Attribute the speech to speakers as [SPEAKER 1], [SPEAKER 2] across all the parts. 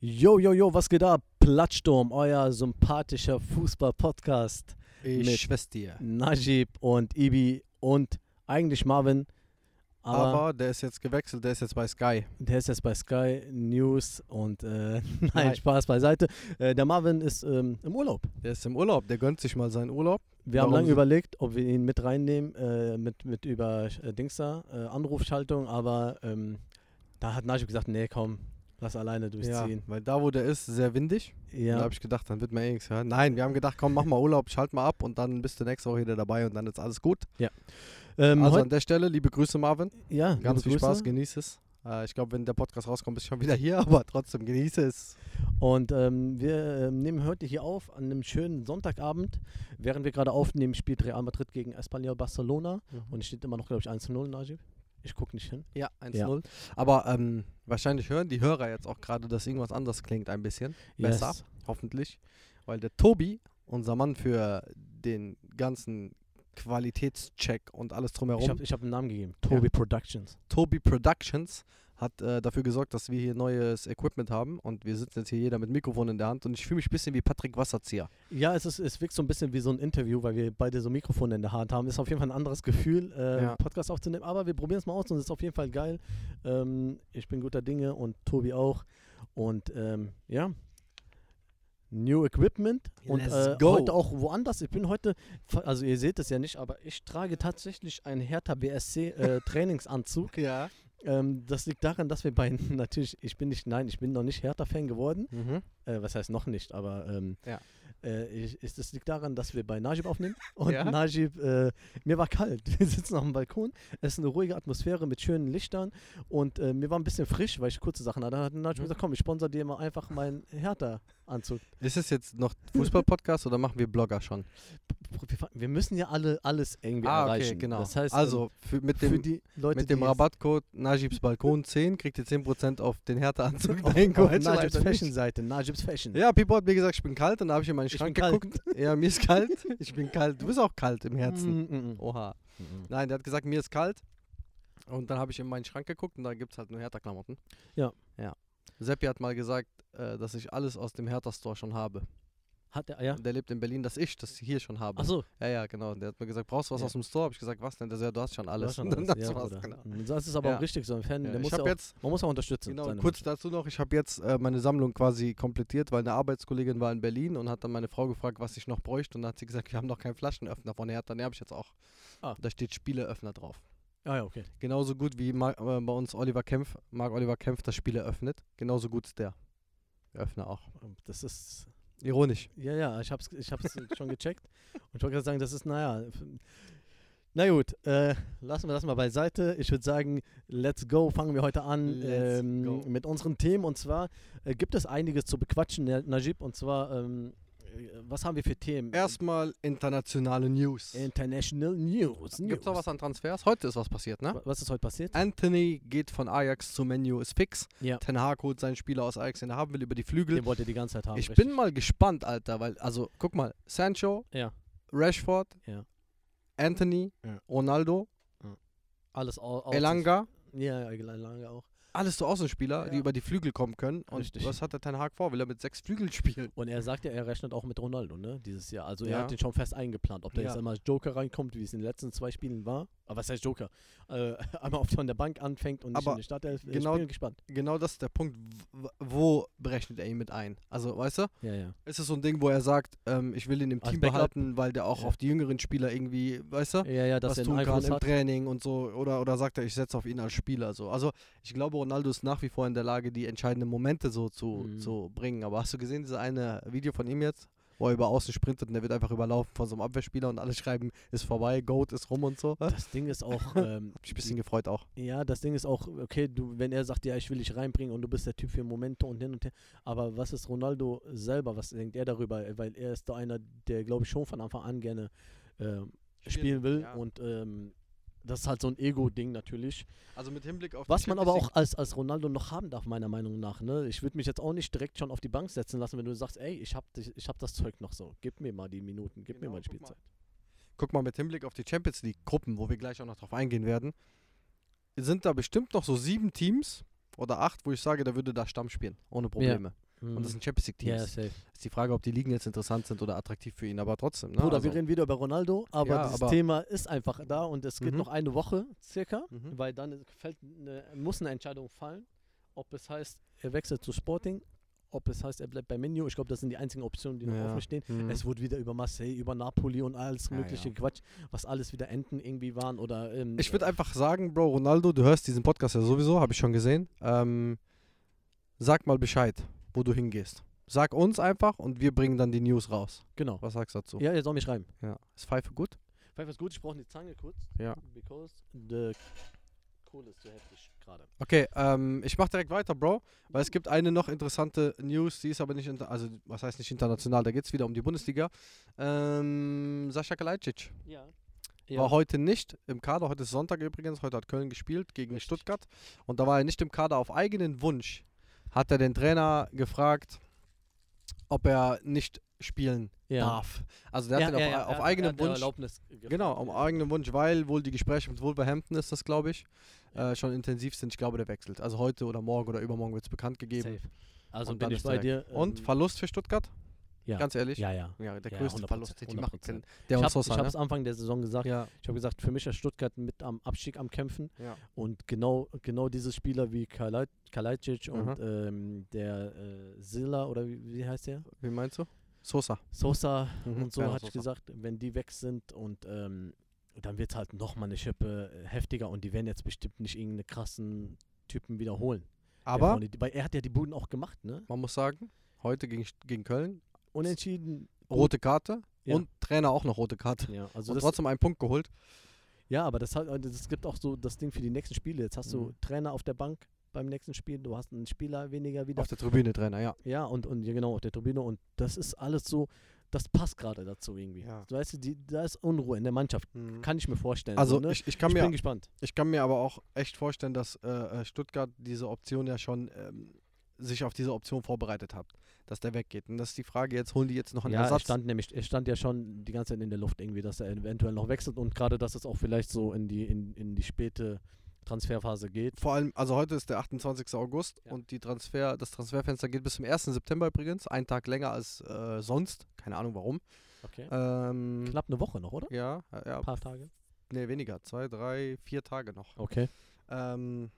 [SPEAKER 1] Yo, yo, yo, was geht ab? Plattsturm, euer sympathischer Fußball-Podcast.
[SPEAKER 2] Ich
[SPEAKER 1] mit-
[SPEAKER 2] schwör's dir.
[SPEAKER 1] Najib und Ibi und eigentlich Marvin.
[SPEAKER 2] Aber,
[SPEAKER 1] Aber,
[SPEAKER 2] der ist jetzt gewechselt, der ist jetzt bei Sky.
[SPEAKER 1] der ist jetzt bei Sky News und äh, nein,
[SPEAKER 2] Nein.
[SPEAKER 1] Spaß beiseite. Äh, der Marvin ist ähm, im Urlaub.
[SPEAKER 2] Der ist im Urlaub, der gönnt sich mal seinen Urlaub.
[SPEAKER 1] Wir haben
[SPEAKER 2] Warum
[SPEAKER 1] lange
[SPEAKER 2] so-
[SPEAKER 1] überlegt, ob wir ihn mit reinnehmen, äh, mit, mit über äh, Dings da, äh, Anrufschaltung, aber ähm, da hat Najib gesagt, nee, komm, lass alleine
[SPEAKER 2] Ja,
[SPEAKER 1] durchziehen.
[SPEAKER 2] weil da, wo der ist, sehr windig. Da
[SPEAKER 1] Ja,
[SPEAKER 2] habe ich gedacht, dann wird mir eh nichts hören. Nein, wir haben gedacht, komm, mach mal Urlaub, schalt mal ab und dann bist du nächste Woche wieder dabei und dann ist alles gut.
[SPEAKER 1] ähm,
[SPEAKER 2] also
[SPEAKER 1] heut,
[SPEAKER 2] an der Stelle, liebe Grüße, Marvin.
[SPEAKER 1] ja liebe
[SPEAKER 2] Ganz viel
[SPEAKER 1] Grüße.
[SPEAKER 2] Spaß, genieß es. Äh, ich glaube, wenn der Podcast rauskommt, bist du schon wieder hier, aber trotzdem genieße es.
[SPEAKER 1] Und ähm, wir ähm, nehmen heute hier auf an einem schönen Sonntagabend. Während wir gerade aufnehmen, spielt Real Madrid gegen Espanyol Barcelona. Und es steht immer noch, glaube ich, 1-0, Najib. Ich gucke nicht hin.
[SPEAKER 2] Ja, 1-0. Aber ähm, wahrscheinlich hören die Hörer jetzt auch gerade, dass irgendwas anders klingt ein bisschen. Besser.
[SPEAKER 1] Yes.
[SPEAKER 2] hoffentlich, weil der Tobi, unser Mann für den ganzen Qualitätscheck und alles
[SPEAKER 1] Ich
[SPEAKER 2] drumherum,
[SPEAKER 1] habe ich hab einen Namen gegeben. Tobi Productions.
[SPEAKER 2] Tobi Productions, hat äh, dafür gesorgt, dass wir hier neues Equipment haben und wir sitzen jetzt hier jeder mit Mikrofon in der Hand und ich fühle mich ein bisschen wie Patrick Wasserzieher.
[SPEAKER 1] Ja, es, ist, es wirkt so ein bisschen wie so ein Interview, weil wir beide so Mikrofone in der Hand haben. Ist auf jeden Fall ein anderes Gefühl, äh,
[SPEAKER 2] Ja.
[SPEAKER 1] Podcast aufzunehmen. Aber wir probieren es mal aus und es ist auf jeden Fall geil. Ähm, ich bin guter Dinge und Tobi auch. Und ähm, ja, New Equipment. Und
[SPEAKER 2] Let's
[SPEAKER 1] äh,
[SPEAKER 2] go.
[SPEAKER 1] heute auch woanders. Ich bin heute, fa- also ihr seht es ja nicht, aber ich trage tatsächlich einen Hertha BSC äh, Trainingsanzug.
[SPEAKER 2] Ja.
[SPEAKER 1] Ähm, das liegt daran, dass wir bei, natürlich, ich bin nicht, nein, ich bin noch nicht Hertha-Fan geworden
[SPEAKER 2] Mhm.
[SPEAKER 1] äh, was heißt noch nicht, aber ähm,
[SPEAKER 2] Ja.
[SPEAKER 1] äh, ich, ist, das liegt daran, dass wir bei Najib aufnehmen und
[SPEAKER 2] Ja.
[SPEAKER 1] Najib, äh, mir war kalt, wir sitzen auf dem Balkon, es ist eine ruhige Atmosphäre mit schönen Lichtern und äh, mir war ein bisschen frisch, weil ich kurze Sachen hatte, dann hat Najib
[SPEAKER 2] Mhm.
[SPEAKER 1] gesagt, komm, ich sponsor dir mal einfach meinen Hertha-Anzug.
[SPEAKER 2] Ist es jetzt noch Fußball-Podcast oder machen wir Blogger schon?
[SPEAKER 1] Wir fa- Wir müssen ja alle alles irgendwie erreichen.
[SPEAKER 2] genau.
[SPEAKER 1] Das heißt,
[SPEAKER 2] also für, mit
[SPEAKER 1] ähm, für
[SPEAKER 2] dem,
[SPEAKER 1] die Leute,
[SPEAKER 2] mit dem
[SPEAKER 1] die jetzt
[SPEAKER 2] Rabattcode Najibs Balkon 10 kriegt ihr 10% auf den Härteanzug.
[SPEAKER 1] auf,
[SPEAKER 2] dahin
[SPEAKER 1] auf Najibs
[SPEAKER 2] gequatscht, leider nicht.
[SPEAKER 1] Fashion-Seite, Najibs Fashion.
[SPEAKER 2] Ja, Pipo hat mir gesagt, ich bin kalt und da habe ich in meinen
[SPEAKER 1] Ich
[SPEAKER 2] Schrank
[SPEAKER 1] bin kalt.
[SPEAKER 2] geguckt. Mhm, Ja, mir ist kalt. Ich bin kalt. Du bist auch kalt im Herzen.
[SPEAKER 1] Mm, mm, mm.
[SPEAKER 2] Oha.
[SPEAKER 1] Mm, mm.
[SPEAKER 2] Nein, der hat gesagt, mir ist kalt. Und dann habe ich in meinen Schrank geguckt und da gibt es halt nur Hertha-Klamotten.
[SPEAKER 1] Ja.
[SPEAKER 2] Ja. Seppi hat mal gesagt, äh, dass ich alles aus dem Hertha-Store schon habe.
[SPEAKER 1] Hat er, ja?
[SPEAKER 2] Und der lebt in Berlin, dass ich das hier schon habe.
[SPEAKER 1] Achso,
[SPEAKER 2] Ja, ja, genau. Und der hat mir gesagt, brauchst du was
[SPEAKER 1] Ja.
[SPEAKER 2] aus dem Store? Habe ich gesagt, was denn? Der sagt, ja, du hast schon alles.
[SPEAKER 1] schon
[SPEAKER 2] Und dann
[SPEAKER 1] alles.
[SPEAKER 2] das
[SPEAKER 1] Ja,
[SPEAKER 2] war's,
[SPEAKER 1] Bruder.
[SPEAKER 2] genau.
[SPEAKER 1] Mm, Das ist aber
[SPEAKER 2] Ja.
[SPEAKER 1] auch richtig so ein Fan,
[SPEAKER 2] Ja,
[SPEAKER 1] der muss
[SPEAKER 2] ich
[SPEAKER 1] ja
[SPEAKER 2] habe
[SPEAKER 1] auch
[SPEAKER 2] jetzt
[SPEAKER 1] Man muss auch unterstützen.
[SPEAKER 2] Genau,
[SPEAKER 1] seine
[SPEAKER 2] kurz dazu noch, ich habe jetzt äh, meine Sammlung quasi komplettiert, weil eine Arbeitskollegin war in Berlin und hat dann meine Frau gefragt, was ich noch bräuchte und dann hat sie gesagt, wir haben noch keinen Flaschenöffner von Hertha, den habe ich jetzt auch.
[SPEAKER 1] Ah.
[SPEAKER 2] Da steht Spieleöffner drauf.
[SPEAKER 1] Menschen. Ah ja, okay.
[SPEAKER 2] Genauso gut wie Ma äh, bei uns Oliver Kempf, Marc Oliver Kempf das Spiel eröffnet, genauso gut ist der Öffner auch.
[SPEAKER 1] Das ist.
[SPEAKER 2] Ironisch.
[SPEAKER 1] Ja, ja, ich hab's, ich hab's schon gecheckt. Und ich wollte gerade sagen, das ist, naja. f- Na gut, äh, lassen wir das mal beiseite. Ich würde sagen, let's go. Fangen wir heute an
[SPEAKER 2] Let's
[SPEAKER 1] ähm,
[SPEAKER 2] go.
[SPEAKER 1] mit unseren Themen. Und zwar äh, gibt es einiges zu bequatschen, Na- Najib. Und zwar, ähm, äh, was haben wir für Themen?
[SPEAKER 2] Erstmal internationale News.
[SPEAKER 1] International News. News.
[SPEAKER 2] Gibt es noch was an Transfers? Heute ist was passiert, ne?
[SPEAKER 1] Wa- Was ist heute passiert?
[SPEAKER 2] Anthony geht von Ajax zu Menu, ist fix.
[SPEAKER 1] Ja.
[SPEAKER 2] Ten Hag holt seinen Spieler aus Ajax, den er haben will, über die Flügel.
[SPEAKER 1] Den wollt ihr die ganze Zeit haben.
[SPEAKER 2] Ich
[SPEAKER 1] Ah, richtig?
[SPEAKER 2] bin mal gespannt, Alter, weil, also, guck mal, Sancho,
[SPEAKER 1] Ja.
[SPEAKER 2] Rashford,
[SPEAKER 1] Ja.
[SPEAKER 2] Anthony,
[SPEAKER 1] Ja.
[SPEAKER 2] Ronaldo,
[SPEAKER 1] Alles au- au-
[SPEAKER 2] Elanga,
[SPEAKER 1] Ja, ja, Elanga auch.
[SPEAKER 2] alles so Außenspieler, die
[SPEAKER 1] Ja.
[SPEAKER 2] über die Flügel kommen können. Und
[SPEAKER 1] Richtig.
[SPEAKER 2] was hat der Ten Hag vor? Will er mit sechs Flügeln spielen?
[SPEAKER 1] Und er sagt ja, er rechnet auch mit Ronaldo, ne? Dieses Jahr. Also er
[SPEAKER 2] Ja.
[SPEAKER 1] hat den schon fest eingeplant. Ob da jetzt
[SPEAKER 2] Ja.
[SPEAKER 1] einmal als Joker reinkommt, wie es in den letzten zwei Spielen war. Aber was heißt Joker? Äh, einmal auf von der Bank anfängt und nicht
[SPEAKER 2] Aber
[SPEAKER 1] in der Stadt. äh, Ich
[SPEAKER 2] genau-
[SPEAKER 1] bin gespannt.
[SPEAKER 2] Genau das ist der Punkt, w- wo berechnet er ihn mit ein? Also, weißt du,
[SPEAKER 1] Ja, ja.
[SPEAKER 2] ist es so ein Ding, wo er sagt, ähm, ich will ihn im
[SPEAKER 1] Als
[SPEAKER 2] Team
[SPEAKER 1] Backup?
[SPEAKER 2] behalten, weil der auch
[SPEAKER 1] Ja.
[SPEAKER 2] auf die jüngeren Spieler irgendwie, weißt du,
[SPEAKER 1] Ja, ja, dass
[SPEAKER 2] was
[SPEAKER 1] er
[SPEAKER 2] tun
[SPEAKER 1] einen
[SPEAKER 2] kann
[SPEAKER 1] Einfluss
[SPEAKER 2] im
[SPEAKER 1] hat.
[SPEAKER 2] Training und so. Oder, oder sagt er, ich setze auf ihn als Spieler. So. Also ich glaube, Ronaldo ist nach wie vor in der Lage, die entscheidenden Momente so zu,
[SPEAKER 1] Mhm.
[SPEAKER 2] zu bringen. Aber hast du gesehen, dieses eine Video von ihm jetzt? Wo er über außen sprintet und der wird einfach überlaufen von so einem Abwehrspieler und alle schreiben, ist vorbei, Goat ist rum und so. Hab
[SPEAKER 1] Das Ding ist auch, ähm,
[SPEAKER 2] mich ein bisschen gefreut auch.
[SPEAKER 1] ja, das Ding ist auch, okay, du, wenn er sagt, ja, ich will dich reinbringen und du bist der Typ für Momente und hin und her. Aber was ist Ronaldo selber? Was denkt er darüber? Weil er ist da einer, der, glaube ich, schon von Anfang an gerne ähm, spielen will.
[SPEAKER 2] ja.
[SPEAKER 1] Und ähm, das ist halt so ein Ego-Ding natürlich.
[SPEAKER 2] Also mit Hinblick auf
[SPEAKER 1] Was man aber auch als, als Ronaldo noch haben darf, meiner Meinung nach. Ne? Ich würde mich jetzt auch nicht direkt schon auf die Bank setzen lassen, wenn du sagst, ey, ich habe ich hab das Zeug noch so. Gib mir mal die Minuten, gib mir
[SPEAKER 2] Genau,
[SPEAKER 1] mal die
[SPEAKER 2] guck mal.
[SPEAKER 1] Spielzeit.
[SPEAKER 2] Guck mal, mit Hinblick auf die Champions League Gruppen, wo wir gleich auch noch drauf eingehen werden, sind da bestimmt noch so sieben Teams oder acht, wo ich sage, da würde da Stamm spielen, ohne Probleme. Und
[SPEAKER 1] Mhm.
[SPEAKER 2] das sind Champions League
[SPEAKER 1] ja,
[SPEAKER 2] Teams.
[SPEAKER 1] safe.
[SPEAKER 2] Ist die Frage, ob die Ligen jetzt interessant sind oder attraktiv für ihn, aber trotzdem. Ne?
[SPEAKER 1] Bruder,
[SPEAKER 2] also,
[SPEAKER 1] wir reden wieder über Ronaldo, aber
[SPEAKER 2] Ja,
[SPEAKER 1] das
[SPEAKER 2] aber-
[SPEAKER 1] Thema ist einfach da und es geht
[SPEAKER 2] Mhm.
[SPEAKER 1] noch eine Woche circa,
[SPEAKER 2] Mhm.
[SPEAKER 1] weil dann fällt eine, muss eine Entscheidung fallen, ob es heißt, er wechselt zu Sporting, ob es heißt, er bleibt bei Menu. Ich glaube, das sind die einzigen Optionen, die noch
[SPEAKER 2] Ja.
[SPEAKER 1] offen stehen.
[SPEAKER 2] Mhm.
[SPEAKER 1] Es wurde wieder über Marseille, über Napoli und alles
[SPEAKER 2] Ja,
[SPEAKER 1] mögliche
[SPEAKER 2] ja.
[SPEAKER 1] Quatsch, was alles wieder Enten irgendwie waren oder. Ähm,
[SPEAKER 2] Ich
[SPEAKER 1] äh,
[SPEAKER 2] würde einfach sagen, Bro, Ronaldo, du hörst diesen Podcast ja sowieso, habe ich schon gesehen. Ähm, sag mal Bescheid, wo du hingehst. Sag uns einfach und wir bringen dann die News raus.
[SPEAKER 1] genau.
[SPEAKER 2] Was sagst du dazu?
[SPEAKER 1] Ja, er soll mich schreiben.
[SPEAKER 2] Ja. Ist Pfeife gut?
[SPEAKER 1] Pfeife ist gut, ich brauche eine Zange kurz.
[SPEAKER 2] Ja.
[SPEAKER 1] Because the Kohle ist zu heftig gerade.
[SPEAKER 2] Okay, ähm, ich mache direkt weiter, Bro, weil es gibt eine noch interessante News, die ist aber nicht, inter also was heißt nicht international, da geht es wieder um die Bundesliga. Ähm, Sascha Kalajdzic
[SPEAKER 1] Ja.
[SPEAKER 2] war heute nicht im Kader, heute ist Sonntag übrigens, heute hat Köln gespielt gegen
[SPEAKER 1] Richtig.
[SPEAKER 2] Stuttgart und da war er nicht im Kader auf eigenen Wunsch, hat er den Trainer gefragt, ob er nicht spielen darf. Also der hat ihn auf, auf eigenen Wunsch
[SPEAKER 1] Erlaubnis gefragt.
[SPEAKER 2] Genau, am eigenen Wunsch, weil wohl die Gespräche mit Wolverhampton ist das, glaube ich,
[SPEAKER 1] Ja.
[SPEAKER 2] äh, schon intensiv sind. Ich glaube, der wechselt. Also heute oder morgen oder übermorgen wird es bekannt gegeben.
[SPEAKER 1] Safe. Also
[SPEAKER 2] Und
[SPEAKER 1] bin
[SPEAKER 2] dann
[SPEAKER 1] ich
[SPEAKER 2] ist
[SPEAKER 1] bei dir.
[SPEAKER 2] Und
[SPEAKER 1] ähm,
[SPEAKER 2] Verlust für Stuttgart?
[SPEAKER 1] Ja.
[SPEAKER 2] Ganz ehrlich?
[SPEAKER 1] ja, ja.
[SPEAKER 2] Ja, der
[SPEAKER 1] Ja,
[SPEAKER 2] größte
[SPEAKER 1] 100%,
[SPEAKER 2] Verlust, den die machen können.
[SPEAKER 1] 100%.
[SPEAKER 2] Der
[SPEAKER 1] ich
[SPEAKER 2] uns
[SPEAKER 1] habe
[SPEAKER 2] so
[SPEAKER 1] es
[SPEAKER 2] ne?
[SPEAKER 1] Anfang der Saison gesagt.
[SPEAKER 2] Ja,
[SPEAKER 1] Ich habe gesagt, für mich ist Stuttgart mit am Abstieg am Kämpfen.
[SPEAKER 2] ja.
[SPEAKER 1] Und genau, genau diese Spieler wie Kalaj- Kalajdzic und
[SPEAKER 2] Mhm.
[SPEAKER 1] ähm, der äh, Silla oder wie, wie heißt der?
[SPEAKER 2] Wie meinst du? Sosa.
[SPEAKER 1] Sosa
[SPEAKER 2] Mhm,
[SPEAKER 1] und so
[SPEAKER 2] Werner
[SPEAKER 1] hatte ich
[SPEAKER 2] Sosa.
[SPEAKER 1] gesagt, wenn die weg sind und ähm, dann wird es halt nochmal eine Schippe äh, heftiger und die werden jetzt bestimmt nicht irgendeine krassen Typen wiederholen. Der
[SPEAKER 2] Aber
[SPEAKER 1] Freund, die- weil er hat ja die Buden auch gemacht, ne?
[SPEAKER 2] man muss sagen, heute gegen, gegen Köln,
[SPEAKER 1] Unentschieden. Gut.
[SPEAKER 2] rote Karte
[SPEAKER 1] Ja.
[SPEAKER 2] und Trainer auch noch rote Karte.
[SPEAKER 1] Ja, also
[SPEAKER 2] und
[SPEAKER 1] das,
[SPEAKER 2] trotzdem einen Punkt geholt.
[SPEAKER 1] ja aber das, hat, das gibt auch so das Ding für die nächsten Spiele. Jetzt hast du
[SPEAKER 2] Mhm.
[SPEAKER 1] Trainer auf der Bank beim nächsten Spiel, du hast einen Spieler weniger wieder.
[SPEAKER 2] Auf der Tribüne Trainer, ja.
[SPEAKER 1] Ja, und, und ja, genau, auf der Tribüne. Und das ist alles so, das passt gerade dazu irgendwie.
[SPEAKER 2] Ja. Hm.
[SPEAKER 1] Du weißt, die, da ist Unruhe in der Mannschaft. Mhm. Kann ich mir vorstellen. so,
[SPEAKER 2] Also
[SPEAKER 1] ne?
[SPEAKER 2] ich, ich kann
[SPEAKER 1] ich
[SPEAKER 2] mir
[SPEAKER 1] bin gespannt.
[SPEAKER 2] Ich kann mir aber auch echt vorstellen, dass äh, äh, Stuttgart diese Option ja schon ähm, sich auf diese Option vorbereitet hat, dass der weggeht. Und das ist die Frage, jetzt holen die jetzt noch einen
[SPEAKER 1] ja, er
[SPEAKER 2] Ersatz.
[SPEAKER 1] stand nämlich, er stand ja schon die ganze Zeit in der Luft irgendwie, dass er eventuell noch wechselt und gerade, dass es auch vielleicht so in die, in, in die späte Transferphase geht.
[SPEAKER 2] Vor allem, also heute ist der 28. August
[SPEAKER 1] Ja.
[SPEAKER 2] und die Transfer, das Transferfenster geht bis zum 1. September übrigens, einen Tag länger als äh, sonst. Keine Ahnung warum.
[SPEAKER 1] Okay.
[SPEAKER 2] Ähm,
[SPEAKER 1] Knapp ne? eine Woche noch, oder?
[SPEAKER 2] Ja, äh, ja
[SPEAKER 1] Ein paar Tage.
[SPEAKER 2] nee, weniger. Zwei, drei, vier Tage noch.
[SPEAKER 1] Okay.
[SPEAKER 2] Ähm,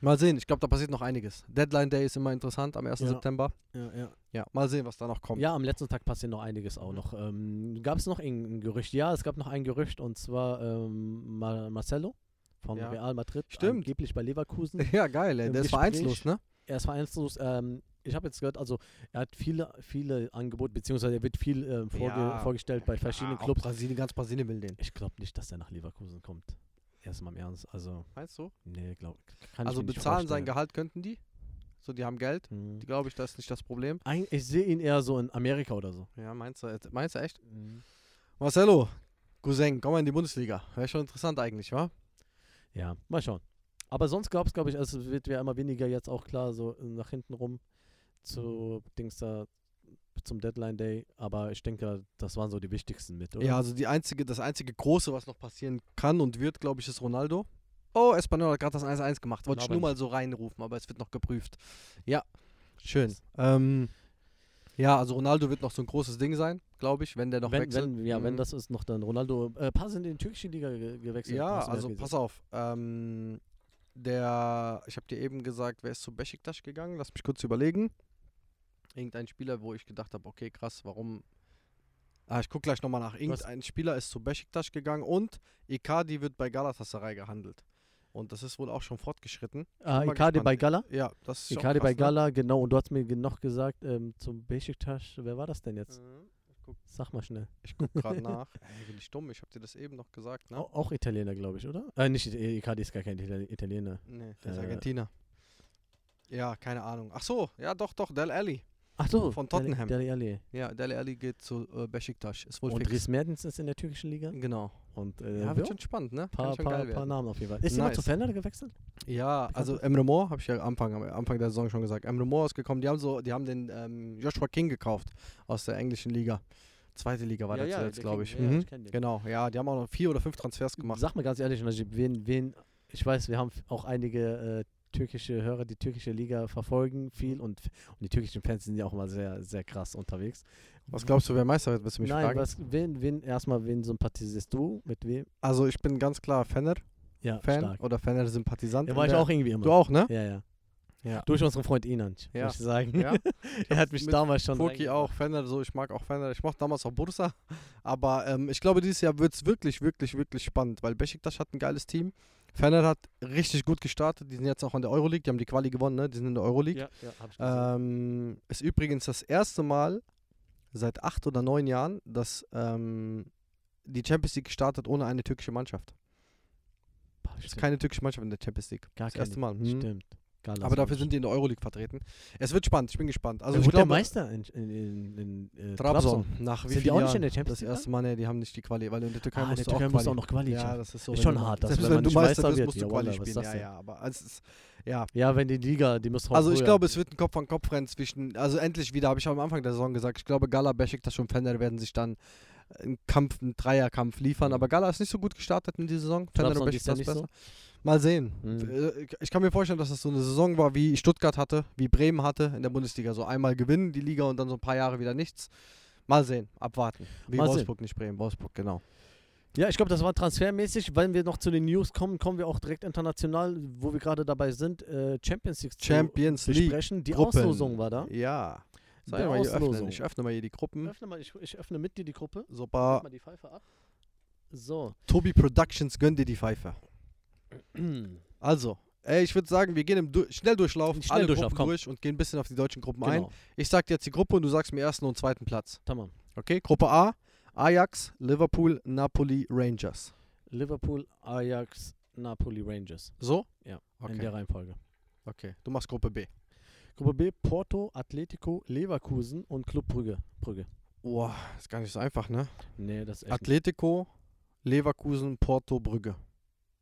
[SPEAKER 2] mal sehen, ich glaube, da passiert noch einiges. Deadline Day ist immer interessant am 1.
[SPEAKER 1] Ja.
[SPEAKER 2] September.
[SPEAKER 1] Ja, ja.
[SPEAKER 2] Ja, mal sehen, was da noch kommt.
[SPEAKER 1] ja, am letzten Tag passiert noch einiges auch
[SPEAKER 2] Mhm.
[SPEAKER 1] noch. Ähm, gab es noch irgendein Gerücht? Ja, es gab noch ein Gerücht und zwar ähm, Mar Marcelo von
[SPEAKER 2] Ja.
[SPEAKER 1] Real Madrid.
[SPEAKER 2] Stimmt.
[SPEAKER 1] Angeblich bei Leverkusen.
[SPEAKER 2] Ja, geil, ey.
[SPEAKER 1] Im
[SPEAKER 2] Der ist
[SPEAKER 1] Gespräch.
[SPEAKER 2] vereinslos, ne?
[SPEAKER 1] er ist vereinslos. Ähm, ich habe jetzt gehört, also er hat viele, viele Angebote, beziehungsweise er wird viel ähm, vorge
[SPEAKER 2] Ja,
[SPEAKER 1] vorgestellt bei
[SPEAKER 2] Ah.
[SPEAKER 1] verschiedenen Clubs.
[SPEAKER 2] Brasilien, ganz Brasilien will den.
[SPEAKER 1] Ich glaube nicht, dass er nach Leverkusen kommt. Erstmal im Ernst. Also,
[SPEAKER 2] Meinst du?
[SPEAKER 1] nee, glaube kann
[SPEAKER 2] also
[SPEAKER 1] ich mir nicht
[SPEAKER 2] bezahlen sein
[SPEAKER 1] vorstellen.
[SPEAKER 2] Gehalt könnten die. So, die haben Gehalt.
[SPEAKER 1] Mhm.
[SPEAKER 2] Die glaube ich, das ist nicht das Problem.
[SPEAKER 1] Ein, ich sehe ihn eher so in Amerika oder so.
[SPEAKER 2] Ja, meinst du, äh, meinst du echt? Marcelo, Cousin, komm mal in die Bundesliga. Wäre schon interessant eigentlich, wa?
[SPEAKER 1] Ja, mal schauen. Aber sonst gab es, glaube ich, also es wird ja immer weniger jetzt auch klar, so äh, nach hinten rum zu Dings da zum Deadline Day. Aber ich denke, das waren so die wichtigsten mit, oder?
[SPEAKER 2] Ja, also die einzige, das einzige Große, was noch passieren kann und wird, glaube ich, ist Ronaldo. Oh, Espanyol hat gerade das 1-1 gemacht. Wollte ich
[SPEAKER 1] Glaube
[SPEAKER 2] nur
[SPEAKER 1] nicht.
[SPEAKER 2] mal so reinrufen, aber es wird noch geprüft. Ja, schön. Ähm, ja, also Ronaldo wird noch so ein großes Ding sein, glaube ich, wenn der noch
[SPEAKER 1] wenn,
[SPEAKER 2] wechselt.
[SPEAKER 1] wenn, ja, wenn
[SPEAKER 2] Mhm.
[SPEAKER 1] das ist noch dann Ronaldo. Äh, pass in die türkische Liga ge gewechselt.
[SPEAKER 2] Ja,
[SPEAKER 1] hast du mir
[SPEAKER 2] also
[SPEAKER 1] gesagt.
[SPEAKER 2] pass auf. Ähm, der, ich habe dir eben gesagt, wer ist zu Besiktas gegangen? Lass mich kurz überlegen. Irgendein Spieler, wo ich gedacht habe, okay, krass, warum? Ah, ich gucke gleich nochmal nach. Irgendein Spieler ist zu Besiktas gegangen und Icardi wird bei Galatasaray gehandelt. Und das ist wohl auch schon fortgeschritten.
[SPEAKER 1] Ah,
[SPEAKER 2] mal
[SPEAKER 1] Icardi bei
[SPEAKER 2] gespannt.
[SPEAKER 1] Gala.
[SPEAKER 2] Ja, das ist schon
[SPEAKER 1] Icardi bei
[SPEAKER 2] krass, ne?
[SPEAKER 1] Gala, genau. Und du hast mir ge- noch gesagt, ähm, zum Besiktas, wer war das denn jetzt?
[SPEAKER 2] Ne? Mhm.
[SPEAKER 1] Sag mal schnell.
[SPEAKER 2] Ich gucke gerade nach. Ey, bin ich dumm? Ich habe dir das eben noch gesagt, ne?
[SPEAKER 1] Au- Auch Italiener, glaube ich, oder? Äh, nicht Ita- Icardi ist gar kein Itali- Italiener.
[SPEAKER 2] Nee, das ist
[SPEAKER 1] Äh.
[SPEAKER 2] Argentiner. Ja, keine Ahnung. Ach so, ja doch, doch, Del Alli.
[SPEAKER 1] Ach so,
[SPEAKER 2] Von
[SPEAKER 1] Dele-
[SPEAKER 2] Tottenham.
[SPEAKER 1] Dele Alli.
[SPEAKER 2] Ja, Dele Alli geht zu äh, Besiktas. Ist wohl
[SPEAKER 1] Und
[SPEAKER 2] fix.
[SPEAKER 1] Ries Mertens ist in der türkischen Liga.
[SPEAKER 2] Genau.
[SPEAKER 1] Und äh,
[SPEAKER 2] Ja,
[SPEAKER 1] ja,
[SPEAKER 2] wird schon spannend, ne? Kann
[SPEAKER 1] paar,
[SPEAKER 2] schon
[SPEAKER 1] paar,
[SPEAKER 2] geil
[SPEAKER 1] paar
[SPEAKER 2] werden.
[SPEAKER 1] Namen auf jeden Fall. Ist jemand zu
[SPEAKER 2] Nice.
[SPEAKER 1] Fenner gewechselt?
[SPEAKER 2] Ja,
[SPEAKER 1] Bekannt
[SPEAKER 2] also
[SPEAKER 1] ist-
[SPEAKER 2] Emre Moore, habe ich ja am Anfang, am Anfang der Saison schon gesagt. Emre Moore ist gekommen, die haben so, die haben den ähm, Joshua King gekauft aus der englischen Liga. Zweite Liga war der zuletzt, glaube ich. Mhm. Genau, ja, die haben auch noch vier oder fünf Transfers gemacht.
[SPEAKER 1] Sag mal ganz ehrlich, Najib, wen, wen, ich weiß, wir haben f- auch einige äh, türkische Hörer die türkische Liga verfolgen viel und, und die türkischen Fans sind ja auch mal sehr, sehr krass unterwegs.
[SPEAKER 2] Was glaubst du, wer Meister wird? Willst du mich
[SPEAKER 1] Nein,
[SPEAKER 2] fragen?
[SPEAKER 1] was, wen, wen, erstmal, wen sympathisierst du? Mit wem?
[SPEAKER 2] Also ich bin ganz klar Fener-Fan
[SPEAKER 1] Ja, stark.
[SPEAKER 2] oder Fener-Sympathisant.
[SPEAKER 1] Da
[SPEAKER 2] in
[SPEAKER 1] war ich
[SPEAKER 2] der-
[SPEAKER 1] auch irgendwie immer.
[SPEAKER 2] Du auch, ne?
[SPEAKER 1] Ja, ja.
[SPEAKER 2] Ja.
[SPEAKER 1] Durch unseren Freund Inanc,
[SPEAKER 2] Ja.
[SPEAKER 1] muss ich sagen.
[SPEAKER 2] Ja.
[SPEAKER 1] er hat mich
[SPEAKER 2] mit
[SPEAKER 1] damals schon.
[SPEAKER 2] Foki
[SPEAKER 1] reinge-
[SPEAKER 2] auch, Fener, so, ich mag auch Fener. Ich mochte damals auch Bursa. Aber ähm, ich glaube, dieses Jahr wird es wirklich, wirklich, wirklich spannend, weil Besiktas hat ein geiles Team. Fener hat richtig gut gestartet. Die sind jetzt auch in der Euroleague. Die haben die Quali gewonnen, ne? Die sind in der Euroleague.
[SPEAKER 1] Ja, ja,
[SPEAKER 2] Äh,
[SPEAKER 1] hab ich gesehen.
[SPEAKER 2] Ähm, ist übrigens das erste Mal seit acht oder neun Jahren, dass ähm, die Champions League startet ohne eine türkische Mannschaft.
[SPEAKER 1] Boah,
[SPEAKER 2] Es ist
[SPEAKER 1] stimmt.
[SPEAKER 2] keine türkische Mannschaft in der Champions League.
[SPEAKER 1] Gar
[SPEAKER 2] das erste
[SPEAKER 1] keine.
[SPEAKER 2] Mal. Hm.
[SPEAKER 1] Stimmt.
[SPEAKER 2] Aber dafür sind die in der Euroleague vertreten. Es wird spannend, ich bin gespannt. Also
[SPEAKER 1] Also
[SPEAKER 2] ich
[SPEAKER 1] wurde der
[SPEAKER 2] glaube,
[SPEAKER 1] Meister in, in, in, in äh,
[SPEAKER 2] Trabzon. Nach wie
[SPEAKER 1] Sind die
[SPEAKER 2] vielen
[SPEAKER 1] auch nicht
[SPEAKER 2] Jahren?
[SPEAKER 1] in der Champions
[SPEAKER 2] Das
[SPEAKER 1] League?
[SPEAKER 2] erste Mal, ne, die haben nicht die Quali, weil in der Türkei
[SPEAKER 1] dann? ah,
[SPEAKER 2] musst
[SPEAKER 1] der
[SPEAKER 2] du auch
[SPEAKER 1] Türkei
[SPEAKER 2] Quali.
[SPEAKER 1] musst auch noch Quali
[SPEAKER 2] ja,
[SPEAKER 1] schaffen.
[SPEAKER 2] das ist so.
[SPEAKER 1] Ist
[SPEAKER 2] wenn
[SPEAKER 1] schon
[SPEAKER 2] du-
[SPEAKER 1] hart, dass
[SPEAKER 2] Selbst
[SPEAKER 1] wenn
[SPEAKER 2] wenn,
[SPEAKER 1] man
[SPEAKER 2] du
[SPEAKER 1] nicht
[SPEAKER 2] Meister
[SPEAKER 1] Meister
[SPEAKER 2] bist,
[SPEAKER 1] wird,
[SPEAKER 2] musst
[SPEAKER 1] ja,
[SPEAKER 2] du Quali
[SPEAKER 1] Wallah, was
[SPEAKER 2] spielen.
[SPEAKER 1] sagst du?
[SPEAKER 2] Ja, ja, aber es ist, ja.
[SPEAKER 1] Ja, wenn die Liga, die muss
[SPEAKER 2] Also ich glaube, es wird ein Kopf-an-Kopf-Rennen zwischen, also endlich wieder, habe ich am Anfang der Saison gesagt, ich glaube, Gala, Besiktas und Fener werden sich dann einen Kampf, einen Dreierkampf liefern,
[SPEAKER 1] Mhm.
[SPEAKER 2] aber Gala ist nicht so gut gestartet in dieser Saison, Fener
[SPEAKER 1] Trabzon
[SPEAKER 2] und
[SPEAKER 1] dies Jahr
[SPEAKER 2] Besiktas
[SPEAKER 1] nicht
[SPEAKER 2] besser.
[SPEAKER 1] so?
[SPEAKER 2] Mal sehen.
[SPEAKER 1] Mhm.
[SPEAKER 2] Äh, Ich kann mir vorstellen, dass das so eine Saison war, wie Stuttgart hatte, wie Bremen hatte in der Bundesliga, so einmal gewinnen die Liga und dann so ein paar Jahre wieder nichts. Mal sehen, abwarten. Wie
[SPEAKER 1] Mal sehen.
[SPEAKER 2] Wolfsburg, nicht Bremen, Wolfsburg, genau.
[SPEAKER 1] Ja, ich glaube, das war transfermäßig. Wenn wir noch zu den News kommen, kommen wir auch direkt international, wo wir gerade dabei sind, äh, Champions League
[SPEAKER 2] Champions
[SPEAKER 1] zu
[SPEAKER 2] League.
[SPEAKER 1] besprechen. Die
[SPEAKER 2] Gruppen. Mhm.
[SPEAKER 1] Auslosung war da.
[SPEAKER 2] Ja. Soll
[SPEAKER 1] Die
[SPEAKER 2] ich mal hier öffnen?
[SPEAKER 1] Auslosung.
[SPEAKER 2] Ich öffne mal hier die Gruppen.
[SPEAKER 1] Öffne mal, ich, ich öffne mit dir die Gruppe.
[SPEAKER 2] Super.
[SPEAKER 1] Mach mal die Pfeife ab. So.
[SPEAKER 2] Tobi Productions gönn dir die Pfeife.
[SPEAKER 1] Genau.
[SPEAKER 2] Also, ey, ich würde sagen, wir gehen im du Schnelldurchlauf
[SPEAKER 1] Schnell
[SPEAKER 2] alle
[SPEAKER 1] Durchlauf,
[SPEAKER 2] Gruppen
[SPEAKER 1] komm.
[SPEAKER 2] durch und gehen ein bisschen auf die deutschen Gruppen ein.
[SPEAKER 1] Genau.
[SPEAKER 2] Ich sag dir jetzt die Gruppe und du sagst mir ersten und zweiten Platz.
[SPEAKER 1] Tamam.
[SPEAKER 2] Okay, Gruppe A, Ajax, Liverpool, Napoli, Rangers.
[SPEAKER 1] Liverpool, Ajax, Napoli, Rangers.
[SPEAKER 2] So?
[SPEAKER 1] Ja, In
[SPEAKER 2] Okay.
[SPEAKER 1] der Reihenfolge.
[SPEAKER 2] okay. Du machst Gruppe B.
[SPEAKER 1] Gruppe B, Porto, Atletico, Leverkusen und Club Brügge. Brügge.
[SPEAKER 2] Boah, ist gar nicht so einfach, ne?
[SPEAKER 1] Nee, das ist echt.
[SPEAKER 2] Atletico, Leverkusen, Porto, Brügge.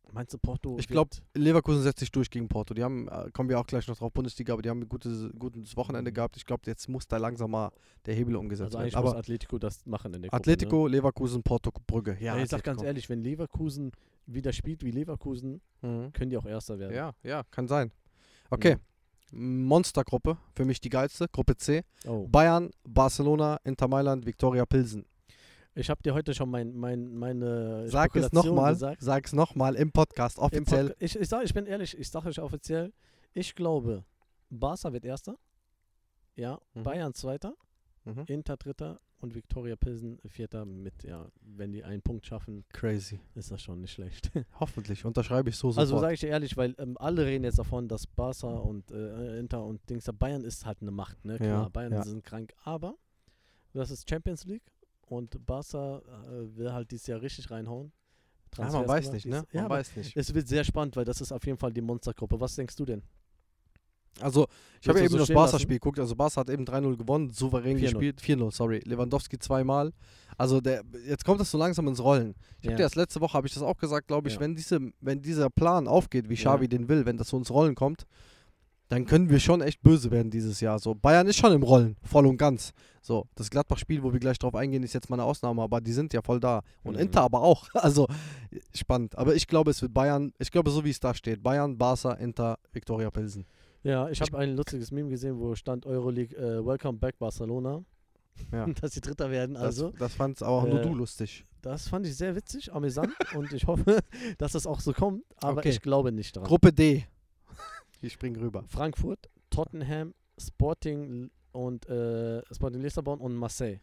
[SPEAKER 1] nicht. Meinst du Porto?
[SPEAKER 2] Ich
[SPEAKER 1] wird- also
[SPEAKER 2] glaub, Leverkusen setzt sich durch gegen Porto. Die haben, äh, kommen wir auch gleich noch drauf, Bundesliga, aber die haben ein gutes, gutes Wochenende gehabt. Ich glaube, jetzt muss da langsam mal der Hebel
[SPEAKER 1] Mhm.
[SPEAKER 2] umgesetzt
[SPEAKER 1] Also eigentlich
[SPEAKER 2] werden.
[SPEAKER 1] muss
[SPEAKER 2] Aber
[SPEAKER 1] Atletico das machen in der Gruppe.
[SPEAKER 2] Atletico, Leverkusen, Porto, Brügge.
[SPEAKER 1] Ne?
[SPEAKER 2] Ja,
[SPEAKER 1] Ja, ich sag
[SPEAKER 2] Atletico.
[SPEAKER 1] ganz ehrlich, wenn Leverkusen wieder spielt wie Leverkusen,
[SPEAKER 2] Mhm.
[SPEAKER 1] können die auch Erster werden.
[SPEAKER 2] Ja, ja, kann sein. Okay.
[SPEAKER 1] Mhm.
[SPEAKER 2] Monstergruppe, für mich die geilste, Gruppe C.
[SPEAKER 1] Oh.
[SPEAKER 2] Bayern, Barcelona, Inter Mailand, Viktoria Pilsen.
[SPEAKER 1] Äh, Ich habe dir heute schon mein, mein, meine
[SPEAKER 2] Sag es
[SPEAKER 1] Spekulation
[SPEAKER 2] nochmal,
[SPEAKER 1] gesagt.
[SPEAKER 2] sag es nochmal im Podcast
[SPEAKER 1] Im
[SPEAKER 2] offiziell.
[SPEAKER 1] Podca- Ich, ich, sag, ich bin ehrlich, ich sage euch offiziell, ich glaube, Barca wird Erster, ja,
[SPEAKER 2] Mhm.
[SPEAKER 1] Bayern Zweiter,
[SPEAKER 2] Mhm.
[SPEAKER 1] Inter Dritter und Viktoria Pilsen Vierter mit, ja, wenn die einen Punkt schaffen,
[SPEAKER 2] Crazy.
[SPEAKER 1] ist das schon nicht schlecht.
[SPEAKER 2] Hoffentlich unterschreibe ich so sofort.
[SPEAKER 1] Also sage ich dir ehrlich, weil ähm, alle reden jetzt davon, dass Barca und äh, Inter und Dings, Bayern ist halt eine Macht, ne, klar,
[SPEAKER 2] Ja,
[SPEAKER 1] Bayern
[SPEAKER 2] ja.
[SPEAKER 1] sind krank, aber das ist Champions League und Barca äh, will halt dieses Jahr richtig reinhauen.
[SPEAKER 2] ja, man weiß
[SPEAKER 1] Transfers
[SPEAKER 2] nicht, ne?
[SPEAKER 1] gemacht, dies- Ja,
[SPEAKER 2] Man
[SPEAKER 1] aber
[SPEAKER 2] weiß nicht.
[SPEAKER 1] es wird sehr spannend, weil das ist auf jeden Fall die Monstergruppe. Was denkst du denn?
[SPEAKER 2] Also, ich habe
[SPEAKER 1] Willst du so
[SPEAKER 2] ja eben das
[SPEAKER 1] stehen lassen?
[SPEAKER 2] Barca-Spiel geguckt. Also, Barca hat eben 3-0 gewonnen, souverän
[SPEAKER 1] 4-0.
[SPEAKER 2] gespielt. 4-0, sorry. Lewandowski zweimal. Also, der, jetzt kommt das so langsam ins Rollen. Ich habe
[SPEAKER 1] Ja.
[SPEAKER 2] dir das letzte Woche, habe ich das auch gesagt, glaube ich,
[SPEAKER 1] Ja.
[SPEAKER 2] wenn, diese, wenn dieser Plan aufgeht, wie
[SPEAKER 1] Ja.
[SPEAKER 2] Xavi den will, wenn das so ins Rollen kommt, dann können wir schon echt böse werden dieses Jahr. So, Bayern ist schon im Rollen, voll und ganz. So, das Gladbach-Spiel, wo wir gleich drauf eingehen, ist jetzt mal eine Ausnahme, aber die sind ja voll da. Und
[SPEAKER 1] Mhm.
[SPEAKER 2] Inter aber auch. Also, spannend. Aber ich glaube, es wird Bayern, ich glaube, so wie es da steht, Bayern, Barca, Inter, Viktoria Pilsen.
[SPEAKER 1] Ja, ich habe ein lustiges Meme gesehen, wo stand Euroleague äh, Welcome Back Barcelona.
[SPEAKER 2] Ja.
[SPEAKER 1] Dass sie Dritter werden, also.
[SPEAKER 2] das, das fand's aber auch nur
[SPEAKER 1] äh,
[SPEAKER 2] du lustig.
[SPEAKER 1] Das fand ich sehr witzig, amüsant und ich hoffe, dass das auch so kommt, aber
[SPEAKER 2] Okay.
[SPEAKER 1] ich glaube nicht dran.
[SPEAKER 2] Gruppe D. Ich spring rüber.
[SPEAKER 1] Frankfurt, Tottenham, Sporting und äh, Sporting Lissabon und Marseille.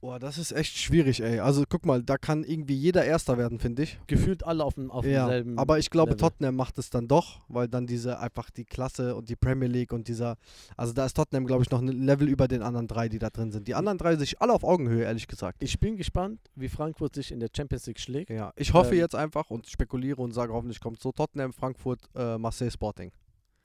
[SPEAKER 2] Boah, das ist echt schwierig, ey. Also guck mal, da kann irgendwie jeder Erster werden, finde ich.
[SPEAKER 1] Gefühlt alle auf dem auf
[SPEAKER 2] Ja,
[SPEAKER 1] demselben.
[SPEAKER 2] aber ich glaube,
[SPEAKER 1] Level.
[SPEAKER 2] Tottenham macht es dann doch, weil dann diese einfach die Klasse und die Premier League und dieser, also da ist Tottenham, glaube ich, noch ein Level über den anderen drei, die da drin sind. Die anderen drei sich alle auf Augenhöhe, ehrlich gesagt.
[SPEAKER 1] ich bin gespannt, wie Frankfurt sich in der Champions League schlägt.
[SPEAKER 2] Ja, ich hoffe
[SPEAKER 1] Ähm.
[SPEAKER 2] jetzt einfach und spekuliere und sage, hoffentlich kommt so Tottenham, Frankfurt, äh, Marseille, Sporting.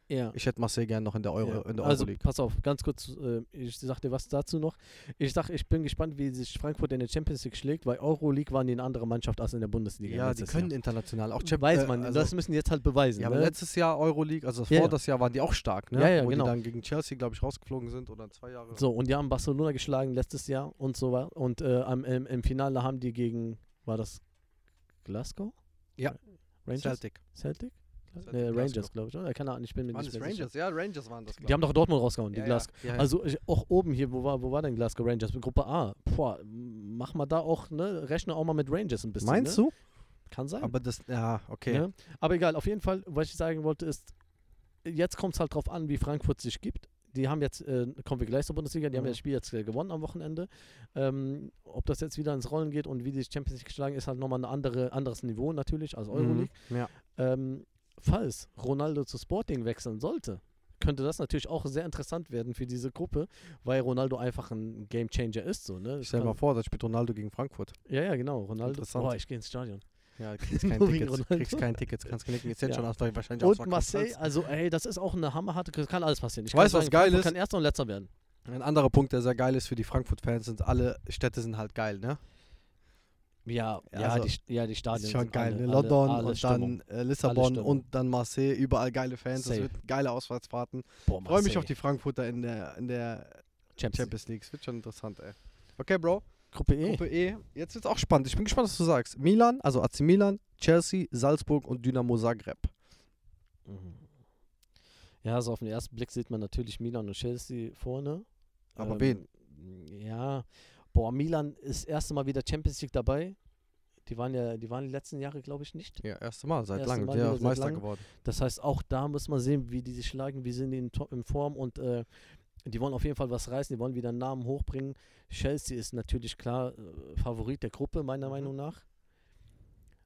[SPEAKER 1] Ja.
[SPEAKER 2] Ich hätte Marseille gern noch in der Euro,
[SPEAKER 1] Ja,
[SPEAKER 2] in der
[SPEAKER 1] also
[SPEAKER 2] Euroleague.
[SPEAKER 1] pass auf, ganz kurz, äh, ich sag dir was dazu noch. Ich sag, ich bin gespannt, wie sich Frankfurt in der Champions League schlägt, weil Euroleague waren die eine andere Mannschaft als in der Bundesliga.
[SPEAKER 2] Ja, die
[SPEAKER 1] letztes
[SPEAKER 2] können
[SPEAKER 1] Jahr.
[SPEAKER 2] international auch Champ-
[SPEAKER 1] Weiß
[SPEAKER 2] äh,
[SPEAKER 1] man,
[SPEAKER 2] also-
[SPEAKER 1] das müssen die jetzt halt beweisen.
[SPEAKER 2] Ja, aber
[SPEAKER 1] ne?
[SPEAKER 2] letztes Jahr Euroleague, also das
[SPEAKER 1] Ja,
[SPEAKER 2] vor
[SPEAKER 1] ja.
[SPEAKER 2] das Jahr waren die auch stark, ne?
[SPEAKER 1] Ja, ja,
[SPEAKER 2] Wo
[SPEAKER 1] genau.
[SPEAKER 2] die dann gegen Chelsea, glaube ich, rausgeflogen sind oder zwei Jahre.
[SPEAKER 1] So, und die haben Barcelona geschlagen letztes Jahr und so war. Und äh, am, im, im Finale haben die gegen, war das Glasgow?
[SPEAKER 2] Ja.
[SPEAKER 1] Rangers?
[SPEAKER 2] Celtic.
[SPEAKER 1] Celtic?
[SPEAKER 2] Das war
[SPEAKER 1] Nee,
[SPEAKER 2] Glasgow.
[SPEAKER 1] Rangers, glaube ich. Oder? Keine Ahnung, ich bin mir
[SPEAKER 2] Waren
[SPEAKER 1] nicht
[SPEAKER 2] das
[SPEAKER 1] mehr sicher.
[SPEAKER 2] Rangers? Ja, Rangers waren das. glaub
[SPEAKER 1] Die haben doch Dortmund rausgehauen,
[SPEAKER 2] ich.
[SPEAKER 1] die
[SPEAKER 2] ja,
[SPEAKER 1] Glas.
[SPEAKER 2] Ja, ja, ja.
[SPEAKER 1] Also ich, auch oben hier, wo war, wo war denn Glasgow Rangers? Gruppe A. Boah, mach mal da auch, ne? Rechne auch mal mit Rangers ein bisschen.
[SPEAKER 2] Meinst
[SPEAKER 1] ne?
[SPEAKER 2] du?
[SPEAKER 1] Kann sein.
[SPEAKER 2] Aber das, ja, okay.
[SPEAKER 1] Ne? Aber egal, auf jeden Fall, was ich sagen wollte, ist, jetzt kommt es halt drauf an, wie Frankfurt sich gibt. Die haben jetzt, äh, kommen wir gleich zur Bundesliga, die haben
[SPEAKER 2] Mhm.
[SPEAKER 1] das Spiel jetzt äh, gewonnen am Wochenende. Ähm, ob das jetzt wieder ins Rollen geht und wie die Champions League geschlagen ist, halt nochmal ein andere, anderes Niveau natürlich als Euroleague.
[SPEAKER 2] Mhm. Ja.
[SPEAKER 1] Ähm, falls Ronaldo zu Sporting wechseln sollte, könnte das natürlich auch sehr interessant werden für diese Gruppe, weil Ronaldo einfach ein Gamechanger ist. So, ne?
[SPEAKER 2] Ich stell dir mal vor, das spielt Ronaldo gegen Frankfurt.
[SPEAKER 1] ja, ja, genau. Ronaldo.
[SPEAKER 2] Interessant.
[SPEAKER 1] Boah, ich gehe ins Stadion.
[SPEAKER 2] Ja, kriegst kein
[SPEAKER 1] Nur wegen
[SPEAKER 2] Ticket.
[SPEAKER 1] Ronaldo.
[SPEAKER 2] Kriegst kein Ticket, kannst knicken. Jetzt
[SPEAKER 1] Ja.
[SPEAKER 2] schon aus,
[SPEAKER 1] Und
[SPEAKER 2] wahrscheinlich ausverkauft
[SPEAKER 1] Marseille,
[SPEAKER 2] ist.
[SPEAKER 1] also ey, das ist auch eine hammerharte, das kann alles passieren. Ich
[SPEAKER 2] Weißt du,
[SPEAKER 1] kann
[SPEAKER 2] was geil
[SPEAKER 1] Frankfurt
[SPEAKER 2] ist?
[SPEAKER 1] kann Erster und Letzter werden.
[SPEAKER 2] Ein anderer Punkt, der sehr geil ist für die Frankfurt-Fans, sind alle Städte sind halt geil, ne?
[SPEAKER 1] Ja, ja,
[SPEAKER 2] also,
[SPEAKER 1] die, St- ja die
[SPEAKER 2] Das
[SPEAKER 1] Stadien.
[SPEAKER 2] ist schon
[SPEAKER 1] sind
[SPEAKER 2] geil,
[SPEAKER 1] alle-
[SPEAKER 2] ne?
[SPEAKER 1] alle-
[SPEAKER 2] London
[SPEAKER 1] alle
[SPEAKER 2] und
[SPEAKER 1] Stimmung.
[SPEAKER 2] dann äh, Lissabon
[SPEAKER 1] Stimmung.
[SPEAKER 2] und dann Marseille, überall geile Fans. Das
[SPEAKER 1] Safe.
[SPEAKER 2] wird geile Auswärtsfahrten.
[SPEAKER 1] Boah,
[SPEAKER 2] Freue mich
[SPEAKER 1] Marseille.
[SPEAKER 2] auf die Frankfurter in der, in der
[SPEAKER 1] Champions, League.
[SPEAKER 2] Champions League. Es wird schon interessant, ey. Okay, Bro.
[SPEAKER 1] Gruppe E.
[SPEAKER 2] Gruppe E. Jetzt wird's auch spannend. Ich bin gespannt, was du sagst. Milan, also AC Milan, Chelsea, Salzburg und Dynamo Zagreb. E.
[SPEAKER 1] Mhm. Ja, so auf den ersten Blick sieht man natürlich Milan und Chelsea vorne.
[SPEAKER 2] Aber
[SPEAKER 1] wen? Ja, boah, Milan ist das erste Mal wieder Champions League dabei. Die waren ja, die waren die letzten Jahre, glaube ich, nicht.
[SPEAKER 2] Ja, erste Mal seit
[SPEAKER 1] Erste
[SPEAKER 2] langem.
[SPEAKER 1] Mal
[SPEAKER 2] Der
[SPEAKER 1] wieder
[SPEAKER 2] ist
[SPEAKER 1] seit
[SPEAKER 2] Meister
[SPEAKER 1] langem.
[SPEAKER 2] geworden.
[SPEAKER 1] Das heißt, auch da muss man sehen, wie die sich schlagen, wie sind die in, To- in Form und äh, die wollen auf jeden Fall was reißen, die wollen wieder einen Namen hochbringen. Chelsea ist natürlich klar äh, Favorit der Gruppe, meiner
[SPEAKER 2] Mhm.
[SPEAKER 1] Meinung nach.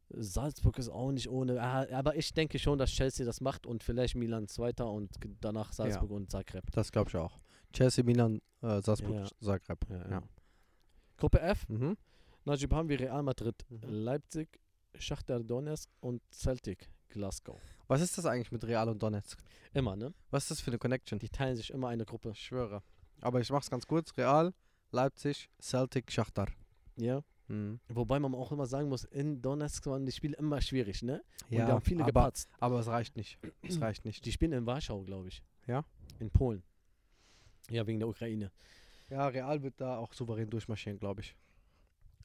[SPEAKER 1] Salzburg ist auch nicht ohne, ah, aber ich denke schon, dass Chelsea das macht und vielleicht Milan Zweiter und g- danach Salzburg und Zagreb.
[SPEAKER 2] Das glaube ich auch. Chelsea, Milan, äh, Salzburg,
[SPEAKER 1] Ja.
[SPEAKER 2] Zagreb.
[SPEAKER 1] Ja,
[SPEAKER 2] Ja.
[SPEAKER 1] ja. Gruppe F,
[SPEAKER 2] Mhm.
[SPEAKER 1] Najib haben wir Real Madrid,
[SPEAKER 2] Mhm.
[SPEAKER 1] Leipzig, Schachter Donetsk und Celtic, Glasgow.
[SPEAKER 2] Was ist das eigentlich mit Real und Donetsk?
[SPEAKER 1] Immer, ne?
[SPEAKER 2] Was ist das für eine Connection?
[SPEAKER 1] Die teilen sich immer eine Gruppe.
[SPEAKER 2] Ich schwöre. Aber ich mach's ganz kurz. Real, Leipzig, Celtic, Mhm. Schachtar.
[SPEAKER 1] Ja. Wobei man auch immer sagen muss, in Donetsk waren die Spiele immer schwierig, ne? Und die
[SPEAKER 2] Ja,
[SPEAKER 1] haben viele
[SPEAKER 2] aber,
[SPEAKER 1] gepatzt.
[SPEAKER 2] aber es reicht nicht. Es reicht nicht.
[SPEAKER 1] Die spielen in Warschau, glaube ich.
[SPEAKER 2] Ja?
[SPEAKER 1] In Polen. Ja, wegen der Ukraine.
[SPEAKER 2] Ja, Real wird da auch souverän durchmarschieren, glaube ich.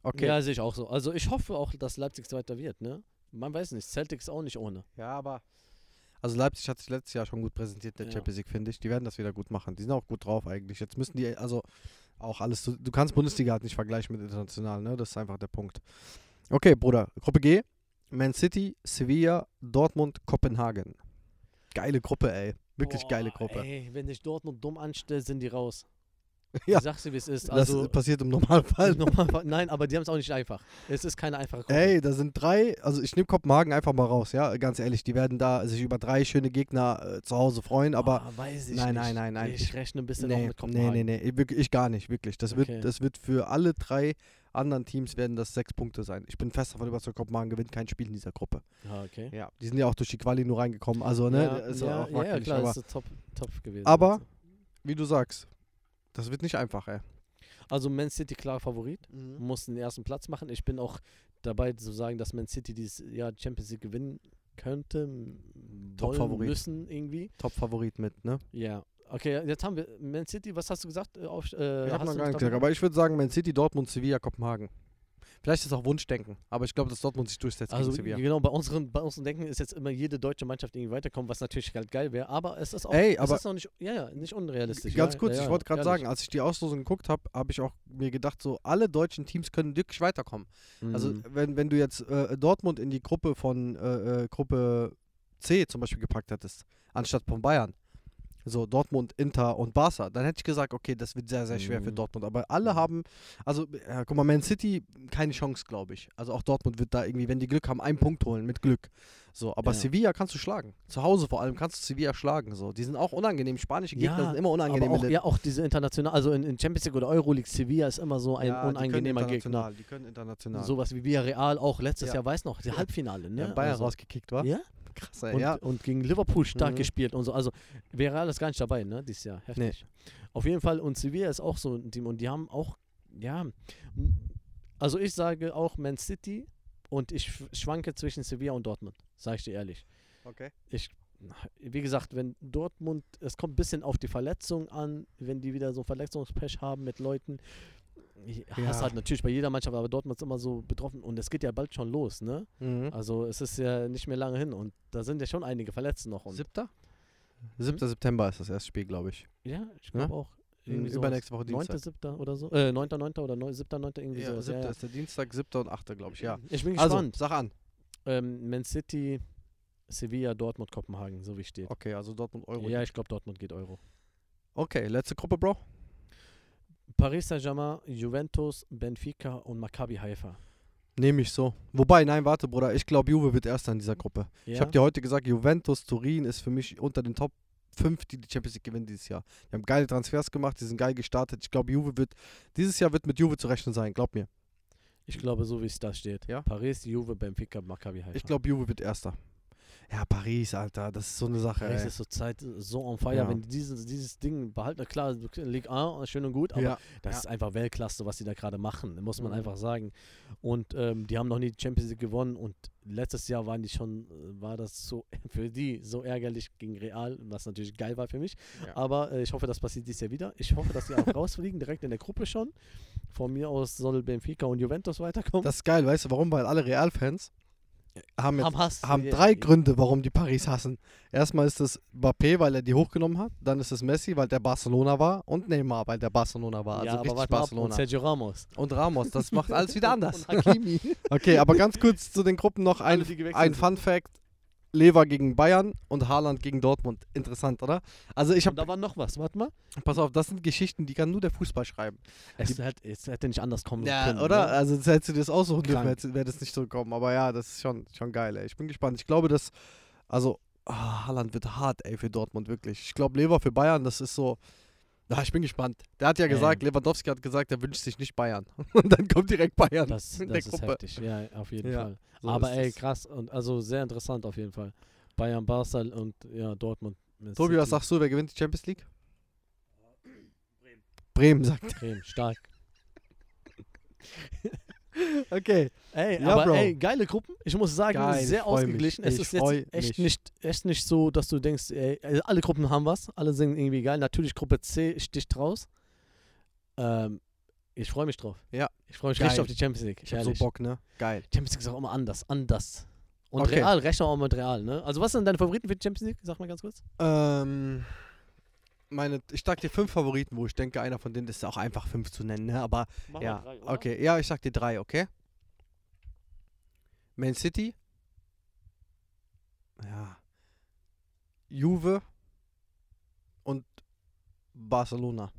[SPEAKER 2] Okay.
[SPEAKER 1] Ja, sehe ich auch so. Also ich hoffe auch, dass Leipzig zweiter wird, ne? Man weiß nicht, Celtic ist auch nicht ohne.
[SPEAKER 2] Ja, aber. Also Leipzig hat sich letztes Jahr schon gut präsentiert in der
[SPEAKER 1] Ja.
[SPEAKER 2] Champions League, finde ich. Die werden das wieder gut machen. Die sind auch gut drauf eigentlich. Jetzt müssen die, also auch alles. so- Du kannst Bundesliga halt nicht vergleichen mit international, ne? Das ist einfach der Punkt. Okay, Bruder. Gruppe G. Man City, Sevilla, Dortmund, Kopenhagen. Geile Gruppe, ey. Wirklich
[SPEAKER 1] Boah,
[SPEAKER 2] geile Gruppe.
[SPEAKER 1] Ey, wenn sich Dortmund dumm anstellt, sind die raus.
[SPEAKER 2] Ja.
[SPEAKER 1] Ich sag's dir, wie es ist. Also,
[SPEAKER 2] das passiert im Normalfall.
[SPEAKER 1] nochmal, nein, aber die haben es auch nicht einfach. Es ist keine einfache Gruppe.
[SPEAKER 2] Ey, da sind drei, also ich nehme Kopenhagen einfach mal raus, ja, ganz ehrlich, die werden da sich über drei schöne Gegner äh, zu Hause freuen, aber
[SPEAKER 1] Ah, weiß ich
[SPEAKER 2] nein,
[SPEAKER 1] nicht.
[SPEAKER 2] nein, nein, nein.
[SPEAKER 1] Ich,
[SPEAKER 2] Ich-
[SPEAKER 1] rechne ein bisschen noch
[SPEAKER 2] nee,
[SPEAKER 1] mit
[SPEAKER 2] nee,
[SPEAKER 1] Kopenhagen.
[SPEAKER 2] nee, nee, ich, wirklich- ich gar nicht, wirklich. Das wird,
[SPEAKER 1] Okay.
[SPEAKER 2] das wird für alle drei anderen Teams werden das sechs Punkte sein. Ich bin fest davon überzeugt, Kopenhagen gewinnt kein Spiel in dieser Gruppe.
[SPEAKER 1] Ah, okay.
[SPEAKER 2] Ja. Die sind ja auch durch die Quali nur reingekommen, also ne,
[SPEAKER 1] ja,
[SPEAKER 2] ist
[SPEAKER 1] ja,
[SPEAKER 2] auch
[SPEAKER 1] ja, ja,
[SPEAKER 2] wackelig,
[SPEAKER 1] klar,
[SPEAKER 2] aber
[SPEAKER 1] ist so top, top gewesen.
[SPEAKER 2] Aber- wie du sagst, das wird nicht einfach, ey.
[SPEAKER 1] Also Man City klar Favorit.
[SPEAKER 2] Mhm.
[SPEAKER 1] muss den ersten Platz machen. Ich bin auch dabei zu sagen, dass Man City dieses Jahr Champions League gewinnen könnte, m- wollen
[SPEAKER 2] Top-Favorit.
[SPEAKER 1] müssen irgendwie.
[SPEAKER 2] Top-Favorit mit, ne?
[SPEAKER 1] Ja. Okay, jetzt haben wir Man City, was hast du gesagt? Äh, Auf, äh,
[SPEAKER 2] Ich
[SPEAKER 1] hast
[SPEAKER 2] habe noch
[SPEAKER 1] du
[SPEAKER 2] gar nicht
[SPEAKER 1] dabei?
[SPEAKER 2] gesagt, aber ich würde sagen, Man City, Dortmund, Sevilla, Kopenhagen. Vielleicht ist auch Wunschdenken, aber ich glaube, dass Dortmund sich durchsetzt
[SPEAKER 1] also
[SPEAKER 2] gegen Sevilla.
[SPEAKER 1] genau, bei unseren, bei unseren Denken ist jetzt immer jede deutsche Mannschaft irgendwie weiterkommen, was natürlich halt geil wäre, aber es ist auch
[SPEAKER 2] Ey,
[SPEAKER 1] es
[SPEAKER 2] aber
[SPEAKER 1] ist noch nicht, ja, ja, nicht unrealistisch.
[SPEAKER 2] ganz
[SPEAKER 1] ja,
[SPEAKER 2] kurz,
[SPEAKER 1] ja, ja,
[SPEAKER 2] ich wollte gerade
[SPEAKER 1] ehrlich.
[SPEAKER 2] sagen, als ich die Auslosung geguckt habe, habe ich auch mir gedacht, so alle deutschen Teams können wirklich weiterkommen. Also
[SPEAKER 1] Mhm.
[SPEAKER 2] wenn, wenn du jetzt äh, Dortmund in die Gruppe von äh, äh, Gruppe C zum Beispiel gepackt hättest, anstatt von Bayern, so Dortmund, Inter und Barca, dann hätte ich gesagt, okay, das wird sehr, sehr schwer für
[SPEAKER 1] Mhm.
[SPEAKER 2] Dortmund. Aber alle
[SPEAKER 1] Mhm.
[SPEAKER 2] haben, also ja, guck mal, Man City keine Chance, glaube ich. Also auch Dortmund wird da irgendwie, wenn die Glück haben, einen Punkt holen mit Glück. So, aber
[SPEAKER 1] Ja.
[SPEAKER 2] Sevilla kannst du schlagen. Zu Hause vor allem kannst du Sevilla schlagen. So, die sind auch unangenehm. Spanische Gegner
[SPEAKER 1] Ja,
[SPEAKER 2] sind immer
[SPEAKER 1] aber
[SPEAKER 2] unangenehm.
[SPEAKER 1] auch, ja, auch diese international, also in, in Champions League oder Euroleague, Sevilla ist immer so ein unangenehmer Gegner.
[SPEAKER 2] Die können international.
[SPEAKER 1] Sowas wie Villarreal auch letztes
[SPEAKER 2] Ja.
[SPEAKER 1] Jahr, weiß noch, die
[SPEAKER 2] Ja.
[SPEAKER 1] Halbfinale, ne?
[SPEAKER 2] Ja, Bayern
[SPEAKER 1] also,
[SPEAKER 2] rausgekickt, war.
[SPEAKER 1] Ja?
[SPEAKER 2] Krass, ey.
[SPEAKER 1] Und,
[SPEAKER 2] ja.
[SPEAKER 1] und gegen Liverpool stark
[SPEAKER 2] Mhm.
[SPEAKER 1] gespielt und so. Also wäre alles gar nicht dabei, ne? Dieses Jahr. Heftig. Auf jeden Fall, und Sevilla ist auch so ein Team und die haben auch, ja, m- also ich sage auch Man City und ich sch- schwanke zwischen Sevilla und Dortmund, sage ich dir ehrlich.
[SPEAKER 2] Okay.
[SPEAKER 1] Ich, wie gesagt, wenn Dortmund, es kommt ein bisschen auf die Verletzung an, wenn die wieder so Verletzungspech haben mit Leuten. ich
[SPEAKER 2] Ja.
[SPEAKER 1] hasse halt natürlich bei jeder Mannschaft, aber Dortmund ist immer so betroffen und es geht ja bald schon los, ne?
[SPEAKER 2] Mhm.
[SPEAKER 1] Also es ist ja nicht mehr lange hin und da sind ja schon einige verletzt noch. Und
[SPEAKER 2] Siebter? 7. September ist das erste Spiel, glaube ich.
[SPEAKER 1] ja, ich glaube
[SPEAKER 2] Ne?
[SPEAKER 1] auch.
[SPEAKER 2] Mhm,
[SPEAKER 1] irgendwie sowas.
[SPEAKER 2] übernächste Woche
[SPEAKER 1] 9.
[SPEAKER 2] Dienstag.
[SPEAKER 1] 7. oder so. Äh, 9. 9. oder 9. 7. 9. irgendwie
[SPEAKER 2] Ja,
[SPEAKER 1] sowas.
[SPEAKER 2] 7.
[SPEAKER 1] Ja, ja.
[SPEAKER 2] ist der Dienstag, 7. und 8. glaube ich, ja.
[SPEAKER 1] Ich bin
[SPEAKER 2] Also,
[SPEAKER 1] gespannt.
[SPEAKER 2] sag an.
[SPEAKER 1] Ähm, Man City, Sevilla, Dortmund, Kopenhagen, so wie steht.
[SPEAKER 2] Okay, also Dortmund Euro.
[SPEAKER 1] ja, ich glaube, Dortmund geht Euro.
[SPEAKER 2] Okay, letzte Gruppe, Bro.
[SPEAKER 1] Paris Saint-Germain, Juventus, Benfica und Maccabi Haifa.
[SPEAKER 2] Nehme ich so. Wobei, nein, warte, Bruder. Ich glaube, Juve wird erster in dieser Gruppe.
[SPEAKER 1] Ja?
[SPEAKER 2] Ich habe dir heute gesagt, Juventus Turin ist für mich unter den Top 5, die die Champions League gewinnen dieses Jahr. Die haben geile Transfers gemacht, die sind geil gestartet. Ich glaube, Juve wird, dieses Jahr wird mit Juve zu rechnen sein, glaub mir.
[SPEAKER 1] ich glaube, so wie es da steht.
[SPEAKER 2] Ja?
[SPEAKER 1] Paris, Juve, Benfica, Maccabi Haifa.
[SPEAKER 2] Ich glaube, Juve wird erster. Ja, Paris, Alter, das ist so eine Sache,
[SPEAKER 1] Paris
[SPEAKER 2] ey.
[SPEAKER 1] ist zurzeit so on fire,
[SPEAKER 2] äh, Ja.
[SPEAKER 1] wenn die dieses, dieses Ding behalten. Klar, Ligue 1, schön und gut, aber
[SPEAKER 2] ja,
[SPEAKER 1] das
[SPEAKER 2] Ja.
[SPEAKER 1] ist einfach Weltklasse, was die da gerade machen, muss man
[SPEAKER 2] Mhm.
[SPEAKER 1] einfach sagen. Und ähm, die haben noch nie die Champions League gewonnen und letztes Jahr waren die schon, äh, war das so für die so ärgerlich gegen Real, was natürlich geil war für mich.
[SPEAKER 2] Ja.
[SPEAKER 1] Aber äh, ich hoffe, das passiert dieses Jahr wieder. Ich hoffe, dass die auch rausfliegen, direkt in der Gruppe schon. Von mir aus soll Benfica und Juventus weiterkommen.
[SPEAKER 2] das ist geil, weißt du warum? Weil alle Real-Fans haben jetzt
[SPEAKER 1] haben Hass.
[SPEAKER 2] haben
[SPEAKER 1] Ja,
[SPEAKER 2] drei
[SPEAKER 1] äh, ja.
[SPEAKER 2] Gründe, warum die Paris hassen. Erstmal ist es Mbappé, weil er die hochgenommen hat. Dann ist es Messi, weil der Barcelona war. Und Neymar, weil der Barcelona war. Also
[SPEAKER 1] ja, aber
[SPEAKER 2] richtig
[SPEAKER 1] warte mal ab, und
[SPEAKER 2] Barcelona.
[SPEAKER 1] Sergio Ramos.
[SPEAKER 2] Und Ramos, das macht alles wieder anders.
[SPEAKER 1] Und Hakimi.
[SPEAKER 2] Okay, aber ganz kurz zu den Gruppen noch
[SPEAKER 1] Alle,
[SPEAKER 2] ein,
[SPEAKER 1] die gewechselt
[SPEAKER 2] ein
[SPEAKER 1] sind.
[SPEAKER 2] Fun Fact. Lever gegen Bayern und Haaland gegen Dortmund. Interessant, oder? Also ich
[SPEAKER 1] Und
[SPEAKER 2] habe,
[SPEAKER 1] da war noch was, warte mal.
[SPEAKER 2] pass auf, das sind Geschichten, die kann nur der Fußball schreiben.
[SPEAKER 1] Es, hätte- es hätte nicht anders kommen können.
[SPEAKER 2] oder?
[SPEAKER 1] Ne?
[SPEAKER 2] Also das hättest du dir das aussuchen dürfen,
[SPEAKER 1] Krank.
[SPEAKER 2] hättest- wäre das nicht so gekommen. Aber ja, das ist schon, schon geil, ey. Ich bin gespannt. Ich glaube, dass, also, ah, Haaland wird hart, ey, für Dortmund, wirklich. Ich glaube, Lever für Bayern, das ist so, ja, ich bin gespannt. Der hat ja gesagt,
[SPEAKER 1] Ähm.
[SPEAKER 2] Lewandowski hat gesagt, er wünscht sich nicht Bayern. Und dann kommt direkt Bayern.
[SPEAKER 1] Das,
[SPEAKER 2] in der
[SPEAKER 1] das ist
[SPEAKER 2] Gruppe.
[SPEAKER 1] heftig, ja, auf jeden
[SPEAKER 2] Ja,
[SPEAKER 1] Fall.
[SPEAKER 2] So
[SPEAKER 1] Aber
[SPEAKER 2] ist
[SPEAKER 1] ey,
[SPEAKER 2] es.
[SPEAKER 1] krass und also sehr interessant auf jeden Fall. Bayern, Barca und ja, Dortmund. Man
[SPEAKER 2] Tobi, was
[SPEAKER 1] City,
[SPEAKER 2] sagst du, wer gewinnt die Champions League? Bremen. Bremen sagt.
[SPEAKER 1] Bremen, stark.
[SPEAKER 2] Okay.
[SPEAKER 1] Ey,
[SPEAKER 2] Ja,
[SPEAKER 1] aber
[SPEAKER 2] Bro.
[SPEAKER 1] ey, geile Gruppen. Ich muss sagen,
[SPEAKER 2] Geil, ich
[SPEAKER 1] sehr
[SPEAKER 2] freu mich.
[SPEAKER 1] ausgeglichen. Es
[SPEAKER 2] Ich
[SPEAKER 1] ist
[SPEAKER 2] freu
[SPEAKER 1] jetzt echt
[SPEAKER 2] mich.
[SPEAKER 1] nicht, echt nicht so, dass du denkst, ey, also alle Gruppen haben was, alle sind irgendwie geil. Natürlich Gruppe C sticht raus. Ähm, ich freue mich drauf.
[SPEAKER 2] Ja.
[SPEAKER 1] Ich freue mich
[SPEAKER 2] Geil.
[SPEAKER 1] richtig auf die Champions League.
[SPEAKER 2] Ich hab so
[SPEAKER 1] ehrlich.
[SPEAKER 2] Bock, ne? Geil.
[SPEAKER 1] Champions League ist auch immer anders, anders. Und
[SPEAKER 2] Okay.
[SPEAKER 1] Real, rechne auch mit Real, ne? Also was sind deine Favoriten für die Champions League? Sag mal ganz kurz.
[SPEAKER 2] Ähm, meine, ich sag dir fünf Favoriten, wo ich denke, einer von denen ist auch einfach fünf zu nennen, ne? Aber ja, okay, ja, ich sag dir drei, okay? Man City. Ja. Juve und Barcelona.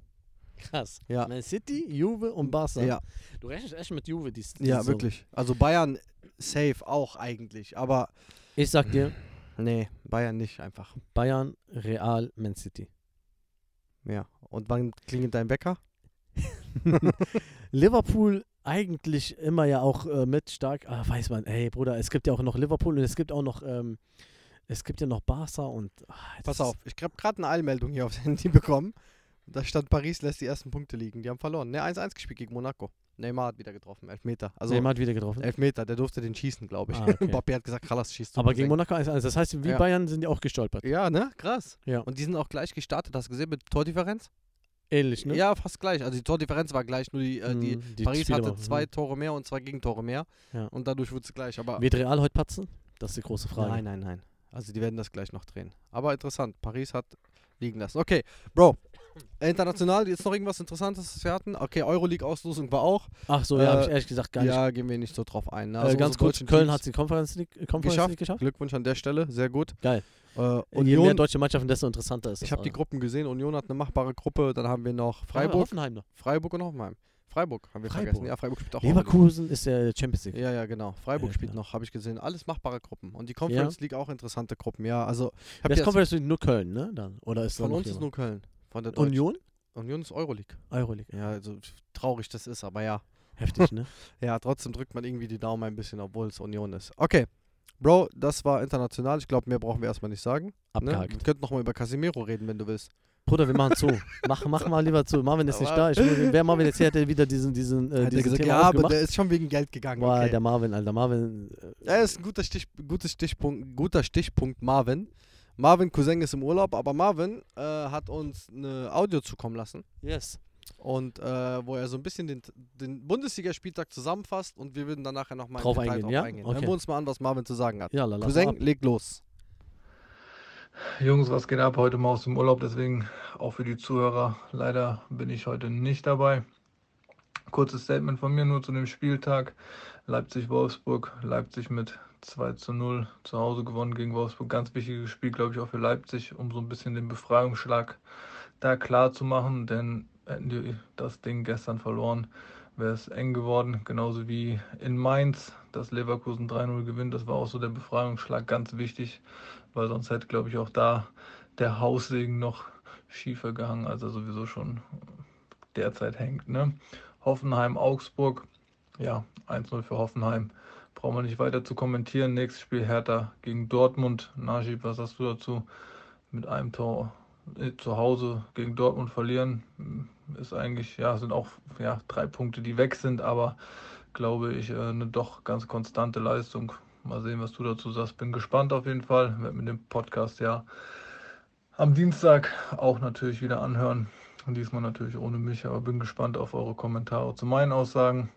[SPEAKER 1] Krass.
[SPEAKER 2] Ja.
[SPEAKER 1] Man City, Juve und Barca.
[SPEAKER 2] Ja,
[SPEAKER 1] Du rechnest echt mit Juve. Die, die
[SPEAKER 2] ja, wirklich. Also Bayern safe auch eigentlich, aber
[SPEAKER 1] Ich sag dir,
[SPEAKER 2] nee, Bayern nicht einfach.
[SPEAKER 1] Bayern, Real, Man City.
[SPEAKER 2] Ja. Und wann klingelt dein Wecker?
[SPEAKER 1] Liverpool eigentlich immer ja auch äh, mit stark, ah, weiß man, ey Bruder, es gibt ja auch noch Liverpool und es gibt auch noch, ähm, es gibt ja noch Barca und ah, das
[SPEAKER 2] Pass
[SPEAKER 1] ist-
[SPEAKER 2] auf, ich habe gerade eine Eilmeldung hier aufs Handy bekommen. Da stand Paris lässt die ersten Punkte liegen. Die haben verloren. Ne, 1-1 gespielt gegen Monaco. Neymar hat wieder getroffen, Elfmeter. Also
[SPEAKER 1] Neymar hat wieder getroffen.
[SPEAKER 2] Elfmeter, der durfte den schießen, glaube ich.
[SPEAKER 1] Ah, okay.
[SPEAKER 2] Mbappé hat gesagt, Kallas schießt.
[SPEAKER 1] aber gegen
[SPEAKER 2] Monaco.
[SPEAKER 1] Monaco 1-1. Das heißt, wie
[SPEAKER 2] Ja.
[SPEAKER 1] Bayern sind die auch gestolpert.
[SPEAKER 2] Ja, ne? Krass.
[SPEAKER 1] Ja.
[SPEAKER 2] Und die sind auch gleich gestartet. Hast du gesehen mit Tordifferenz?
[SPEAKER 1] Ähnlich, ne?
[SPEAKER 2] Ja, fast gleich. Also die Tordifferenz war gleich, nur die, äh, die
[SPEAKER 1] Mhm, die
[SPEAKER 2] Paris
[SPEAKER 1] Spiele
[SPEAKER 2] hatte
[SPEAKER 1] waren-
[SPEAKER 2] zwei Tore mehr und zwei Gegentore mehr.
[SPEAKER 1] Ja.
[SPEAKER 2] Und dadurch wurde es gleich. Aber
[SPEAKER 1] hm. Wird Real heute patzen? Das ist die große Frage.
[SPEAKER 2] Nein, nein, nein. Also die werden das gleich noch drehen. Aber interessant, Paris hat liegen lassen. Okay, Bro. Äh, International, jetzt noch irgendwas Interessantes, was wir hatten? Okay, Euroleague-Auslosung war auch.
[SPEAKER 1] Ach so, ja, habe
[SPEAKER 2] Äh,
[SPEAKER 1] ich ehrlich gesagt gar nicht.
[SPEAKER 2] ja, gehen wir nicht so drauf ein. ne? Also
[SPEAKER 1] äh, ganz
[SPEAKER 2] unsere
[SPEAKER 1] kurz,
[SPEAKER 2] deutschen
[SPEAKER 1] Köln
[SPEAKER 2] Teams-
[SPEAKER 1] hat die Conference League, äh, Conference
[SPEAKER 2] geschafft.
[SPEAKER 1] League geschafft.
[SPEAKER 2] Glückwunsch an der Stelle, sehr gut.
[SPEAKER 1] Geil.
[SPEAKER 2] Äh,
[SPEAKER 1] Je mehr
[SPEAKER 2] Union,
[SPEAKER 1] deutsche Mannschaften, desto interessanter ist
[SPEAKER 2] ich
[SPEAKER 1] das
[SPEAKER 2] habe die
[SPEAKER 1] alles.
[SPEAKER 2] Gruppen gesehen. Union hat eine machbare Gruppe. Dann haben wir noch
[SPEAKER 1] Ah,
[SPEAKER 2] Freiburg,
[SPEAKER 1] Hoffenheim noch.
[SPEAKER 2] Freiburg und Hoffenheim. Freiburg haben wir vergessen.
[SPEAKER 1] Freiburg.
[SPEAKER 2] Ja, Freiburg spielt auch Euroleague.
[SPEAKER 1] Leverkusen ist ja Champions League.
[SPEAKER 2] Ja, ja, genau. Freiburg
[SPEAKER 1] Ja,
[SPEAKER 2] spielt
[SPEAKER 1] klar.
[SPEAKER 2] noch, habe ich gesehen. Alles machbare Gruppen. Und die Conference League auch interessante Gruppen. Ja, also ich
[SPEAKER 1] Das
[SPEAKER 2] hab dir das-
[SPEAKER 1] Conference League nur Köln, ne? Dann. Oder ist da
[SPEAKER 2] von
[SPEAKER 1] noch
[SPEAKER 2] uns ist
[SPEAKER 1] jemand?
[SPEAKER 2] nur Köln. Von der Deutschen.
[SPEAKER 1] Union?
[SPEAKER 2] Union ist Euroleague.
[SPEAKER 1] Euroleague.
[SPEAKER 2] Ja, also traurig das ist, aber ja.
[SPEAKER 1] Heftig, ne?
[SPEAKER 2] Ja, trotzdem drückt man irgendwie die Daumen ein bisschen, obwohl es Union ist. Okay. Bro, das war international. Ich glaube, mehr brauchen wir erstmal nicht sagen. Ne? Wir
[SPEAKER 1] Abgehakt. Äh,
[SPEAKER 2] könnten nochmal über Casimiro reden, wenn du willst.
[SPEAKER 1] Bruder, wir machen zu. Mach, mach mal lieber zu. Marvin ist nicht da.
[SPEAKER 2] Aber-
[SPEAKER 1] Ich, will- wer Marvin jetzt hier hätte wieder diesen, diesen, äh,
[SPEAKER 2] Hat er
[SPEAKER 1] diesen
[SPEAKER 2] gesagt,
[SPEAKER 1] Thema
[SPEAKER 2] ja, aber
[SPEAKER 1] aufgemacht.
[SPEAKER 2] der ist schon wegen Geld gegangen.
[SPEAKER 1] Boah,
[SPEAKER 2] Okay.
[SPEAKER 1] der Marvin, Alter. Marvin. äh,
[SPEAKER 2] Ja, ist ein guter, Stich, gutes Stichpunkt, guter Stichpunkt Marvin. Marvin Cousin ist im Urlaub, aber Marvin äh, hat uns eine Audio zukommen lassen.
[SPEAKER 1] Yes.
[SPEAKER 2] Und äh, wo er so ein bisschen den, den Bundesligaspieltag zusammenfasst und wir würden dann nachher nochmal
[SPEAKER 1] Drauf eingehen, ja?
[SPEAKER 2] Hören
[SPEAKER 1] Okay.
[SPEAKER 2] wir uns mal an, was Marvin zu sagen hat.
[SPEAKER 1] Ja, lala.
[SPEAKER 2] Cousin, leg los.
[SPEAKER 3] Jungs, was geht ab? Heute mal aus dem Urlaub, deswegen auch für die Zuhörer. Leider bin ich heute nicht dabei. Kurzes Statement von mir nur zu dem Spieltag. Leipzig-Wolfsburg. Leipzig mit 2 zu 0 zu Hause gewonnen gegen Wolfsburg. Ganz wichtiges Spiel, glaube ich, auch für Leipzig, um so ein bisschen den Befreiungsschlag da klar zu machen. Denn hätten die das Ding gestern verloren, wäre es eng geworden. Genauso wie in Mainz, dass Leverkusen 3-0 gewinnt. Das war auch so der Befreiungsschlag ganz wichtig weil sonst hätte, glaube ich, auch da der Haussegen noch schiefer gehangen, als er sowieso schon derzeit hängt. Ne? Hoffenheim, Augsburg, ja, 1-0 für Hoffenheim. Brauchen wir nicht weiter zu kommentieren. Nächstes Spiel Hertha gegen Dortmund. Najib, was hast du dazu? Mit einem Tor äh, zu Hause gegen Dortmund verlieren hm, ist eigentlich, ja, sind auch ja, drei Punkte, die weg sind, aber glaube ich, äh, eine doch ganz konstante Leistung. Mal sehen, was du dazu sagst. Bin gespannt auf jeden Fall. Werd mit dem Podcast ja am Dienstag auch natürlich wieder anhören. Und diesmal natürlich ohne mich, aber bin gespannt auf eure Kommentare zu meinen Aussagen.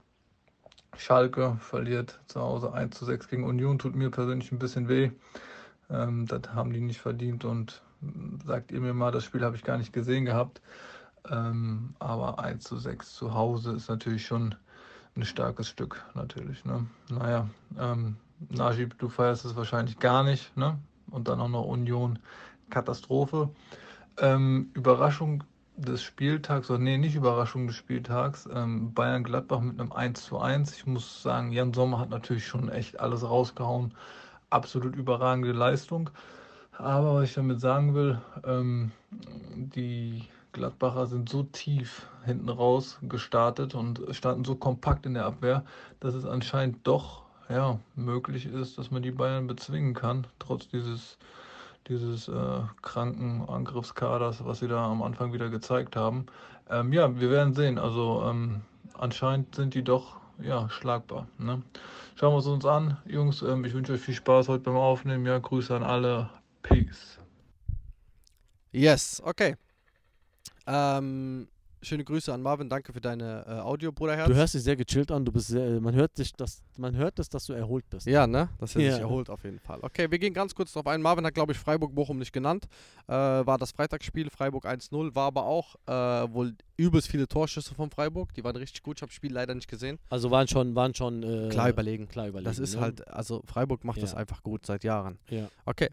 [SPEAKER 3] Schalke verliert zu Hause 1 zu 6 gegen Union. Tut mir persönlich ein bisschen weh. Ähm, das haben die nicht verdient und mm, sagt ihr mir mal, das Spiel habe ich gar nicht gesehen gehabt. Ähm, aber 1 zu 6 zu Hause ist natürlich schon ein starkes Stück, natürlich. Ne? Naja, ähm, Najib, du feierst es wahrscheinlich gar nicht. Ne? Und dann auch noch Union, Katastrophe. Ähm, Überraschung des Spieltags, oder nee, nicht Überraschung des Spieltags, ähm, Bayern Gladbach mit einem 1 zu 1. Ich muss sagen, Jan Sommer hat natürlich schon echt alles rausgehauen. Absolut überragende Leistung. Aber was ich damit sagen will, ähm, die Gladbacher sind so tief hinten raus gestartet und standen so kompakt in der Abwehr, dass es anscheinend doch ja, möglich ist, dass man die Bayern bezwingen kann, trotz dieses, dieses äh, kranken Angriffskaders, was sie da am Anfang wieder gezeigt haben. Ähm, ja, wir werden sehen. Also ähm, anscheinend sind die doch ja, schlagbar. Ne? Schauen wir es uns an. Jungs, ähm, ich wünsche euch viel Spaß heute beim Aufnehmen. Ja, Grüße an alle. Peace.
[SPEAKER 2] Yes, okay. Ähm, schöne Grüße an Marvin, danke für deine äh, Audio, Bruderherz.
[SPEAKER 1] Du hörst dich sehr gechillt an, du bist sehr, äh, man hört dich, dass man hört es, dass du erholt bist.
[SPEAKER 2] Ja, ne? Dass er
[SPEAKER 1] Ja.
[SPEAKER 2] sich erholt auf jeden Fall. Okay, wir gehen ganz kurz drauf ein. Marvin hat, glaube ich, Freiburg-Bochum nicht genannt. Äh, war das Freitagsspiel, Freiburg 1-0, war aber auch äh, wohl übelst viele Torschüsse von Freiburg. Die waren richtig gut. Ich habe das Spiel leider nicht gesehen.
[SPEAKER 1] Also waren schon, waren schon äh,
[SPEAKER 2] Klar überlegen.
[SPEAKER 1] klar überlegen.
[SPEAKER 2] Das ist
[SPEAKER 1] ne?
[SPEAKER 2] halt, also Freiburg macht das
[SPEAKER 1] Ja.
[SPEAKER 2] einfach gut seit Jahren.
[SPEAKER 1] Ja.
[SPEAKER 2] Okay.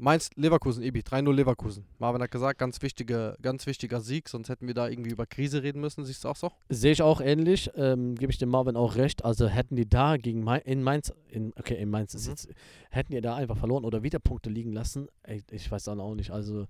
[SPEAKER 2] Mainz, Leverkusen, Ibi, 3-0 Leverkusen. Marvin hat gesagt, ganz, wichtige, ganz wichtiger Sieg, sonst hätten wir da irgendwie über Krise reden müssen. Siehst du auch so?
[SPEAKER 1] Sehe ich auch ähnlich, ähm, gebe ich dem Marvin auch recht. Also hätten die da gegen Main, in Mainz, in, okay, in Mainz ist
[SPEAKER 2] Mhm.
[SPEAKER 1] jetzt, hätten die da einfach verloren oder wieder Punkte liegen lassen, ey, ich weiß dann auch nicht, also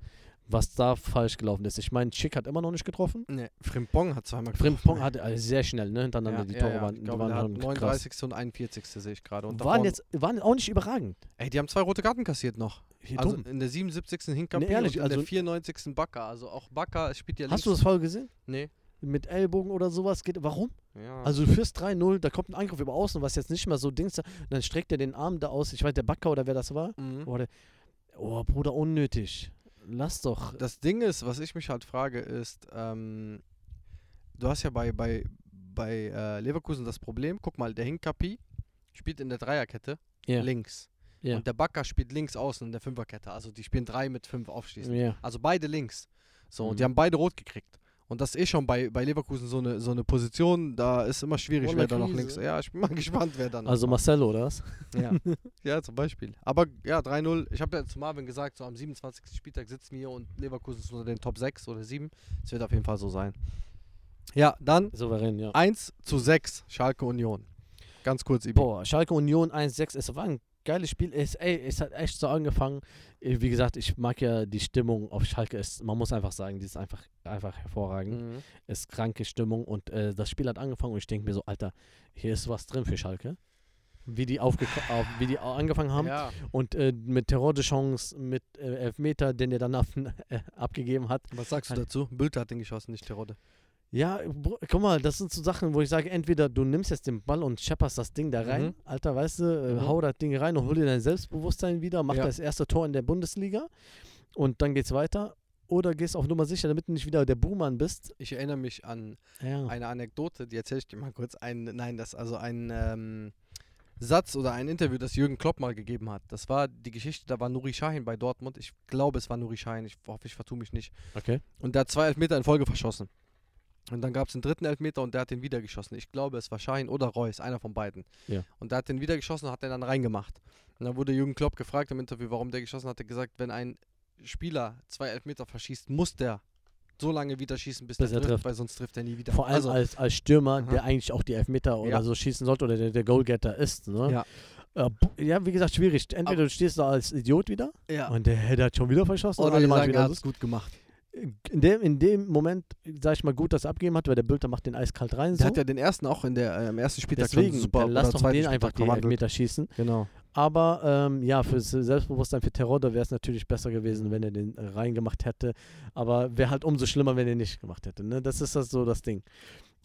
[SPEAKER 1] was da falsch gelaufen ist. Ich meine, Schick hat immer noch nicht getroffen.
[SPEAKER 2] Ne, Frimpong hat zweimal
[SPEAKER 1] Frimpong hatte also sehr schnell, ne, hintereinander die Tore waren,
[SPEAKER 2] Ich
[SPEAKER 1] die
[SPEAKER 2] glaube,
[SPEAKER 1] waren
[SPEAKER 2] der hat
[SPEAKER 1] schon krass.
[SPEAKER 2] 39. und 41. sehe ich gerade. Und
[SPEAKER 1] Waren
[SPEAKER 2] davor-
[SPEAKER 1] jetzt, waren auch nicht überragend.
[SPEAKER 2] Ey, die haben zwei rote Karten kassiert noch.
[SPEAKER 1] Hier
[SPEAKER 2] Also
[SPEAKER 1] dumm.
[SPEAKER 2] in der 77. Hinkapi
[SPEAKER 1] Nee, ehrlich,
[SPEAKER 2] und in
[SPEAKER 1] also-
[SPEAKER 2] der 94. Bakker. Also auch Bakker spielt ja links.
[SPEAKER 1] Hast du das Foul gesehen?
[SPEAKER 2] Nee.
[SPEAKER 1] Mit Ellbogen oder sowas geht, warum?
[SPEAKER 2] Ja.
[SPEAKER 1] Also du führst 3-0, da kommt ein Angriff über außen, was jetzt nicht mehr so Dings, und dann streckt er den Arm da aus, ich weiß, der Backer oder wer das war.
[SPEAKER 2] mhm.
[SPEAKER 1] Oder, oh, Bruder, unnötig. Lass doch.
[SPEAKER 2] Das Ding ist, was ich mich halt frage, ist, ähm, du hast ja bei, bei, bei äh, Leverkusen das Problem, guck mal, der Hinkapi spielt in der Dreierkette
[SPEAKER 1] Ja.
[SPEAKER 2] links.
[SPEAKER 1] Ja.
[SPEAKER 2] Und der Bakker spielt links außen in der Fünferkette. Also die spielen drei mit fünf aufschließen.
[SPEAKER 1] Ja.
[SPEAKER 2] Also beide links. So,
[SPEAKER 1] Mhm.
[SPEAKER 2] und die haben beide rot gekriegt. Und das ist eh schon bei, bei Leverkusen so eine, so eine Position, da ist immer schwierig,
[SPEAKER 1] Oh,
[SPEAKER 2] wer
[SPEAKER 1] eine
[SPEAKER 2] da noch
[SPEAKER 1] Krise.
[SPEAKER 2] links. Ja, ich bin mal gespannt, wer dann.
[SPEAKER 1] Also Marcelo, oder was?
[SPEAKER 2] Ja. ja, zum Beispiel. Aber ja, 3-0. Ich habe ja zu Marvin gesagt, so am 27. Spieltag sitzen wir hier und Leverkusen ist unter den Top 6 oder 7. Es wird auf jeden Fall so sein. Ja, dann
[SPEAKER 1] Souverän, ja.
[SPEAKER 2] 1 zu 6 Schalke Union. Ganz kurz, Ibi.
[SPEAKER 1] Boah, Schalke Union 1-6, es war ein geiles Spiel. Es, ey, es hat echt so angefangen. Äh, Wie gesagt, ich mag ja die Stimmung auf Schalke. Es, man muss einfach sagen, die ist einfach, einfach hervorragend.
[SPEAKER 2] Mhm.
[SPEAKER 1] Es ist kranke Stimmung und äh, das Spiel hat angefangen und ich denke mir so, Alter, hier ist was drin für Schalke. Wie die, aufge auf, wie die au- angefangen haben.
[SPEAKER 2] Ja,
[SPEAKER 1] Und äh, mit Terror de Chance, mit äh, Elfmeter, den er dann ab, äh, abgegeben hat.
[SPEAKER 2] was sagst du
[SPEAKER 1] Hat-
[SPEAKER 2] dazu? Bülter hat den geschossen, nicht Terodde.
[SPEAKER 1] Ja, br- guck mal, das sind so Sachen, wo ich sage, entweder du nimmst jetzt den Ball und schepperst das Ding da rein,
[SPEAKER 2] Mhm.
[SPEAKER 1] Alter, weißt du, äh,
[SPEAKER 2] Mhm.
[SPEAKER 1] hau das Ding rein und hol dir dein Selbstbewusstsein wieder, mach
[SPEAKER 2] Ja.
[SPEAKER 1] das erste Tor in der Bundesliga und dann geht's weiter. oder gehst auf Nummer sicher, damit du nicht wieder der Buhmann bist.
[SPEAKER 2] Ich erinnere mich an
[SPEAKER 1] Ja.
[SPEAKER 2] eine Anekdote, die erzähle ich dir mal kurz. Ein, nein, das also ein ähm, Satz oder ein Interview, das Jürgen Klopp mal gegeben hat. Das war die Geschichte, da war Nuri Sahin bei Dortmund. Ich glaube, es war Nuri Sahin. Ich hoffe, ich vertue mich nicht.
[SPEAKER 1] Okay.
[SPEAKER 2] Und der hat zwei Elfmeter in Folge verschossen. Und dann gab es den dritten Elfmeter und der hat den wieder geschossen. Ich glaube, es war Schein oder Reus, einer von beiden.
[SPEAKER 1] Ja.
[SPEAKER 2] Und der hat den wieder geschossen und hat den dann reingemacht. Und dann wurde Jürgen Klopp gefragt im Interview, warum der geschossen hat. Er hat gesagt, wenn ein Spieler zwei Elfmeter verschießt, muss der so lange wieder schießen, bis,
[SPEAKER 1] Bis
[SPEAKER 2] er
[SPEAKER 1] er
[SPEAKER 2] trifft,
[SPEAKER 1] trifft.
[SPEAKER 2] weil sonst trifft er nie wieder.
[SPEAKER 1] Vor allem
[SPEAKER 2] also,
[SPEAKER 1] als, als Stürmer,
[SPEAKER 2] Aha.
[SPEAKER 1] der eigentlich auch die Elfmeter oder
[SPEAKER 2] Ja.
[SPEAKER 1] so schießen sollte oder der, der Goalgetter ist. Ne?
[SPEAKER 2] Ja.
[SPEAKER 1] Äh, bu- ja, wie gesagt, schwierig. Entweder du stehst da als Idiot wieder
[SPEAKER 2] ja.
[SPEAKER 1] und der Header hat schon wieder verschossen und
[SPEAKER 2] Oder
[SPEAKER 1] alle
[SPEAKER 2] die
[SPEAKER 1] machen
[SPEAKER 2] sagen, er
[SPEAKER 1] wieder
[SPEAKER 2] hat es gut gemacht.
[SPEAKER 1] so. in dem, in dem Moment, sag ich mal, gut, dass er abgegeben hat, weil der Bülter macht den eiskalt rein.
[SPEAKER 2] Der
[SPEAKER 1] So.
[SPEAKER 2] hat ja den ersten auch in der, äh, im ersten Spieltag
[SPEAKER 1] Also Deswegen,
[SPEAKER 2] schon super
[SPEAKER 1] dann lass
[SPEAKER 2] oder
[SPEAKER 1] doch
[SPEAKER 2] zweiten
[SPEAKER 1] den einfach
[SPEAKER 2] Spieltag
[SPEAKER 1] die
[SPEAKER 2] verwandelt.
[SPEAKER 1] Elfmeter schießen.
[SPEAKER 2] Genau.
[SPEAKER 1] Aber ähm, ja, fürs Selbstbewusstsein für Terodde wäre es natürlich besser gewesen, wenn er den äh, reingemacht hätte. Aber wäre halt umso schlimmer, wenn er nicht gemacht hätte. Ne? Das ist das so das Ding.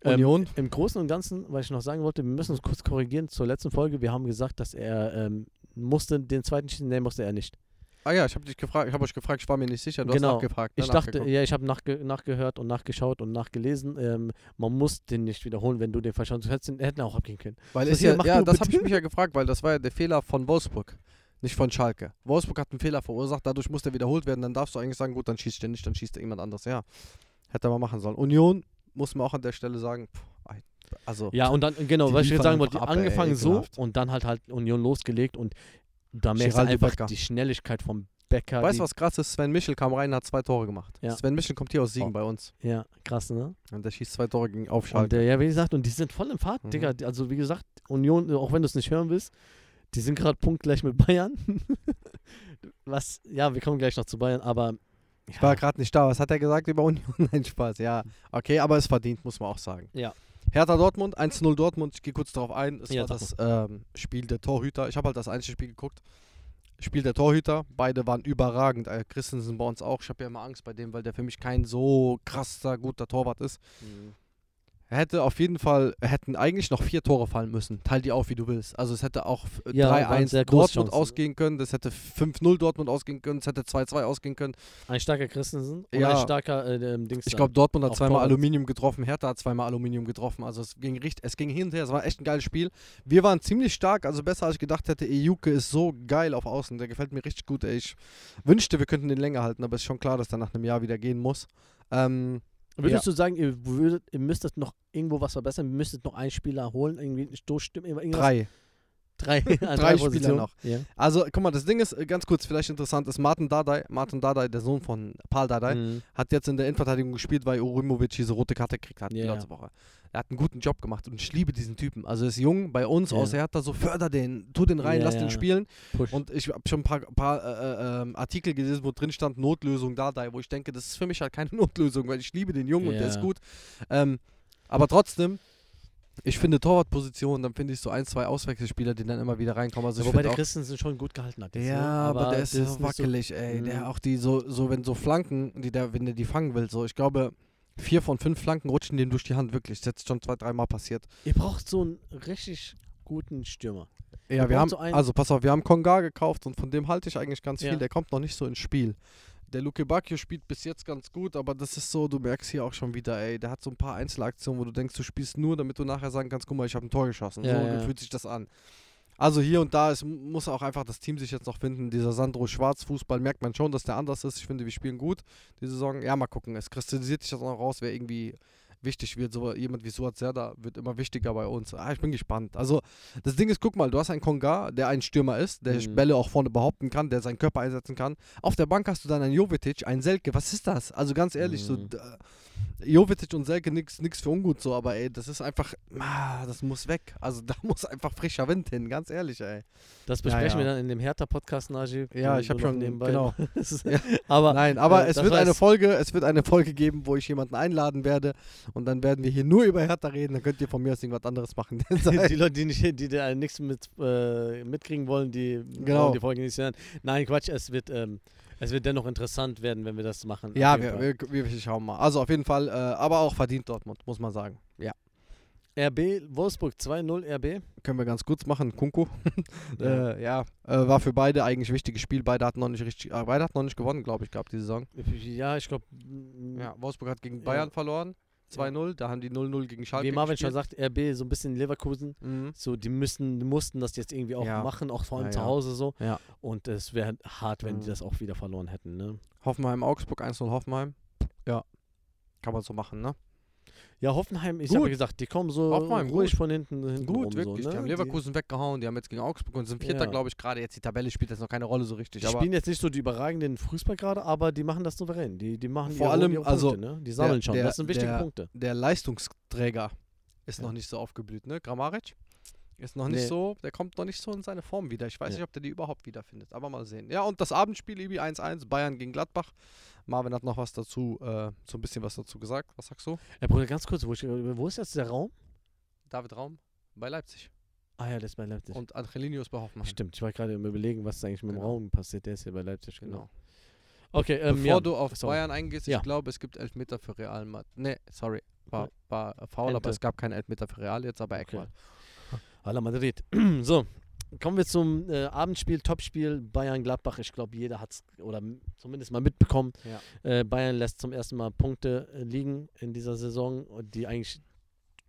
[SPEAKER 1] Ähm,
[SPEAKER 2] Union?
[SPEAKER 1] Im Großen und Ganzen, was ich noch sagen wollte, wir müssen uns kurz korrigieren zur letzten Folge. Wir haben gesagt, dass er ähm, musste den zweiten schießen. Nein, musste er nicht.
[SPEAKER 2] Ah ja, ich habe dich gefragt, ich habe euch gefragt, ich war mir nicht sicher, du
[SPEAKER 1] Genau.
[SPEAKER 2] hast nachgefragt. ne,
[SPEAKER 1] Ich dachte,
[SPEAKER 2] nachgeguckt.
[SPEAKER 1] ja, ich habe nachge nachgehört und nachgeschaut und nachgelesen. Ähm, man muss den nicht wiederholen, wenn du den verschaust. Du hättest den hätten auch abgehen können.
[SPEAKER 2] Weil
[SPEAKER 1] So,
[SPEAKER 2] ist
[SPEAKER 1] hier,
[SPEAKER 2] ja,
[SPEAKER 1] mach
[SPEAKER 2] ja
[SPEAKER 1] du
[SPEAKER 2] das habe
[SPEAKER 1] bitte.
[SPEAKER 2] ich mich ja gefragt, weil das war ja der Fehler von Wolfsburg, nicht von Schalke. Wolfsburg hat einen Fehler verursacht, dadurch muss der wiederholt werden, dann darfst du eigentlich sagen, gut, dann schießt der nicht, dann schießt der jemand anders. Ja, hätte er mal machen sollen. Union muss man auch an der Stelle sagen, pff, ei, also
[SPEAKER 1] Ja, und dann, genau,
[SPEAKER 2] Die
[SPEAKER 1] was ich jetzt
[SPEAKER 2] liefern
[SPEAKER 1] sagen wollte,
[SPEAKER 2] einfach ab, ey,
[SPEAKER 1] angefangen so
[SPEAKER 2] ekelhaft.
[SPEAKER 1] und dann halt halt Union losgelegt und da merkst
[SPEAKER 2] Geraldo
[SPEAKER 1] du einfach
[SPEAKER 2] Becker.
[SPEAKER 1] die Schnelligkeit vom Becker.
[SPEAKER 2] weißt
[SPEAKER 1] Äh, die,
[SPEAKER 2] du was krass ist? Sven Michel kam rein und hat zwei Tore gemacht.
[SPEAKER 1] Ja.
[SPEAKER 2] Sven Michel kommt hier aus Siegen
[SPEAKER 1] Oh.
[SPEAKER 2] bei uns
[SPEAKER 1] Ja, krass, ne?
[SPEAKER 2] und der schießt zwei Tore gegen auf
[SPEAKER 1] Und,
[SPEAKER 2] Schalke.
[SPEAKER 1] äh, ja, wie gesagt, und die sind voll im Fahrt,
[SPEAKER 2] Mhm.
[SPEAKER 1] Digga. Die- Also wie gesagt, Union, äh, auch wenn du es nicht hören willst, die sind gerade punktgleich mit Bayern. was, ja, wir kommen gleich noch zu Bayern, aber
[SPEAKER 2] Ich war gerade nicht da, was hat er gesagt über Union? Nein, Spaß, ja. Okay, aber es verdient, muss man auch sagen.
[SPEAKER 1] ja,
[SPEAKER 2] Hertha Dortmund, 1-0 Dortmund, ich gehe kurz darauf ein. Es
[SPEAKER 1] Ja,
[SPEAKER 2] war
[SPEAKER 1] sag
[SPEAKER 2] das ähm, Spiel der Torhüter. Ich habe halt das Einzelspiel geguckt. Spiel der Torhüter, beide waren überragend. Äh, Christensen bei uns auch. Ich habe ja immer Angst bei dem, weil der für mich kein so krasser, guter Torwart ist. Mhm. Er hätte auf jeden Fall, hätten eigentlich noch vier Tore fallen müssen. Teil die auf, wie du willst. Also es hätte auch f-
[SPEAKER 1] Ja, waren
[SPEAKER 2] 3-1
[SPEAKER 1] sehr große
[SPEAKER 2] Dortmund
[SPEAKER 1] Chancen, ne?
[SPEAKER 2] ausgehen können, das hätte 5-0 Dortmund ausgehen können, es hätte 2-2 ausgehen können.
[SPEAKER 1] ein starker Christensen und
[SPEAKER 2] Ja.
[SPEAKER 1] ein starker äh, ähm, Dings.
[SPEAKER 2] Ich
[SPEAKER 1] da.
[SPEAKER 2] glaube, Dortmund hat
[SPEAKER 1] Auf
[SPEAKER 2] zweimal
[SPEAKER 1] Torwart.
[SPEAKER 2] Aluminium getroffen, Hertha hat zweimal Aluminium getroffen. Also es ging richtig, es ging hin und her, es war echt ein geiles Spiel. Wir waren ziemlich stark, also besser als ich gedacht hätte. Ejuke ist so geil auf Außen, der gefällt mir richtig gut. Ey. Ich wünschte, wir könnten den länger halten, aber es ist schon klar, dass der nach einem Jahr wieder gehen muss. Ähm,
[SPEAKER 1] Würdest du sagen, ihr, würdet, ihr müsstet noch irgendwo was verbessern, ihr müsstet noch einen Spieler holen, irgendwie durchstimmen, irgendwas?
[SPEAKER 2] drei.
[SPEAKER 1] Drei, an
[SPEAKER 2] Drei Spieler
[SPEAKER 1] Positionen.
[SPEAKER 2] noch.
[SPEAKER 1] Ja.
[SPEAKER 2] Also guck mal, das Ding ist, äh, ganz kurz, vielleicht interessant, ist Martin Dardai, Martin Dardai, der Sohn von Paul Dardai,
[SPEAKER 1] Mhm.
[SPEAKER 2] hat jetzt in der Innenverteidigung gespielt, weil Urimovic diese rote Karte gekriegt hat
[SPEAKER 1] Ja,
[SPEAKER 2] die
[SPEAKER 1] ja.
[SPEAKER 2] letzte Woche. Er hat einen guten Job gemacht und ich liebe diesen Typen. Also er ist jung, bei uns
[SPEAKER 1] Ja.
[SPEAKER 2] aus Hertha, so förder den, tu den rein,
[SPEAKER 1] Ja,
[SPEAKER 2] lass
[SPEAKER 1] ja.
[SPEAKER 2] den spielen.
[SPEAKER 1] Push.
[SPEAKER 2] Und ich habe schon ein paar, paar äh, äh, ähm, Artikel gelesen, wo drin stand Notlösung da, da, wo ich denke, das ist für mich halt keine Notlösung, weil ich liebe den Jungen und der
[SPEAKER 1] Ja.
[SPEAKER 2] ist gut. Ähm, aber trotzdem, ich finde Torwartposition, dann finde ich so ein, zwei Auswechselspieler, die dann immer wieder reinkommen. Also
[SPEAKER 1] ja,
[SPEAKER 2] ich
[SPEAKER 1] wobei
[SPEAKER 2] find
[SPEAKER 1] der
[SPEAKER 2] auch-
[SPEAKER 1] Christensen schon gut gehalten hat. jetzt, ne?
[SPEAKER 2] ja, aber, der ist
[SPEAKER 1] das
[SPEAKER 2] so
[SPEAKER 1] nicht
[SPEAKER 2] wackelig, ey.
[SPEAKER 1] Mhm.
[SPEAKER 2] Der auch die so, so, wenn so Flanken, die der, wenn der die fangen will, so, ich glaube, vier von fünf Flanken rutschen dem durch die Hand, wirklich. Das ist jetzt schon zwei, dreimal passiert.
[SPEAKER 1] Ihr braucht so einen richtig guten Stürmer.
[SPEAKER 2] Ja, wir
[SPEAKER 1] braucht
[SPEAKER 2] haben,
[SPEAKER 1] so einen-
[SPEAKER 2] also pass auf, wir haben Konga gekauft und von dem halte ich eigentlich ganz viel.
[SPEAKER 1] Ja.
[SPEAKER 2] Der kommt noch nicht so ins Spiel. Der Luke Bacchio spielt bis jetzt ganz gut, aber das ist so, du merkst hier auch schon wieder, ey, der hat so ein paar Einzelaktionen, wo du denkst, du spielst nur, damit du nachher sagen kannst, guck mal, ich habe ein Tor geschossen.
[SPEAKER 1] Ja,
[SPEAKER 2] so
[SPEAKER 1] ja.
[SPEAKER 2] fühlt sich das an. Also hier und da ist, muss auch einfach das Team sich jetzt noch finden. Dieser Sandro Schwarz-Fußball merkt man schon, dass der anders ist. Ich finde, wir spielen gut die Saison. Ja, mal gucken. Es kristallisiert sich das auch noch raus, wer irgendwie wichtig wird. So jemand wie Suat Serda wird immer wichtiger bei uns. Ah, ich bin gespannt. Also das Ding ist, guck mal, du hast einen Konga, der ein Stürmer ist, der
[SPEAKER 1] Mhm.
[SPEAKER 2] Bälle auch vorne behaupten kann, der seinen Körper einsetzen kann. Auf der Bank hast du dann einen Jovetic, einen Selke. Was ist das? Also ganz ehrlich, so
[SPEAKER 1] Mhm.
[SPEAKER 2] d- Jovetic und Selke nix, nix für ungut so, aber ey, das ist einfach, ah, das muss weg. Also da muss einfach frischer Wind hin, ganz ehrlich, ey.
[SPEAKER 1] Das besprechen wir
[SPEAKER 2] ja.
[SPEAKER 1] dann in dem Hertha-Podcast, Najib.
[SPEAKER 2] Ja, ich
[SPEAKER 1] nur
[SPEAKER 2] habe
[SPEAKER 1] noch
[SPEAKER 2] schon
[SPEAKER 1] nebenbei.
[SPEAKER 2] Genau.
[SPEAKER 1] Das ist-
[SPEAKER 2] Ja.
[SPEAKER 1] aber
[SPEAKER 2] Nein, aber
[SPEAKER 1] äh,
[SPEAKER 2] es
[SPEAKER 1] das
[SPEAKER 2] wird
[SPEAKER 1] war
[SPEAKER 2] eine
[SPEAKER 1] jetzt-
[SPEAKER 2] Folge, es wird eine Folge geben, wo ich jemanden einladen werde und dann werden wir hier nur über Hertha reden. Dann könnt ihr von mir aus irgendwas anderes machen.
[SPEAKER 1] die Leute, die, nicht, die da nichts mit, äh, mitkriegen wollen, die
[SPEAKER 2] Genau.
[SPEAKER 1] wollen die Folge nicht hören. Nein, Quatsch, es wird, ähm, es wird dennoch interessant werden, wenn wir das machen. auf
[SPEAKER 2] ja,
[SPEAKER 1] jeden
[SPEAKER 2] wir,
[SPEAKER 1] Fall.
[SPEAKER 2] wir, wir schauen mal. Also auf jeden Fall, äh, aber auch verdient Dortmund, muss man sagen. Ja.
[SPEAKER 1] RB Wolfsburg 2-0 RB.
[SPEAKER 2] Können wir ganz kurz machen, Kunku. äh, ja, äh, war für beide eigentlich ein wichtiges Spiel. Beide hatten noch nicht richtig, äh, beide hatten noch nicht gewonnen, glaube ich, gehabt die Saison.
[SPEAKER 1] Ja, ich glaube,
[SPEAKER 2] Ja, Wolfsburg hat gegen
[SPEAKER 1] Mhm. Ja.
[SPEAKER 2] Bayern verloren. 2-0, da haben die 0-0 gegen Schalke
[SPEAKER 1] wie Marvin schon sagt,
[SPEAKER 2] gespielt.
[SPEAKER 1] RB so ein bisschen Leverkusen.
[SPEAKER 2] Mhm.
[SPEAKER 1] So, die müssen, die mussten das jetzt irgendwie auch
[SPEAKER 2] Ja.
[SPEAKER 1] machen, auch vor allem
[SPEAKER 2] Ja,
[SPEAKER 1] zu
[SPEAKER 2] ja.
[SPEAKER 1] Hause so.
[SPEAKER 2] Ja.
[SPEAKER 1] Und es wäre hart, wenn die
[SPEAKER 2] Mhm.
[SPEAKER 1] das auch wieder verloren hätten. Ne?
[SPEAKER 2] Hoffenheim-Augsburg, 1-0 Hoffenheim. Ja. Kann man so machen, ne?
[SPEAKER 1] Ja, Hoffenheim, ich
[SPEAKER 2] Gut.
[SPEAKER 1] habe gesagt, die kommen so
[SPEAKER 2] Hoffenheim,
[SPEAKER 1] ruhig
[SPEAKER 2] gut.
[SPEAKER 1] von hinten, hinten rum.
[SPEAKER 2] Hm, Gut, wirklich.
[SPEAKER 1] So, ne?
[SPEAKER 2] Die haben Leverkusen weggehauen, die haben jetzt gegen Augsburg und sind Vierter,
[SPEAKER 1] Ja.
[SPEAKER 2] glaube ich, gerade. Jetzt die Tabelle spielt jetzt noch keine Rolle so
[SPEAKER 1] Die,
[SPEAKER 2] richtig.
[SPEAKER 1] die
[SPEAKER 2] aber
[SPEAKER 1] spielen jetzt nicht so die überragenden Fußball gerade, aber die machen das souverän. Die, die machen
[SPEAKER 2] Vor
[SPEAKER 1] ihre,
[SPEAKER 2] allem,
[SPEAKER 1] ihre
[SPEAKER 2] also,
[SPEAKER 1] Punkte, ne? Die sammeln schon.
[SPEAKER 2] der-
[SPEAKER 1] das sind wichtige
[SPEAKER 2] der-
[SPEAKER 1] Punkte.
[SPEAKER 2] der Leistungsträger ist
[SPEAKER 1] Ja.
[SPEAKER 2] noch nicht so aufgeblüht, ne? Grammaric ist noch nicht
[SPEAKER 1] Nee.
[SPEAKER 2] so, der kommt noch nicht so in seine Form wieder. Ich weiß
[SPEAKER 1] Ja.
[SPEAKER 2] nicht, ob der die überhaupt wiederfindet, aber mal sehen. Ja, und das Abendspiel, Ibi 1-1, Bayern gegen Gladbach. Marvin hat noch was dazu, äh, so ein bisschen was dazu gesagt. Was sagst du?
[SPEAKER 1] Ey, Bruder, ganz kurz, wo, ich, wo ist jetzt der Raum?
[SPEAKER 2] David Raum bei Leipzig
[SPEAKER 1] Ah ja, das ist bei Leipzig.
[SPEAKER 2] und Angelinius bei Hoffmann.
[SPEAKER 1] Stimmt, ich war gerade im Überlegen, was ist eigentlich mit dem
[SPEAKER 2] Genau.
[SPEAKER 1] Raum passiert. Der ist hier bei Leipzig, genau.
[SPEAKER 2] Genau.
[SPEAKER 1] Okay, ähm,
[SPEAKER 2] Bevor
[SPEAKER 1] ja.
[SPEAKER 2] du auf
[SPEAKER 1] sorry.
[SPEAKER 2] Bayern eingehst,
[SPEAKER 1] Ja.
[SPEAKER 2] ich glaube, es gibt Elfmeter für Real Madrid. Nee, sorry, war,
[SPEAKER 1] Cool.
[SPEAKER 2] war äh, faul,
[SPEAKER 1] Ente.
[SPEAKER 2] aber es gab keinen Elfmeter für Real jetzt, aber
[SPEAKER 1] Okay.
[SPEAKER 2] Eckball.
[SPEAKER 1] Hala Madrid. so, kommen wir zum äh, Abendspiel, Topspiel Bayern-Gladbach. Ich glaube, jeder hat es oder m- zumindest mal mitbekommen.
[SPEAKER 2] Ja.
[SPEAKER 1] Äh, Bayern lässt zum ersten Mal Punkte äh, liegen in dieser Saison, und die eigentlich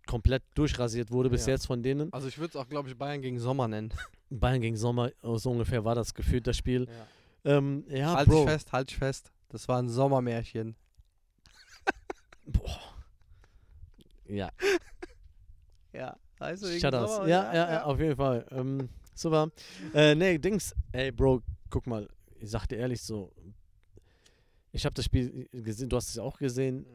[SPEAKER 1] komplett durchrasiert wurde bis
[SPEAKER 2] Ja.
[SPEAKER 1] jetzt von denen.
[SPEAKER 2] Also ich würde es auch, glaube ich, Bayern gegen Sommer nennen.
[SPEAKER 1] Bayern gegen Sommer, äh, so ungefähr war das gefühlt das Spiel. Ähm, ja,
[SPEAKER 2] halt
[SPEAKER 1] Bro.
[SPEAKER 2] dich fest, halt dich fest. Das war ein Sommermärchen.
[SPEAKER 1] Ja,
[SPEAKER 2] Ja. Also
[SPEAKER 1] Shut up. Ja, ja, ja, auf jeden Fall. Ähm, super. Äh, nee, Dings, ey, Bro, guck mal, ich sag dir ehrlich so, ich habe das Spiel gesehen, du hast es auch gesehen.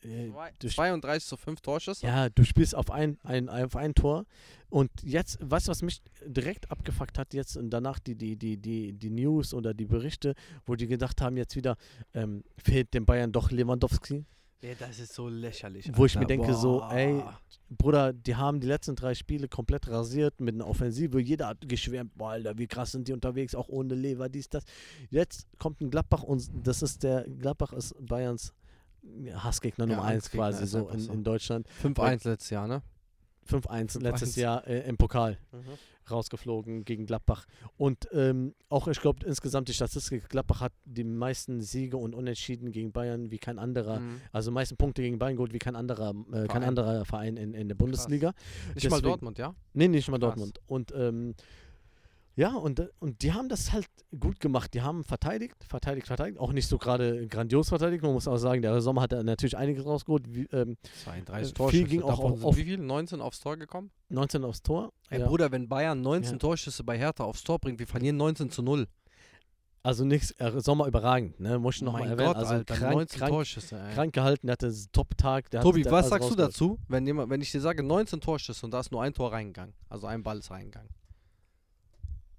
[SPEAKER 1] Äh, du, sch-
[SPEAKER 2] 32 zu 5 Torschüsse.
[SPEAKER 1] ja, du spielst auf ein, ein, auf ein Tor und jetzt, weißt du, was mich direkt abgefuckt hat jetzt und danach die, die, die, die, die News oder die Berichte, wo die gedacht haben, jetzt wieder ähm, fehlt dem Bayern doch Lewandowski.
[SPEAKER 2] Ja, das ist so lächerlich.
[SPEAKER 1] Wo ich mir
[SPEAKER 2] Alter.
[SPEAKER 1] denke so,
[SPEAKER 2] Boah.
[SPEAKER 1] ey, Bruder, die haben die letzten drei Spiele komplett rasiert mit einer Offensive. Jeder hat geschwärmt, boah, Alter, wie krass sind die unterwegs, auch ohne Lever, dies, das. Jetzt kommt ein Gladbach und das ist der, Gladbach ist Bayerns Hassgegner
[SPEAKER 2] Ja,
[SPEAKER 1] Nummer 1
[SPEAKER 2] Angstgegner
[SPEAKER 1] quasi
[SPEAKER 2] ist
[SPEAKER 1] so
[SPEAKER 2] einfach
[SPEAKER 1] in,
[SPEAKER 2] so.
[SPEAKER 1] in Deutschland.
[SPEAKER 2] 5-1 letztes Jahr, ne?
[SPEAKER 1] 5-1 letztes
[SPEAKER 2] 5-1.
[SPEAKER 1] Jahr äh, im Pokal
[SPEAKER 2] Mhm.
[SPEAKER 1] rausgeflogen gegen Gladbach. Und ähm, auch, ich glaube, insgesamt die Statistik, Gladbach hat die meisten Siege und Unentschieden gegen Bayern wie kein anderer.
[SPEAKER 2] Mhm.
[SPEAKER 1] Also meisten Punkte gegen Bayern geholt wie kein anderer, äh, kein
[SPEAKER 2] Verein.
[SPEAKER 1] anderer Verein in, in der Bundesliga.
[SPEAKER 2] Nicht
[SPEAKER 1] Deswegen-
[SPEAKER 2] mal Dortmund, ja?
[SPEAKER 1] Nee, nicht mal
[SPEAKER 2] Krass.
[SPEAKER 1] Dortmund. Und ähm, ja, und, äh, und die haben das halt gut gemacht. Die haben verteidigt, verteidigt, verteidigt. Auch nicht so gerade grandios verteidigt. Man muss auch sagen, der Sommer hat da natürlich einiges rausgeholt. Wie, ähm,
[SPEAKER 2] 32
[SPEAKER 1] Äh,
[SPEAKER 2] Torschüsse.
[SPEAKER 1] viel ging auch
[SPEAKER 2] Davon
[SPEAKER 1] auf-
[SPEAKER 2] sind
[SPEAKER 1] auf-
[SPEAKER 2] wie viel? 19 aufs Tor gekommen?
[SPEAKER 1] 19 aufs Tor.
[SPEAKER 2] Ey,
[SPEAKER 1] ja.
[SPEAKER 2] Bruder, wenn Bayern 19
[SPEAKER 1] Ja.
[SPEAKER 2] Torschüsse bei Hertha aufs Tor bringt, wir verlieren 19 zu 0.
[SPEAKER 1] Also nichts, äh, Sommer überragend, ne? Muss ich nochmal erwähnen. also krank,
[SPEAKER 2] 19
[SPEAKER 1] krank,
[SPEAKER 2] Torschüsse, ey.
[SPEAKER 1] krank gehalten, der hatte s- Top-Tag. der hat-
[SPEAKER 2] Tobi,
[SPEAKER 1] der hat alles
[SPEAKER 2] was sagst du
[SPEAKER 1] rausgeholt.
[SPEAKER 2] dazu, wenn, jemand, wenn ich dir sage 19 Torschüsse und da ist nur ein Tor reingegangen? Also ein Ball ist reingegangen.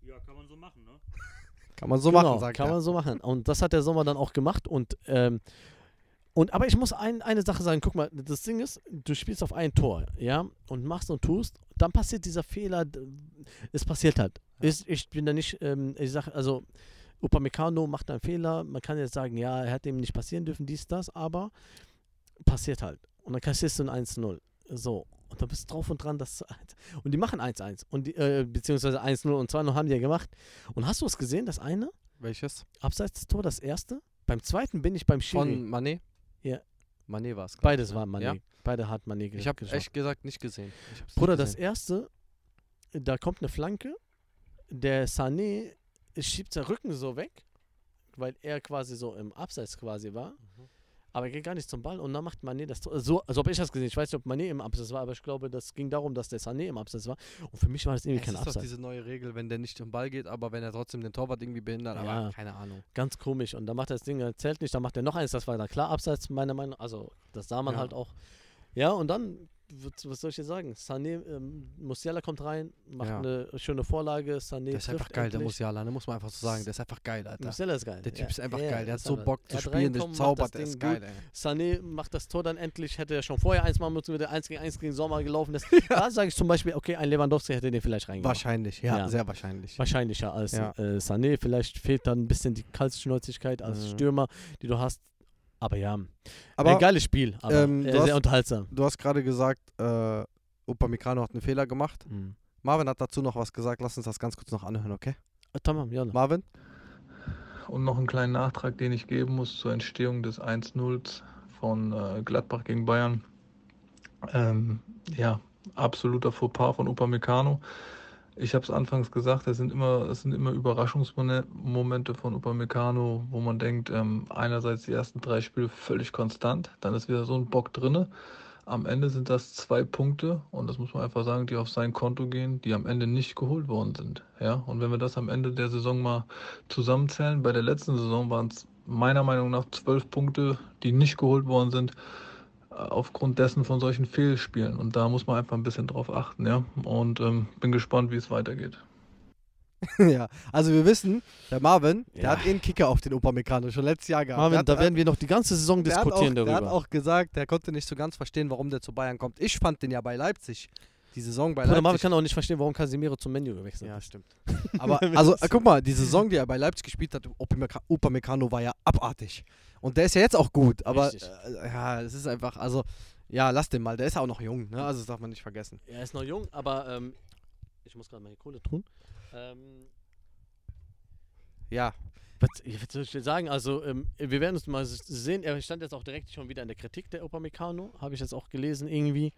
[SPEAKER 4] Ja, kann man so machen, ne?
[SPEAKER 2] Kann man so
[SPEAKER 1] genau,
[SPEAKER 2] machen, sagt
[SPEAKER 1] Kann
[SPEAKER 2] er.
[SPEAKER 1] man so machen. Und das hat der Sommer dann auch gemacht. Und, ähm, und aber ich muss ein, eine Sache sagen, guck mal, das Ding ist, du spielst auf ein Tor, ja, und machst und tust, dann passiert dieser Fehler, d- es passiert halt.
[SPEAKER 2] Ja.
[SPEAKER 1] Ist, ich bin da nicht, ähm, ich sag, also Upamecano macht einen Fehler, man kann jetzt sagen, ja, er hätte ihm nicht passieren dürfen, dies, das, aber passiert halt. Und dann kassierst du ein 1-0. So. Und dann bist du drauf und dran, dass du und die machen 1-1. Und die, äh, beziehungsweise 1-0 und 2-0 haben die ja gemacht. Und hast du es gesehen, das eine?
[SPEAKER 2] Welches?
[SPEAKER 1] Abseitstor das erste. Beim zweiten bin ich beim Schiri.
[SPEAKER 2] Von Mané?
[SPEAKER 1] Ja.
[SPEAKER 2] Mané war es. glaub
[SPEAKER 1] Beides
[SPEAKER 2] ich,
[SPEAKER 1] war
[SPEAKER 2] ne?
[SPEAKER 1] Mané.
[SPEAKER 2] Ja?
[SPEAKER 1] Beide hat Mané ge-
[SPEAKER 2] Ich habe
[SPEAKER 1] geschossen.
[SPEAKER 2] echt gesagt nicht gesehen. Ich hab's nicht
[SPEAKER 1] Bruder, das
[SPEAKER 2] gesehen.
[SPEAKER 1] erste, da kommt eine Flanke. Der Sané schiebt seinen Rücken so weg, weil er quasi so im Abseits quasi war.
[SPEAKER 2] Mhm.
[SPEAKER 1] Aber er geht gar nicht zum Ball und dann macht Mané das Tor. So, also habe ich das gesehen. Ich weiß nicht, ob Mané im Abseits war, aber ich glaube, das ging darum, dass der Sané im Abseits war. Und für mich war das irgendwie
[SPEAKER 2] Es
[SPEAKER 1] kein
[SPEAKER 2] ist doch
[SPEAKER 1] Abseits.
[SPEAKER 2] diese neue Regel, wenn der nicht zum Ball geht, aber wenn er trotzdem den Torwart irgendwie
[SPEAKER 1] Ja.
[SPEAKER 2] behindert, aber keine Ahnung.
[SPEAKER 1] Ganz komisch. Und dann macht er das Ding, er zählt nicht, dann macht er noch eins. Das war dann klar Abseits, meiner Meinung nach. Also, das sah man
[SPEAKER 2] Ja.
[SPEAKER 1] halt auch. Ja, und dann, was was soll ich dir sagen? Sané, ähm, Musiala kommt rein, macht
[SPEAKER 2] Ja.
[SPEAKER 1] eine schöne Vorlage. Sané
[SPEAKER 2] der ist einfach
[SPEAKER 1] trifft
[SPEAKER 2] geil, der
[SPEAKER 1] endlich.
[SPEAKER 2] Musiala, ne? muss man einfach so sagen. Der ist einfach geil, Alter.
[SPEAKER 1] Musiala ist geil.
[SPEAKER 2] Der Typ
[SPEAKER 1] Ja,
[SPEAKER 2] ist einfach
[SPEAKER 1] ja,
[SPEAKER 2] geil. Der hat
[SPEAKER 1] ist
[SPEAKER 2] so
[SPEAKER 1] einfach-
[SPEAKER 2] Bock
[SPEAKER 1] er
[SPEAKER 2] zu
[SPEAKER 1] hat
[SPEAKER 2] spielen, der
[SPEAKER 1] reinkommen, macht das
[SPEAKER 2] zaubert, der ist
[SPEAKER 1] Ding gut.
[SPEAKER 2] geil,
[SPEAKER 1] Sané
[SPEAKER 2] ey.
[SPEAKER 1] macht das Tor dann endlich, hätte er schon vorher eins machen müssen, wenn der 1 gegen 1 gegen Sommer gelaufen ist. Da sage ich zum Beispiel, okay, ein Lewandowski hätte den vielleicht reingemacht.
[SPEAKER 2] Wahrscheinlich, ja,
[SPEAKER 1] Genau. Ja.
[SPEAKER 2] sehr wahrscheinlich.
[SPEAKER 1] Wahrscheinlicher als
[SPEAKER 2] Ja.
[SPEAKER 1] äh, Sané. Vielleicht fehlt dann ein bisschen die Kaltschnäuzigkeit als
[SPEAKER 2] Mhm.
[SPEAKER 1] Stürmer, die du hast. Aber ja,
[SPEAKER 2] Aber
[SPEAKER 1] ein geiles Spiel, aber
[SPEAKER 2] ähm,
[SPEAKER 1] äh,
[SPEAKER 2] du
[SPEAKER 1] sehr
[SPEAKER 2] hast-
[SPEAKER 1] unterhaltsam.
[SPEAKER 2] du hast gerade gesagt, äh, Upamecano hat einen Fehler gemacht.
[SPEAKER 1] Mhm.
[SPEAKER 2] Marvin hat dazu noch was gesagt. Lass uns das ganz kurz noch anhören, okay?
[SPEAKER 1] Ah, Tamam, ja.
[SPEAKER 2] Marvin?
[SPEAKER 3] Und noch einen kleinen Nachtrag, den ich geben muss zur Entstehung des 1-0 von äh, Gladbach gegen Bayern. Ähm, ja, absoluter Fauxpas von Upamecano. Ich habe es anfangs gesagt, es sind immer, es sind immer Überraschungsmomente von Upamecano, wo man denkt, ähm, einerseits die ersten drei Spiele völlig konstant, dann ist wieder so ein Bock drinne. Am Ende sind das zwei Punkte und das muss man einfach sagen, die auf sein Konto gehen, die am Ende nicht geholt worden sind. Ja, und wenn wir das am Ende der Saison mal zusammenzählen. Bei der letzten Saison waren es meiner Meinung nach zwölf Punkte, die nicht geholt worden sind, äh, aufgrund dessen von solchen Fehlspielen. Und da muss man einfach ein bisschen drauf achten, ja. Und ähm, bin gespannt, wie es weitergeht.
[SPEAKER 2] ja, also wir wissen, der Marvin, der
[SPEAKER 1] Ja.
[SPEAKER 2] hat eh einen Kicker auf den Upamecano schon letztes Jahr gehabt.
[SPEAKER 1] Marvin,
[SPEAKER 2] der hat,
[SPEAKER 1] da werden wir noch die ganze Saison
[SPEAKER 2] der hat auch,
[SPEAKER 1] diskutieren
[SPEAKER 2] Der hat
[SPEAKER 1] darüber.
[SPEAKER 2] auch gesagt, der konnte nicht so ganz verstehen, warum der zu Bayern kommt. Ich fand den ja bei Leipzig. Die Saison bei
[SPEAKER 1] Bruder, Marvin
[SPEAKER 2] Leipzig.
[SPEAKER 1] kann auch nicht verstehen, warum Casemiro zum Menu gewechselt
[SPEAKER 2] ja,
[SPEAKER 1] ist.
[SPEAKER 2] stimmt. Aber also, äh, guck mal, die Saison, die er bei Leipzig gespielt hat, Upamecano- Upamecano war ja abartig. Und der ist ja jetzt auch gut, aber
[SPEAKER 1] Richtig.
[SPEAKER 2] äh, ja, es ist einfach, also, ja, lass den mal, der ist ja auch noch jung, ne? Also das darf man nicht vergessen.
[SPEAKER 1] Er ist noch jung, aber ähm, ich muss gerade meine Kohle tun. Ähm,
[SPEAKER 2] Ja,
[SPEAKER 1] was, ja, was soll ich dir sagen? Also, ähm, wir werden es mal s- sehen. Er stand jetzt auch direkt schon wieder in der Kritik der Upamecano. Habe ich jetzt auch gelesen irgendwie.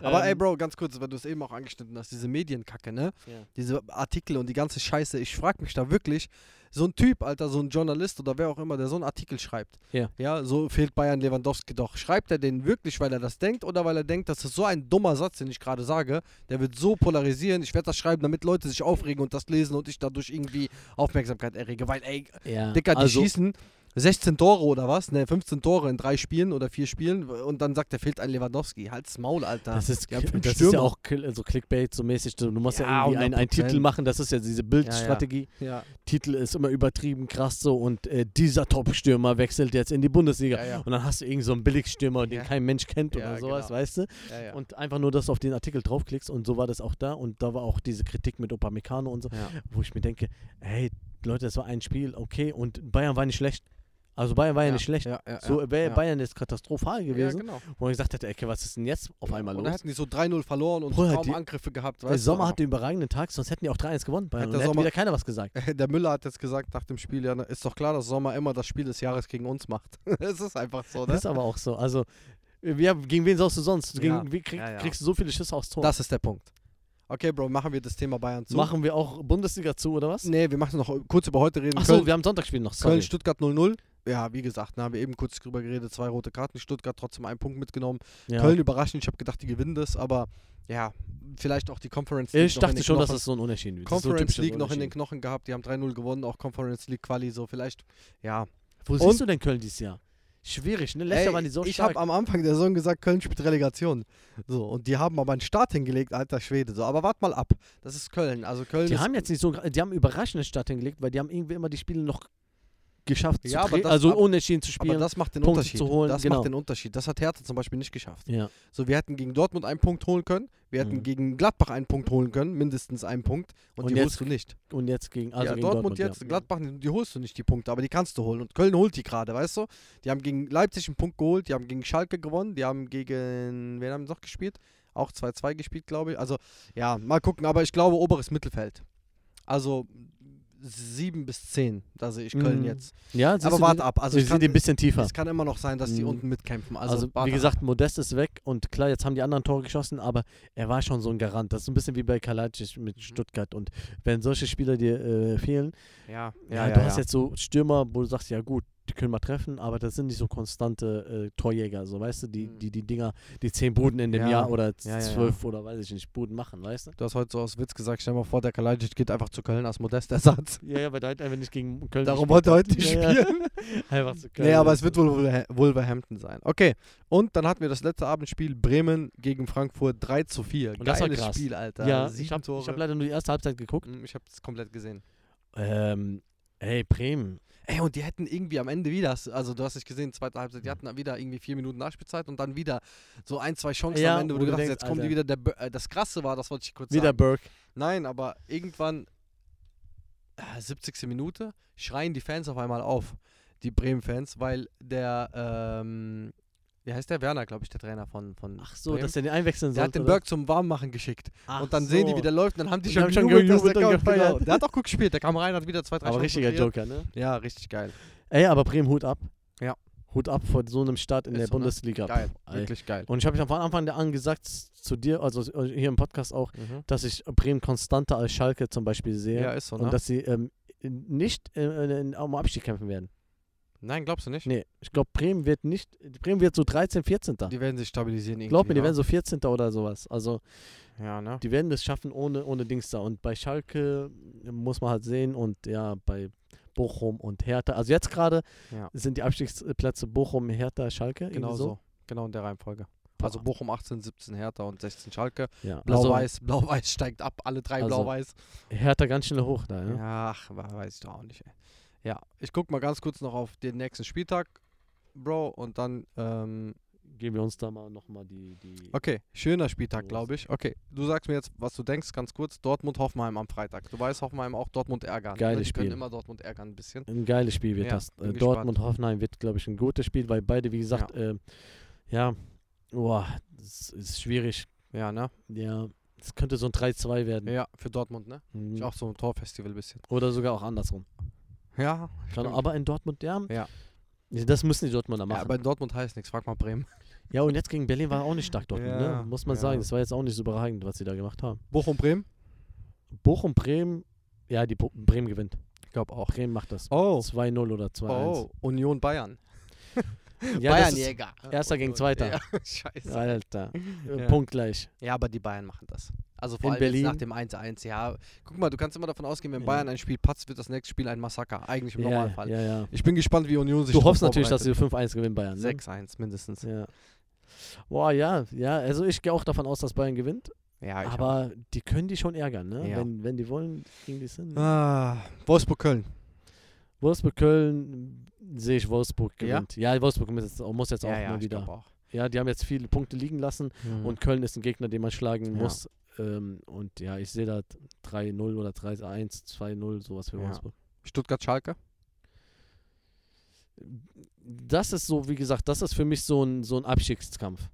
[SPEAKER 2] aber ey,
[SPEAKER 1] Ähm,
[SPEAKER 2] Bro, ganz kurz, weil du es eben auch angeschnitten hast, diese Medienkacke, ne?
[SPEAKER 1] Ja.
[SPEAKER 2] Diese Artikel und die ganze Scheiße, ich frag mich da wirklich, so ein Typ, Alter, so ein Journalist oder wer auch immer, der so einen Artikel schreibt,
[SPEAKER 1] Ja.
[SPEAKER 2] ja, so fehlt Bayern Lewandowski doch. Schreibt er den wirklich, weil er das denkt oder weil er denkt, das ist so ein dummer Satz, den ich gerade sage, der wird so polarisieren, ich werde das schreiben, damit Leute sich aufregen und das lesen und ich dadurch irgendwie Aufmerksamkeit errege, weil ey,
[SPEAKER 1] Ja,
[SPEAKER 2] Dicker, die
[SPEAKER 1] also,
[SPEAKER 2] schießen 16 Tore oder was? Ne, 15 Tore in drei Spielen oder vier Spielen und dann sagt er, fehlt ein Lewandowski. Halt's Maul, Alter.
[SPEAKER 1] Das ist,
[SPEAKER 2] Die haben fünf
[SPEAKER 1] das ist ja
[SPEAKER 2] Stürmer.
[SPEAKER 1] auch Kill- also Clickbait so mäßig. Du du musst ja,
[SPEAKER 2] Ja,
[SPEAKER 1] irgendwie einen, einen
[SPEAKER 2] 100%.
[SPEAKER 1] Titel machen. Das ist ja diese Bildstrategie.
[SPEAKER 2] Ja,
[SPEAKER 1] Titel ist immer übertrieben krass so und äh, dieser Top-Stürmer wechselt jetzt in die Bundesliga.
[SPEAKER 2] Ja, ja.
[SPEAKER 1] Und dann hast du irgend so einen Billigstürmer, den
[SPEAKER 2] Ja.
[SPEAKER 1] kein Mensch kennt
[SPEAKER 2] Ja,
[SPEAKER 1] oder sowas,
[SPEAKER 2] genau.
[SPEAKER 1] weißt du?
[SPEAKER 2] ja, ja.
[SPEAKER 1] Und einfach nur, dass du auf den Artikel draufklickst und so war das auch da und da war auch diese Kritik mit Upamecano und so,
[SPEAKER 2] Ja.
[SPEAKER 1] wo ich mir denke, hey Leute, das war ein Spiel, okay und Bayern war nicht schlecht. Also Bayern war ja, nicht schlecht.
[SPEAKER 2] Ja, ja,
[SPEAKER 1] so
[SPEAKER 2] ja,
[SPEAKER 1] wäre
[SPEAKER 2] ja.
[SPEAKER 1] Bayern jetzt katastrophal gewesen,
[SPEAKER 2] Ja, genau.
[SPEAKER 1] wo man gesagt hätte, ey, was ist denn jetzt auf einmal
[SPEAKER 2] Und
[SPEAKER 1] los?
[SPEAKER 2] dann hätten die so 3-0 verloren und
[SPEAKER 1] Bruder,
[SPEAKER 2] kaum
[SPEAKER 1] die-
[SPEAKER 2] Angriffe gehabt.
[SPEAKER 1] der
[SPEAKER 2] weißt du,
[SPEAKER 1] Sommer
[SPEAKER 2] aber-
[SPEAKER 1] hat den überragenden Tag, sonst hätten die auch 3-1 gewonnen. Bayern.
[SPEAKER 2] Hat
[SPEAKER 1] Und
[SPEAKER 2] der
[SPEAKER 1] dann hätte
[SPEAKER 2] Sommer-
[SPEAKER 1] wieder keiner was gesagt.
[SPEAKER 2] der Müller hat jetzt gesagt nach dem Spiel, ja, na, ist doch klar, dass Sommer immer das Spiel des Jahres gegen uns macht. es ist einfach so, ne?
[SPEAKER 1] Das ist aber auch so. Also, wir, gegen wen sollst du sonst? Gegen,
[SPEAKER 2] Ja.
[SPEAKER 1] wie krieg,
[SPEAKER 2] Ja, ja.
[SPEAKER 1] Kriegst du so viele Schüsse aufs Tor?
[SPEAKER 2] Das ist der Punkt. Okay, Bro, machen wir das Thema Bayern zu.
[SPEAKER 1] Machen wir auch Bundesliga zu, oder was?
[SPEAKER 2] Nee, wir machen noch kurz über heute reden. Köln-
[SPEAKER 1] Achso, wir haben Sonntagsspiel noch. Sorry.
[SPEAKER 2] Köln-Stuttgart 0-0. Ja, wie gesagt, da haben wir eben kurz drüber geredet. Zwei rote Karten. Stuttgart trotzdem einen Punkt mitgenommen.
[SPEAKER 1] ja.
[SPEAKER 2] Köln überraschend. Ich habe gedacht, die gewinnen das, aber ja, vielleicht auch die Conference League.
[SPEAKER 1] ich
[SPEAKER 2] noch in
[SPEAKER 1] dachte
[SPEAKER 2] den
[SPEAKER 1] schon, dass
[SPEAKER 2] Knochen.
[SPEAKER 1] es so ein Unentschieden wird. Das ist so
[SPEAKER 2] Conference
[SPEAKER 1] typisches
[SPEAKER 2] League noch in den
[SPEAKER 1] Unentschieden.
[SPEAKER 2] Knochen gehabt. Die haben 3-0 gewonnen. Auch Conference League Quali so. Vielleicht, ja.
[SPEAKER 1] Wo
[SPEAKER 2] Und-
[SPEAKER 1] siehst du denn Köln dieses Jahr? Schwierig, ne? Letztes
[SPEAKER 2] Ey,
[SPEAKER 1] Jahr waren die so
[SPEAKER 2] ich
[SPEAKER 1] stark.
[SPEAKER 2] habe am Anfang der Saison gesagt, Köln spielt Relegation. So, und die haben aber einen Start hingelegt, alter Schwede. So, aber wart mal ab. Das ist Köln. Also Köln
[SPEAKER 1] die
[SPEAKER 2] ist
[SPEAKER 1] haben jetzt nicht so, die haben überraschende Start hingelegt, weil die haben irgendwie immer die Spiele noch geschafft,
[SPEAKER 2] Ja,
[SPEAKER 1] zu
[SPEAKER 2] aber
[SPEAKER 1] drehen-
[SPEAKER 2] das-
[SPEAKER 1] also
[SPEAKER 2] aber-
[SPEAKER 1] Unentschieden zu
[SPEAKER 2] Aber
[SPEAKER 1] spielen.
[SPEAKER 2] das macht den
[SPEAKER 1] Punkte
[SPEAKER 2] Unterschied.
[SPEAKER 1] zu holen,
[SPEAKER 2] das
[SPEAKER 1] genau.
[SPEAKER 2] macht den Unterschied. Das hat Hertha zum Beispiel nicht geschafft.
[SPEAKER 1] Ja.
[SPEAKER 2] So, wir hätten gegen Dortmund einen Punkt holen können, wir hätten
[SPEAKER 1] Mhm.
[SPEAKER 2] gegen Gladbach einen Punkt holen können, mindestens einen Punkt. Und,
[SPEAKER 1] Und
[SPEAKER 2] die
[SPEAKER 1] jetzt
[SPEAKER 2] holst du nicht.
[SPEAKER 1] Und jetzt gegen, also
[SPEAKER 2] ja,
[SPEAKER 1] gegen
[SPEAKER 2] Dortmund,
[SPEAKER 1] Dortmund,
[SPEAKER 2] jetzt,
[SPEAKER 1] ja.
[SPEAKER 2] Gladbach, die holst du nicht die Punkte, aber die kannst du holen. Und Köln holt die gerade, weißt du? Die haben gegen Leipzig einen Punkt geholt, die haben gegen Schalke gewonnen, die haben gegen, wen haben sie noch gespielt? Auch 2-2 gespielt, glaube ich. Also, ja, mal gucken, aber ich glaube, oberes Mittelfeld. Also 7 bis 10, da sehe ich Köln
[SPEAKER 1] Mhm.
[SPEAKER 2] jetzt.
[SPEAKER 1] Ja, siehst
[SPEAKER 2] Aber
[SPEAKER 1] du,
[SPEAKER 2] wart
[SPEAKER 1] die-
[SPEAKER 2] ab. Also,
[SPEAKER 1] die
[SPEAKER 2] ich kann,
[SPEAKER 1] sind ein bisschen tiefer.
[SPEAKER 2] es kann immer noch sein, dass die
[SPEAKER 1] Mhm.
[SPEAKER 2] unten mitkämpfen. Also,
[SPEAKER 1] Also,
[SPEAKER 2] wart
[SPEAKER 1] wie
[SPEAKER 2] ab.
[SPEAKER 1] gesagt, Modest ist weg und klar, jetzt haben die anderen Tore geschossen, aber er war schon so ein Garant. Das ist so ein bisschen wie bei Kalajdzic mit Stuttgart. Und wenn solche Spieler dir äh, fehlen,
[SPEAKER 2] ja,
[SPEAKER 1] ja, du hast jetzt so Stürmer, wo du sagst, ja gut, die können mal treffen, aber das sind nicht so konstante äh, Torjäger. So, weißt du, die,
[SPEAKER 2] Mhm.
[SPEAKER 1] die, die Dinger, die zehn Buden in dem
[SPEAKER 2] Ja.
[SPEAKER 1] Jahr oder
[SPEAKER 2] Ja, ja, ja.
[SPEAKER 1] zwölf oder weiß ich nicht, Buden machen, weißt du?
[SPEAKER 2] Du hast heute so aus Witz gesagt, stell mal vor, der Kalajdzic geht einfach zu Köln als Modestersatz.
[SPEAKER 1] Ja, ja, weil der halt einfach nicht gegen Köln
[SPEAKER 2] Darum wollte er heute nicht
[SPEAKER 1] Ja, ja.
[SPEAKER 2] spielen.
[SPEAKER 1] Einfach zu Köln.
[SPEAKER 2] Nee, aber es wird wohl Wolver- Wolverhampton sein. Okay, und dann hatten wir das letzte Abendspiel Bremen gegen Frankfurt 3 zu 4.
[SPEAKER 1] Und das
[SPEAKER 2] Geiles
[SPEAKER 1] war krass.
[SPEAKER 2] Spiel, Alter.
[SPEAKER 1] Ja,
[SPEAKER 2] Sieben
[SPEAKER 1] ich habe
[SPEAKER 2] Tore.
[SPEAKER 1] hab leider nur die erste Halbzeit geguckt.
[SPEAKER 2] Hm, ich hab's komplett gesehen.
[SPEAKER 1] Ähm, hey, Bremen.
[SPEAKER 2] Ey, und die hätten irgendwie am Ende wieder, also du hast nicht gesehen, zweite Halbzeit, die hatten da wieder irgendwie vier Minuten Nachspielzeit und dann wieder so ein, zwei Chancen
[SPEAKER 1] Ja,
[SPEAKER 2] am Ende, wo,
[SPEAKER 1] wo du
[SPEAKER 2] du gedacht hast,
[SPEAKER 1] denkst,
[SPEAKER 2] jetzt kommen die
[SPEAKER 1] Alter.
[SPEAKER 2] wieder. Der, Bö- äh, das Krasse war, das wollte ich kurz
[SPEAKER 1] Wieder
[SPEAKER 2] sagen.
[SPEAKER 1] Burke.
[SPEAKER 2] Nein, aber irgendwann, äh, 70. Minute, schreien die Fans auf einmal auf, die Bremen-Fans, weil der ähm, Wie heißt der? Werner, glaube ich, der Trainer von. von
[SPEAKER 1] Ach so,
[SPEAKER 2] Bremen.
[SPEAKER 1] dass er den einwechseln
[SPEAKER 2] Der
[SPEAKER 1] sollte.
[SPEAKER 2] hat den
[SPEAKER 1] oder?
[SPEAKER 2] Berg zum Warmmachen geschickt.
[SPEAKER 1] Ach
[SPEAKER 2] und dann sehen die,
[SPEAKER 1] so.
[SPEAKER 2] wie der läuft. Und dann haben die
[SPEAKER 1] Und
[SPEAKER 2] schon,
[SPEAKER 1] haben schon
[SPEAKER 2] gejubelt, dass der
[SPEAKER 1] gejubelt und
[SPEAKER 2] kommt. Genau.
[SPEAKER 1] gefeiert.
[SPEAKER 2] Der hat auch gut gespielt. Der kam rein, hat wieder zwei, drei
[SPEAKER 1] Aber
[SPEAKER 2] Chancen
[SPEAKER 1] richtiger
[SPEAKER 2] kreiert.
[SPEAKER 1] Joker, ne?
[SPEAKER 2] Ja, richtig geil.
[SPEAKER 1] Ey, aber Bremen Hut ab.
[SPEAKER 2] Ja.
[SPEAKER 1] Hut ab vor so einem Start in
[SPEAKER 2] Ist
[SPEAKER 1] der
[SPEAKER 2] so, ne?
[SPEAKER 1] Bundesliga.
[SPEAKER 2] Geil.
[SPEAKER 1] Ey.
[SPEAKER 2] Wirklich geil.
[SPEAKER 1] Und ich habe ja von Anfang an gesagt s- zu dir, also s- hier im Podcast auch,
[SPEAKER 2] Mhm.
[SPEAKER 1] dass ich Bremen konstanter als Schalke zum Beispiel sehe.
[SPEAKER 2] Ja, ist so,
[SPEAKER 1] Und
[SPEAKER 2] ne?
[SPEAKER 1] dass sie ähm, nicht äh, äh, um Abstieg kämpfen werden.
[SPEAKER 2] Nein, glaubst du nicht?
[SPEAKER 1] Nee, ich glaube, Bremen wird nicht. Bremen wird so 13, 14.
[SPEAKER 2] Die werden sich stabilisieren irgendwie.
[SPEAKER 1] Glaub mir, die
[SPEAKER 2] ne?
[SPEAKER 1] werden so 14. oder sowas. Also,
[SPEAKER 2] Ja, ne?
[SPEAKER 1] die werden das schaffen ohne, ohne Dings da. Und bei Schalke muss man halt sehen und ja, bei Bochum und Hertha. Also, jetzt gerade
[SPEAKER 2] Ja.
[SPEAKER 1] sind die Abstiegsplätze Bochum, Hertha, Schalke. irgendwie
[SPEAKER 2] Genau
[SPEAKER 1] so.
[SPEAKER 2] so. Genau in der Reihenfolge. Also
[SPEAKER 1] Boah.
[SPEAKER 2] Bochum 18, 17 Hertha und 16 Schalke.
[SPEAKER 1] Ja. Also,
[SPEAKER 2] Blau-Weiß, Blau-Weiß steigt ab, alle drei
[SPEAKER 1] Also,
[SPEAKER 2] Blau-Weiß.
[SPEAKER 1] Hertha ganz schnell hoch da. Ja.
[SPEAKER 2] Ja, ach, wa- weiß ich doch auch nicht. Ey. Ja, ich guck mal ganz kurz noch auf den nächsten Spieltag, Bro, und dann, ähm,
[SPEAKER 1] Geben wir uns da mal nochmal die. die
[SPEAKER 2] okay, schöner Spieltag,
[SPEAKER 1] Los.
[SPEAKER 2] glaube ich. Okay, du sagst mir jetzt, was du denkst, ganz kurz. Dortmund-Hoffenheim am Freitag. Du weißt, Hoffenheim auch Dortmund ärgern.
[SPEAKER 1] Geiles
[SPEAKER 2] ne? Die können
[SPEAKER 1] Spiel.
[SPEAKER 2] immer Dortmund ärgern ein bisschen.
[SPEAKER 1] Ein geiles Spiel wird
[SPEAKER 2] Ja,
[SPEAKER 1] das.
[SPEAKER 2] bin
[SPEAKER 1] Äh,
[SPEAKER 2] gespannt.
[SPEAKER 1] Dortmund-Hoffenheim wird, glaube ich, ein gutes Spiel, weil beide, wie gesagt, ja, äh, ja boah, das ist schwierig.
[SPEAKER 2] Ja, ne?
[SPEAKER 1] Ja, es könnte so ein 3-2 werden.
[SPEAKER 2] Mhm. Ja, für Dortmund, ne?
[SPEAKER 1] Mhm.
[SPEAKER 2] Ist auch so ein Torfestival bisschen.
[SPEAKER 1] Oder sogar auch andersrum.
[SPEAKER 2] Ja,
[SPEAKER 1] Kann,
[SPEAKER 2] stimmt.
[SPEAKER 1] aber in Dortmund, ja,
[SPEAKER 2] Ja.
[SPEAKER 1] Das müssen die Dortmunder
[SPEAKER 2] ja,
[SPEAKER 1] machen.
[SPEAKER 2] aber
[SPEAKER 1] Ja,
[SPEAKER 2] in Dortmund heißt nichts. Frag mal Bremen.
[SPEAKER 1] und jetzt gegen Berlin war auch nicht stark Dortmund,
[SPEAKER 2] Ja,
[SPEAKER 1] ne? muss man
[SPEAKER 2] ja.
[SPEAKER 1] sagen. Das war jetzt auch nicht so überragend, was sie da gemacht haben.
[SPEAKER 2] Bochum-Bremen?
[SPEAKER 1] Bochum, Bremen, ja, die Bo Bremen gewinnt.
[SPEAKER 2] Ich glaube auch.
[SPEAKER 1] Bremen macht das.
[SPEAKER 2] Oh,
[SPEAKER 1] 2-0 oder 2-1.
[SPEAKER 2] oh, Union Bayern.
[SPEAKER 1] Ja, das ist-
[SPEAKER 2] Bayernjäger.
[SPEAKER 1] Erster gegen Zweiter.
[SPEAKER 2] Ja, scheiße.
[SPEAKER 1] Alter, äh,
[SPEAKER 2] Ja.
[SPEAKER 1] Punkt gleich.
[SPEAKER 2] Ja, aber die Bayern machen das. Also
[SPEAKER 1] In
[SPEAKER 2] vor allem jetzt nach
[SPEAKER 1] Berlin?
[SPEAKER 2] dem 1-1. Ja, guck mal, du kannst immer davon ausgehen, wenn
[SPEAKER 1] Ja.
[SPEAKER 2] Bayern ein Spiel patzt, wird das nächste Spiel ein Massaker. Eigentlich im
[SPEAKER 1] Ja, ja,
[SPEAKER 2] Normalfall.
[SPEAKER 1] ja.
[SPEAKER 2] Ich bin gespannt, wie Union sich
[SPEAKER 1] Du
[SPEAKER 2] drauf
[SPEAKER 1] hoffst natürlich, dass sie
[SPEAKER 2] vorbereitet.
[SPEAKER 1] 5-1 gewinnen, Bayern. Ne?
[SPEAKER 2] 6-1 mindestens. Ja,
[SPEAKER 1] Ja. Boah, ja, ja. Also ich gehe auch davon aus, dass Bayern gewinnt.
[SPEAKER 2] ich auch.
[SPEAKER 1] aber die können die schon ärgern, ne?
[SPEAKER 2] Ja.
[SPEAKER 1] Wenn, wenn die wollen, kriegen die es hin. ne?
[SPEAKER 2] Ah, Wolfsburg-Köln.
[SPEAKER 1] Wolfsburg-Köln m, sehe ich Wolfsburg
[SPEAKER 2] Ja?
[SPEAKER 1] gewinnt. Ja, Wolfsburg muss jetzt, muss jetzt auch mal
[SPEAKER 2] ich
[SPEAKER 1] wieder. Mhm.
[SPEAKER 2] glaub auch. Mhm.
[SPEAKER 1] Ja, die haben jetzt viele Punkte liegen lassen und Köln ist ein Gegner, den man schlagen
[SPEAKER 2] Ja.
[SPEAKER 1] muss. Ähm, und ja, ich sehe da 3-0 oder 3-1, 2-0, sowas für
[SPEAKER 2] Ja.
[SPEAKER 1] Wolfsburg.
[SPEAKER 2] Stuttgart-Schalke?
[SPEAKER 1] Das ist so, wie gesagt, das ist für mich so ein, so ein Abstiegskampf.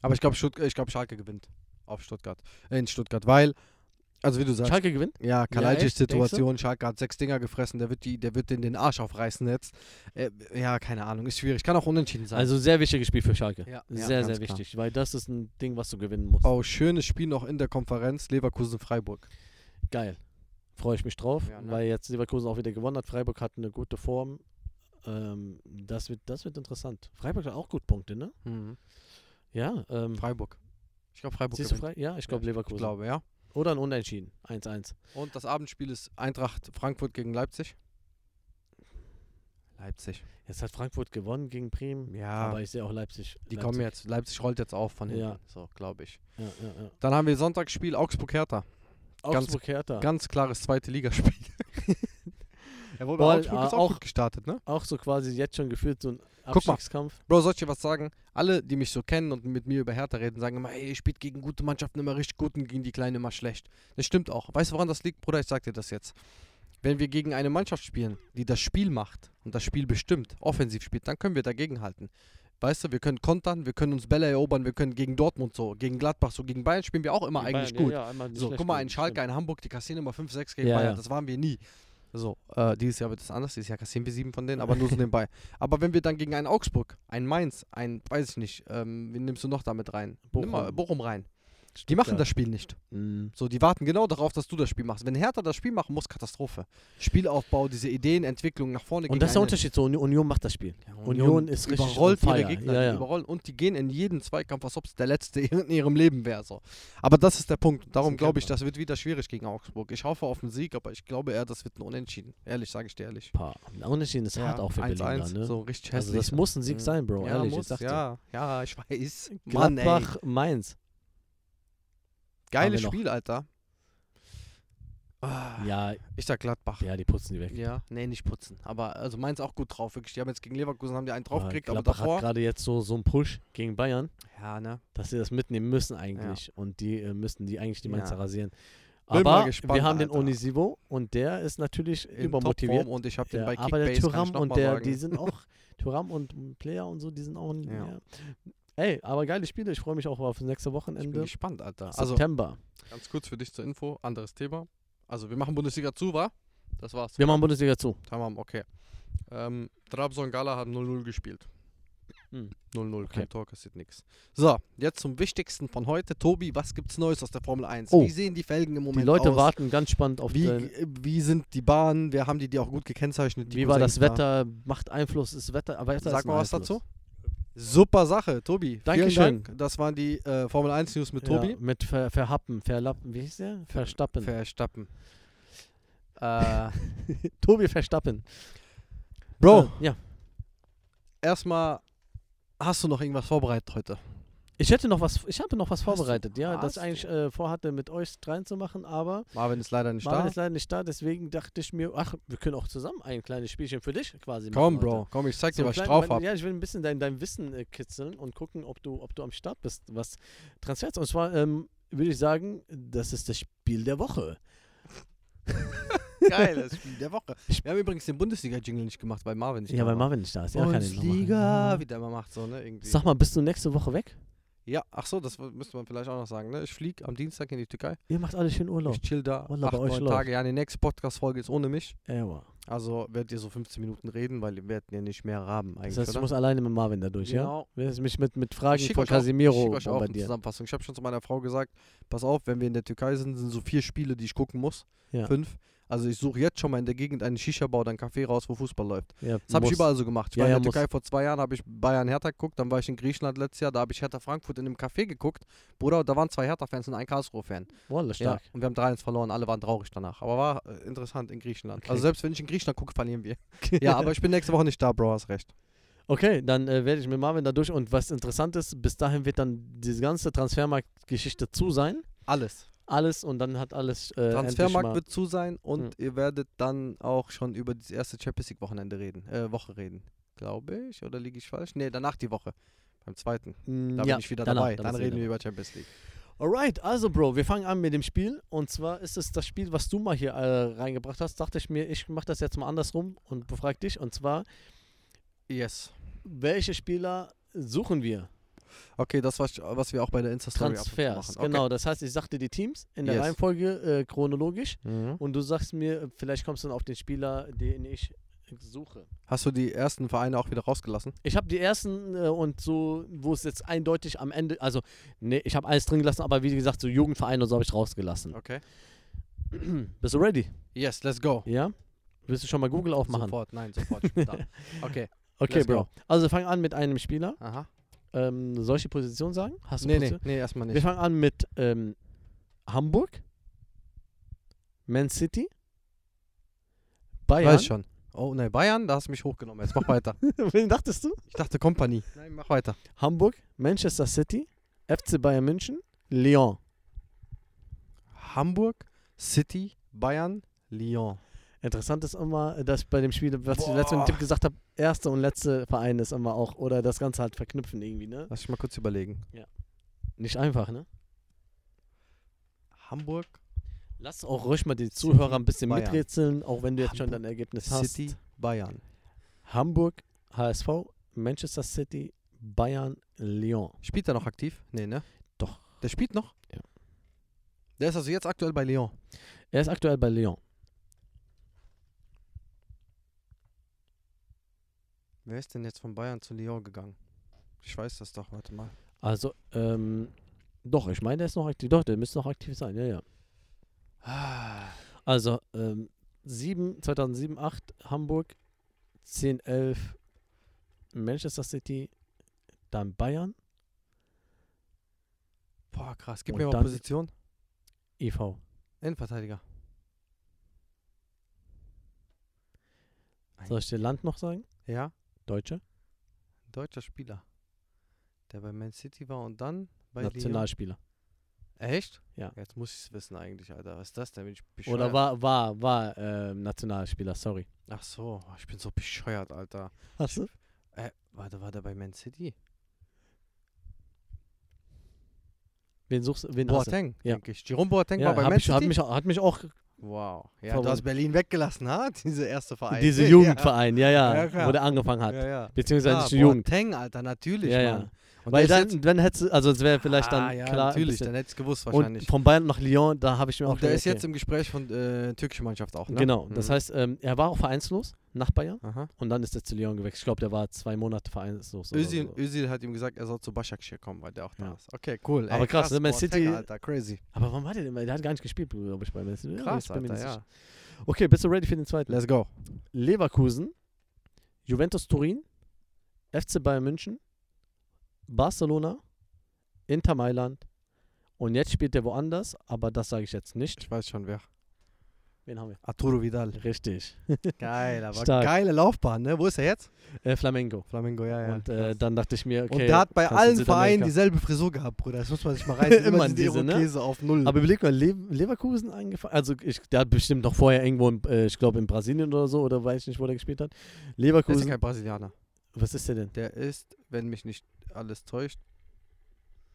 [SPEAKER 2] Aber ich glaube, ich glaub, Schalke gewinnt auf Stuttgart. Äh, in Stuttgart, weil, also wie du sagst,
[SPEAKER 1] Schalke gewinnt?
[SPEAKER 2] Ja,
[SPEAKER 1] echt? Denkst du?
[SPEAKER 2] Kalajdzic-Situation. Schalke hat sechs Dinger gefressen. Der wird, die, der wird den, den Arsch aufreißen jetzt. Äh, ja, keine Ahnung. Ist schwierig. Kann auch unentschieden sein.
[SPEAKER 1] Also sehr wichtiges Spiel für Schalke.
[SPEAKER 2] Ja, ja,
[SPEAKER 1] sehr,
[SPEAKER 2] ganz
[SPEAKER 1] sehr
[SPEAKER 2] klar.
[SPEAKER 1] wichtig, weil das ist ein Ding, was du gewinnen musst.
[SPEAKER 2] oh, schönes Spiel noch in der Konferenz. Leverkusen-Freiburg.
[SPEAKER 1] Geil. Freue ich mich drauf,
[SPEAKER 2] Ja, ne?
[SPEAKER 1] weil jetzt Leverkusen auch wieder gewonnen hat. Freiburg hat eine gute Form. Ähm, das, wird, das wird interessant. Freiburg hat auch gut Punkte, ne?
[SPEAKER 2] Mhm.
[SPEAKER 1] Ja, ähm,
[SPEAKER 2] Freiburg. Ich glaube, Freiburg
[SPEAKER 1] siehst du
[SPEAKER 2] gewinnt.
[SPEAKER 1] frei? Ja, ich glaube
[SPEAKER 2] Ich
[SPEAKER 1] Leverkusen.
[SPEAKER 2] glaube, ja.
[SPEAKER 1] Oder ein Unentschieden. 1-1.
[SPEAKER 2] Und das Abendspiel ist Eintracht Frankfurt gegen Leipzig. Leipzig.
[SPEAKER 1] Jetzt hat Frankfurt gewonnen gegen Bremen.
[SPEAKER 2] Ja,
[SPEAKER 1] Aber ich sehe auch Leipzig.
[SPEAKER 2] die
[SPEAKER 1] Leipzig.
[SPEAKER 2] kommen jetzt. Leipzig rollt jetzt auf von hinten.
[SPEAKER 1] Ja.
[SPEAKER 2] So, glaube ich.
[SPEAKER 1] Ja, ja, ja.
[SPEAKER 2] Dann haben wir Sonntagsspiel Augsburg-Hertha. Ganz-
[SPEAKER 1] Augsburg Hertha.
[SPEAKER 2] Ganz klares zweite Ligaspiel. ja, wobei
[SPEAKER 1] Boah,
[SPEAKER 2] Augsburg
[SPEAKER 1] äh,
[SPEAKER 2] ist auch
[SPEAKER 1] auch-
[SPEAKER 2] gut gestartet, ne?
[SPEAKER 1] Auch so quasi jetzt schon gefühlt so ein
[SPEAKER 2] Guck mal.
[SPEAKER 1] Abstiegskampf.
[SPEAKER 2] Bro, soll ich dir was sagen? Alle, die mich so kennen und mit mir über Hertha reden, sagen immer, ey, ihr spielt gegen gute Mannschaften immer richtig gut und gegen die Kleinen immer schlecht. Das stimmt auch. Weißt du, woran das liegt, Bruder? Ich sag dir das jetzt. Wenn wir gegen eine Mannschaft spielen, die das Spiel macht und das Spiel bestimmt, offensiv spielt, dann können wir dagegenhalten. Weißt du, wir können kontern, wir können uns Bälle erobern, wir können gegen Dortmund so, gegen Gladbach so, gegen Bayern spielen wir auch immer
[SPEAKER 1] Gegen
[SPEAKER 2] eigentlich
[SPEAKER 1] Bayern,
[SPEAKER 2] gut.
[SPEAKER 1] Ja, ja, einmal nicht
[SPEAKER 2] so,
[SPEAKER 1] schlecht
[SPEAKER 2] guck mal,
[SPEAKER 1] gut,
[SPEAKER 2] ein Schalke,
[SPEAKER 1] stimmt.
[SPEAKER 2] ein Hamburg, die kassieren immer 5-6 gegen
[SPEAKER 1] Ja,
[SPEAKER 2] Bayern.
[SPEAKER 1] ja.
[SPEAKER 2] Das waren wir nie. So, äh, dieses Jahr wird es anders. Dieses Jahr kassieren wir sieben von denen, aber nur so nebenbei. Aber wenn wir dann gegen einen Augsburg, einen Mainz, einen, weiß ich nicht, ähm, wen nimmst du noch damit rein? Nimm mal
[SPEAKER 1] Bochum.
[SPEAKER 2] Bochum rein. Die machen
[SPEAKER 1] Stuttgart.
[SPEAKER 2] das Spiel nicht.
[SPEAKER 1] Mhm.
[SPEAKER 2] So, die warten genau darauf, dass du das Spiel machst. Wenn Hertha das Spiel machen muss, Katastrophe. Spielaufbau, diese Ideen, Entwicklung nach vorne. gegen
[SPEAKER 1] Und das ist der
[SPEAKER 2] eine-
[SPEAKER 1] Unterschied. So, Uni- Union macht das Spiel.
[SPEAKER 2] Ja,
[SPEAKER 1] Union ist richtig
[SPEAKER 2] überrollt
[SPEAKER 1] on
[SPEAKER 2] ihre
[SPEAKER 1] fire.
[SPEAKER 2] Gegner,
[SPEAKER 1] Ja,
[SPEAKER 2] die
[SPEAKER 1] ja.
[SPEAKER 2] überrollen und die gehen in jeden Zweikampf, als ob es der letzte in ihrem Leben wäre. So. Aber das ist der Punkt. Und Darum
[SPEAKER 1] ein
[SPEAKER 2] glaube ich,
[SPEAKER 1] Kämpfer.
[SPEAKER 2] das wird wieder schwierig gegen Augsburg. Ich hoffe auf einen Sieg, aber ich glaube eher, das wird ein Unentschieden. Ehrlich, sage ich dir ehrlich.
[SPEAKER 1] Paar. Unentschieden ist hart auch für Berlin.
[SPEAKER 2] 1-1,
[SPEAKER 1] ne?
[SPEAKER 2] so richtig
[SPEAKER 1] also
[SPEAKER 2] hässlich.
[SPEAKER 1] das muss ein Sieg
[SPEAKER 2] Mhm.
[SPEAKER 1] sein, Bro.
[SPEAKER 2] ja,
[SPEAKER 1] ehrlich,
[SPEAKER 2] muss,
[SPEAKER 1] ich sag dir.
[SPEAKER 2] ja, ja, ich weiß. Mann, ey.
[SPEAKER 1] Gladbach, Mainz.
[SPEAKER 2] Geiles
[SPEAKER 1] haben wir noch.
[SPEAKER 2] Spiel, Alter. Ah,
[SPEAKER 1] Ja,
[SPEAKER 2] Ich sag Gladbach.
[SPEAKER 1] ja, die putzen die weg.
[SPEAKER 2] Ja, nee, nicht putzen. Aber also meins auch gut drauf, wirklich. Die haben jetzt gegen Leverkusen haben die einen
[SPEAKER 1] Aber
[SPEAKER 2] draufgekriegt, aber
[SPEAKER 1] Ah, Gladbach hat
[SPEAKER 2] davor.
[SPEAKER 1] gerade jetzt so, so einen Push gegen Bayern,
[SPEAKER 2] Ja, ne?
[SPEAKER 1] dass sie das mitnehmen müssen eigentlich. Und die äh, müssen die eigentlich die Mainzer
[SPEAKER 2] Ja.
[SPEAKER 1] rasieren.
[SPEAKER 2] Bin mal
[SPEAKER 1] Aber
[SPEAKER 2] gespannt,
[SPEAKER 1] wir haben den
[SPEAKER 2] Alter.
[SPEAKER 1] Onisivo und der ist natürlich
[SPEAKER 2] In
[SPEAKER 1] übermotiviert.
[SPEAKER 2] Topform Und ich habe den
[SPEAKER 1] Ja,
[SPEAKER 2] bei
[SPEAKER 1] aber der
[SPEAKER 2] Kickbase, kann ich
[SPEAKER 1] Thuram
[SPEAKER 2] noch
[SPEAKER 1] und
[SPEAKER 2] mal
[SPEAKER 1] der,
[SPEAKER 2] sagen.
[SPEAKER 1] die sind auch, Thuram und Player und so, die sind auch.
[SPEAKER 2] Ja.
[SPEAKER 1] Ja. Ey, aber geile Spiele. Ich freue mich auch auf das nächste
[SPEAKER 2] ich bin
[SPEAKER 1] Wochenende.
[SPEAKER 2] gespannt, Alter. Also,
[SPEAKER 1] September.
[SPEAKER 2] ganz kurz für dich zur Info, anderes Thema. Also, wir machen Bundesliga zu, wa? Das war's.
[SPEAKER 1] Wir machen Bundesliga zu.
[SPEAKER 2] Tamam, okay. Ähm, Trabzon Gala hat 0-0 gespielt.
[SPEAKER 1] Hm.
[SPEAKER 2] 0-0,
[SPEAKER 1] Okay.
[SPEAKER 2] kein Tor, kassiert nix. So, jetzt zum Wichtigsten von heute. Tobi, was gibt's Neues aus der Formel 1?
[SPEAKER 1] Oh.
[SPEAKER 2] Wie sehen die Felgen im
[SPEAKER 1] Die
[SPEAKER 2] Moment
[SPEAKER 1] Leute
[SPEAKER 2] aus?
[SPEAKER 1] warten ganz spannend auf
[SPEAKER 2] Wie,
[SPEAKER 1] den,
[SPEAKER 2] äh, wie sind die Bahnen? Wir haben die, die auch gut gekennzeichnet. die
[SPEAKER 1] Wie war das
[SPEAKER 2] Cousins da.
[SPEAKER 1] Wetter? Macht Einfluss, ist Wetter. aber Wetter
[SPEAKER 2] Sag
[SPEAKER 1] ist
[SPEAKER 2] mal
[SPEAKER 1] ein
[SPEAKER 2] was
[SPEAKER 1] Einfluss.
[SPEAKER 2] dazu. Super Sache, Tobi.
[SPEAKER 1] Dankeschön.
[SPEAKER 2] Vielen Dank. Das waren die äh, Formel 1 News mit
[SPEAKER 1] Ja,
[SPEAKER 2] Tobi.
[SPEAKER 1] mit Ver Verhappen, Verlappen, wie hieß der? Verstappen.
[SPEAKER 2] Verstappen. Äh,
[SPEAKER 1] Tobi Verstappen.
[SPEAKER 2] Bro,
[SPEAKER 1] Äh, ja.
[SPEAKER 2] erstmal hast du noch irgendwas vorbereitet heute?
[SPEAKER 1] Ich hätte noch was, ich habe noch was
[SPEAKER 2] du?
[SPEAKER 1] vorbereitet, ja, das
[SPEAKER 2] Hast
[SPEAKER 1] ich eigentlich
[SPEAKER 2] du?
[SPEAKER 1] äh, vorhatte, mit euch reinzumachen, aber
[SPEAKER 2] Marvin ist leider nicht
[SPEAKER 1] Marvin
[SPEAKER 2] da.
[SPEAKER 1] ist leider nicht da, deswegen dachte ich mir, ach, wir können auch zusammen ein kleines Spielchen für dich quasi
[SPEAKER 2] Komm,
[SPEAKER 1] machen. heute.
[SPEAKER 2] Bro, komm, ich zeig
[SPEAKER 1] So
[SPEAKER 2] dir, was
[SPEAKER 1] klein-
[SPEAKER 2] ich drauf
[SPEAKER 1] mein-
[SPEAKER 2] hab.
[SPEAKER 1] Ja, ich will ein bisschen dein, dein Wissen äh, kitzeln und gucken, ob du, ob du am Start bist, was Transfers. Und zwar ähm, würde ich sagen, das ist das Spiel der Woche.
[SPEAKER 2] Geiles Spiel der Woche. Wir haben übrigens den Bundesliga-Jingle nicht gemacht, weil Marvin nicht
[SPEAKER 1] ja,
[SPEAKER 2] da
[SPEAKER 1] weil
[SPEAKER 2] war.
[SPEAKER 1] Marvin nicht da ist. Ja, kann ich noch machen.
[SPEAKER 2] Bundesliga, wie der immer macht, so, ne? Irgendwie.
[SPEAKER 1] Sag mal, bist du nächste Woche weg?
[SPEAKER 2] Ja, ach so, das w- müsste man vielleicht auch noch sagen, ne? Ich flieg am Dienstag in die Türkei.
[SPEAKER 1] Ihr macht alle schön Urlaub.
[SPEAKER 2] Ich chill da
[SPEAKER 1] Wallah,
[SPEAKER 2] acht,
[SPEAKER 1] bei euch
[SPEAKER 2] neun
[SPEAKER 1] läuft.
[SPEAKER 2] Tage. Ja, die nächste Podcast-Folge ist ohne mich.
[SPEAKER 1] Ja, wow.
[SPEAKER 2] Also werdet ihr so 15 Minuten reden, weil wir werden ja nicht mehr haben eigentlich,
[SPEAKER 1] Das heißt, ich
[SPEAKER 2] oder?
[SPEAKER 1] muss alleine mit Marvin da durch, ja?
[SPEAKER 2] genau.
[SPEAKER 1] Willst du mich mit, mit Fragen
[SPEAKER 2] Ich schick
[SPEAKER 1] von
[SPEAKER 2] euch auch- ich
[SPEAKER 1] Casimiro
[SPEAKER 2] schick euch auch eine
[SPEAKER 1] bombardieren?
[SPEAKER 2] Zusammenfassung. Ich habe schon zu meiner Frau gesagt, pass auf, wenn wir in der Türkei sind, sind so vier Spiele, die ich gucken muss.
[SPEAKER 1] Ja.
[SPEAKER 2] Fünf. Also ich suche jetzt schon mal in der Gegend einen Shisha-Bar oder einen Café raus, wo Fußball läuft.
[SPEAKER 1] Ja,
[SPEAKER 2] Das habe
[SPEAKER 1] muss.
[SPEAKER 2] ich überall so gemacht. Ich
[SPEAKER 1] Ja,
[SPEAKER 2] war
[SPEAKER 1] ja,
[SPEAKER 2] in der
[SPEAKER 1] muss.
[SPEAKER 2] Türkei vor zwei Jahren, habe ich Bayern Hertha geguckt, dann war ich in Griechenland letztes Jahr, da habe ich Hertha Frankfurt in einem Café geguckt. Bruder, da waren zwei Hertha-Fans und ein Karlsruhe-Fan.
[SPEAKER 1] Wallah,
[SPEAKER 2] Ja,
[SPEAKER 1] stark.
[SPEAKER 2] und wir haben 3-1 verloren, alle waren traurig danach. Aber war äh, interessant in Griechenland.
[SPEAKER 1] Okay.
[SPEAKER 2] Also selbst wenn ich in Griechenland gucke, verlieren wir. ja, aber ich bin nächste Woche nicht da, Bro, hast recht.
[SPEAKER 1] Okay, dann äh, werde ich mit Marvin da durch. Und was interessant ist, bis dahin wird dann diese ganze Transfermarkt-Geschichte zu sein.
[SPEAKER 2] Alles.
[SPEAKER 1] Alles und dann hat alles. Äh, endlich
[SPEAKER 2] Transfermarkt
[SPEAKER 1] mal-
[SPEAKER 2] wird zu sein und
[SPEAKER 1] Mhm.
[SPEAKER 2] ihr werdet dann auch schon über das erste Champions League Wochenende reden, äh, Woche reden, glaube ich, oder liege ich falsch? Nee, danach die Woche. Beim zweiten.
[SPEAKER 1] Mm,
[SPEAKER 2] hm, Da
[SPEAKER 1] ja,
[SPEAKER 2] bin ich wieder
[SPEAKER 1] danach,
[SPEAKER 2] dabei.
[SPEAKER 1] dann
[SPEAKER 2] Dann
[SPEAKER 1] bist du
[SPEAKER 2] reden wir
[SPEAKER 1] wieder
[SPEAKER 2] über Champions League.
[SPEAKER 1] Alright, also Bro, wir fangen an mit dem Spiel. Und zwar ist es das Spiel, was du mal hier äh, reingebracht hast. Dachte ich mir, ich mache das jetzt mal andersrum und befrag dich. Und zwar,
[SPEAKER 2] Yes.
[SPEAKER 1] welche Spieler suchen wir?
[SPEAKER 2] Okay, das, was, was wir auch bei der Insta-Story ab und zu
[SPEAKER 1] Transfers.
[SPEAKER 2] machen.
[SPEAKER 1] Genau, das heißt, ich sagte die Teams in der
[SPEAKER 2] Yes.
[SPEAKER 1] Reihenfolge äh, chronologisch.
[SPEAKER 2] Okay.
[SPEAKER 1] Und du sagst mir, vielleicht kommst du dann auf den Spieler, den ich suche.
[SPEAKER 2] Hast du die ersten Vereine auch wieder rausgelassen?
[SPEAKER 1] Ich habe die ersten äh, und so, wo es jetzt eindeutig am Ende, also nee, ich habe alles drin gelassen, aber wie gesagt, so Jugendvereine und so habe ich rausgelassen.
[SPEAKER 2] Okay.
[SPEAKER 1] Bist du ready?
[SPEAKER 2] Yes, let's go.
[SPEAKER 1] Ja? Willst du schon mal Google aufmachen?
[SPEAKER 2] Sofort, nein, sofort. ich bin da. Okay.
[SPEAKER 1] Okay,
[SPEAKER 2] Let's
[SPEAKER 1] Bro.
[SPEAKER 2] go.
[SPEAKER 1] Also wir fangen an mit einem Spieler.
[SPEAKER 2] Aha.
[SPEAKER 1] Ähm, soll ich die Position sagen? Hast du
[SPEAKER 2] Nee, nee,
[SPEAKER 1] Position?
[SPEAKER 2] nee, erstmal
[SPEAKER 1] Wir
[SPEAKER 2] nicht.
[SPEAKER 1] fangen an mit ähm, Hamburg, Man City, Bayern.
[SPEAKER 2] Weiß schon. Oh, nein, Bayern, da hast du mich hochgenommen. Jetzt mach weiter.
[SPEAKER 1] Wen dachtest du?
[SPEAKER 2] Ich dachte Kompanie. Nein, mach weiter.
[SPEAKER 1] Hamburg, Manchester City, FC Bayern München, Lyon.
[SPEAKER 2] Hamburg, City, Bayern, Lyon.
[SPEAKER 1] Interessant ist immer, dass bei dem Spiel, was ich letztes Mal
[SPEAKER 2] Boah.
[SPEAKER 1] im Tipp gesagt habe, erste und letzte Verein ist immer auch, oder das Ganze halt verknüpfen irgendwie, ne?
[SPEAKER 2] Lass mich mal kurz überlegen.
[SPEAKER 1] Nicht einfach, ne?
[SPEAKER 2] Hamburg,
[SPEAKER 1] Lass auch ruhig mal die Zuhörer ein bisschen
[SPEAKER 2] Bayern.
[SPEAKER 1] miträtseln, auch wenn du jetzt schon
[SPEAKER 2] Hamburg,
[SPEAKER 1] dein Ergebnis hast.
[SPEAKER 2] City, Bayern.
[SPEAKER 1] Hamburg, HSV, Manchester City, Bayern, Lyon.
[SPEAKER 2] Spielt er noch aktiv? Nee, ne?
[SPEAKER 1] Doch.
[SPEAKER 2] Der spielt noch?
[SPEAKER 1] Ja.
[SPEAKER 2] Der ist also jetzt aktuell bei Lyon.
[SPEAKER 1] Er ist aktuell bei Lyon.
[SPEAKER 2] Wer ist denn jetzt von Bayern zu Lyon gegangen? Ich weiß das doch, warte mal.
[SPEAKER 1] Also, ähm, doch, ich meine, der ist noch aktiv. Doch, der müsste noch aktiv sein, ja, ja.
[SPEAKER 2] Ah,
[SPEAKER 1] Also, ähm, 7, 2007, 8 Hamburg, 10, 11 Manchester City, dann Bayern,
[SPEAKER 2] Boah, krass. Gib
[SPEAKER 1] Und
[SPEAKER 2] mir mal
[SPEAKER 1] dann-
[SPEAKER 2] Position.
[SPEAKER 1] EV.
[SPEAKER 2] Innenverteidiger.
[SPEAKER 1] Soll ich dir Land noch sagen?
[SPEAKER 2] Ja,
[SPEAKER 1] Deutsche?
[SPEAKER 2] deutscher Spieler. Der bei Man City war und dann bei
[SPEAKER 1] Nationalspieler.
[SPEAKER 2] Lyon. Echt?
[SPEAKER 1] Ja.
[SPEAKER 2] Jetzt muss ich es wissen eigentlich, Alter. Was ist das denn? Bin ich bescheuert?
[SPEAKER 1] Oder war, war, war ähm, Nationalspieler, sorry.
[SPEAKER 2] Ach so, ich bin so bescheuert, Alter.
[SPEAKER 1] Hast du?
[SPEAKER 2] Äh, warte, war der bei Man City?
[SPEAKER 1] Wen suchst wen hast du?
[SPEAKER 2] Boateng,
[SPEAKER 1] Ja.
[SPEAKER 2] denke ich. Jerome Boateng
[SPEAKER 1] Ja,
[SPEAKER 2] war bei
[SPEAKER 1] hab
[SPEAKER 2] Man
[SPEAKER 1] ich, hat,
[SPEAKER 2] City.
[SPEAKER 1] mich, hat mich auch
[SPEAKER 2] wow. Ja,
[SPEAKER 1] Verwundert.
[SPEAKER 2] du hast Berlin weggelassen, ha? Diese erste Verein.
[SPEAKER 1] diese
[SPEAKER 2] Ja.
[SPEAKER 1] Jugendverein, ja, ja,
[SPEAKER 2] Ja, klar.
[SPEAKER 1] wo der angefangen hat.
[SPEAKER 2] Ja, ja.
[SPEAKER 1] Beziehungsweise
[SPEAKER 2] Ah,
[SPEAKER 1] nicht die Jugend.
[SPEAKER 2] Boateng, Alter, natürlich,
[SPEAKER 1] Ja, ja.
[SPEAKER 2] Mann. Und
[SPEAKER 1] Weil
[SPEAKER 2] der ist
[SPEAKER 1] dann, dann hättest du, also es wäre vielleicht dann
[SPEAKER 2] ah, ja,
[SPEAKER 1] klar. ein
[SPEAKER 2] natürlich,
[SPEAKER 1] bisschen-
[SPEAKER 2] dann hättest du gewusst
[SPEAKER 1] und
[SPEAKER 2] wahrscheinlich.
[SPEAKER 1] von Bayern nach Lyon, da habe ich mir
[SPEAKER 2] Und,
[SPEAKER 1] auch
[SPEAKER 2] der
[SPEAKER 1] gedacht,
[SPEAKER 2] ist jetzt im Gespräch von äh, türkischer Mannschaft auch, ne?
[SPEAKER 1] Genau, das
[SPEAKER 2] Mhm.
[SPEAKER 1] heißt, ähm, er war auch vereinslos nach Bayern
[SPEAKER 2] Aha.
[SPEAKER 1] und dann ist er zu Lyon gewechselt. Ich glaube, der war zwei Monate vereinslos. oder
[SPEAKER 2] Özil,
[SPEAKER 1] so.
[SPEAKER 2] Özil hat ihm gesagt, er soll zu Başakşehir kommen, weil der auch da
[SPEAKER 1] Ja.
[SPEAKER 2] ist. Okay, cool.
[SPEAKER 1] Aber krass, ne, Man
[SPEAKER 2] Boateng,
[SPEAKER 1] City-
[SPEAKER 2] Alter, crazy.
[SPEAKER 1] Aber warum hat er denn? Weil Der hat gar nicht gespielt, glaube ich, bei Man City. Ja,
[SPEAKER 2] Krass,
[SPEAKER 1] ich bin mir
[SPEAKER 2] Alter,
[SPEAKER 1] nicht
[SPEAKER 2] ja.
[SPEAKER 1] sicher. Okay, bist du ready für den zweiten?
[SPEAKER 2] Let's go.
[SPEAKER 1] Leverkusen, Juventus Turin, FC Bayern München, Barcelona, Inter Mailand und jetzt spielt er woanders, aber das sage ich jetzt nicht.
[SPEAKER 2] Ich weiß schon wer.
[SPEAKER 1] Wen haben wir?
[SPEAKER 2] Arturo Vidal.
[SPEAKER 1] Richtig.
[SPEAKER 2] Geil, aber
[SPEAKER 1] Stark.
[SPEAKER 2] geile Laufbahn, ne? Wo ist er jetzt?
[SPEAKER 1] Äh, Flamengo.
[SPEAKER 2] Flamingo, ja, ja.
[SPEAKER 1] und äh, dann dachte ich mir, okay.
[SPEAKER 2] Und der hat bei
[SPEAKER 1] kannst in
[SPEAKER 2] allen Vereinen
[SPEAKER 1] Südamerika-
[SPEAKER 2] dieselbe Frisur gehabt, Bruder. Das muss man sich mal reißen.
[SPEAKER 1] Immer
[SPEAKER 2] diese
[SPEAKER 1] diese, ne?
[SPEAKER 2] Irokese auf Null.
[SPEAKER 1] Aber überleg mal, Le Leverkusen angefangen. Also, ich, der hat bestimmt noch vorher irgendwo, in, äh, ich glaube, in Brasilien oder so, oder weiß ich nicht, wo der gespielt hat.
[SPEAKER 2] der ist
[SPEAKER 1] Leverkusen.
[SPEAKER 2] ja kein Brasilianer.
[SPEAKER 1] was ist der denn?
[SPEAKER 2] Der ist, wenn mich nicht alles täuscht,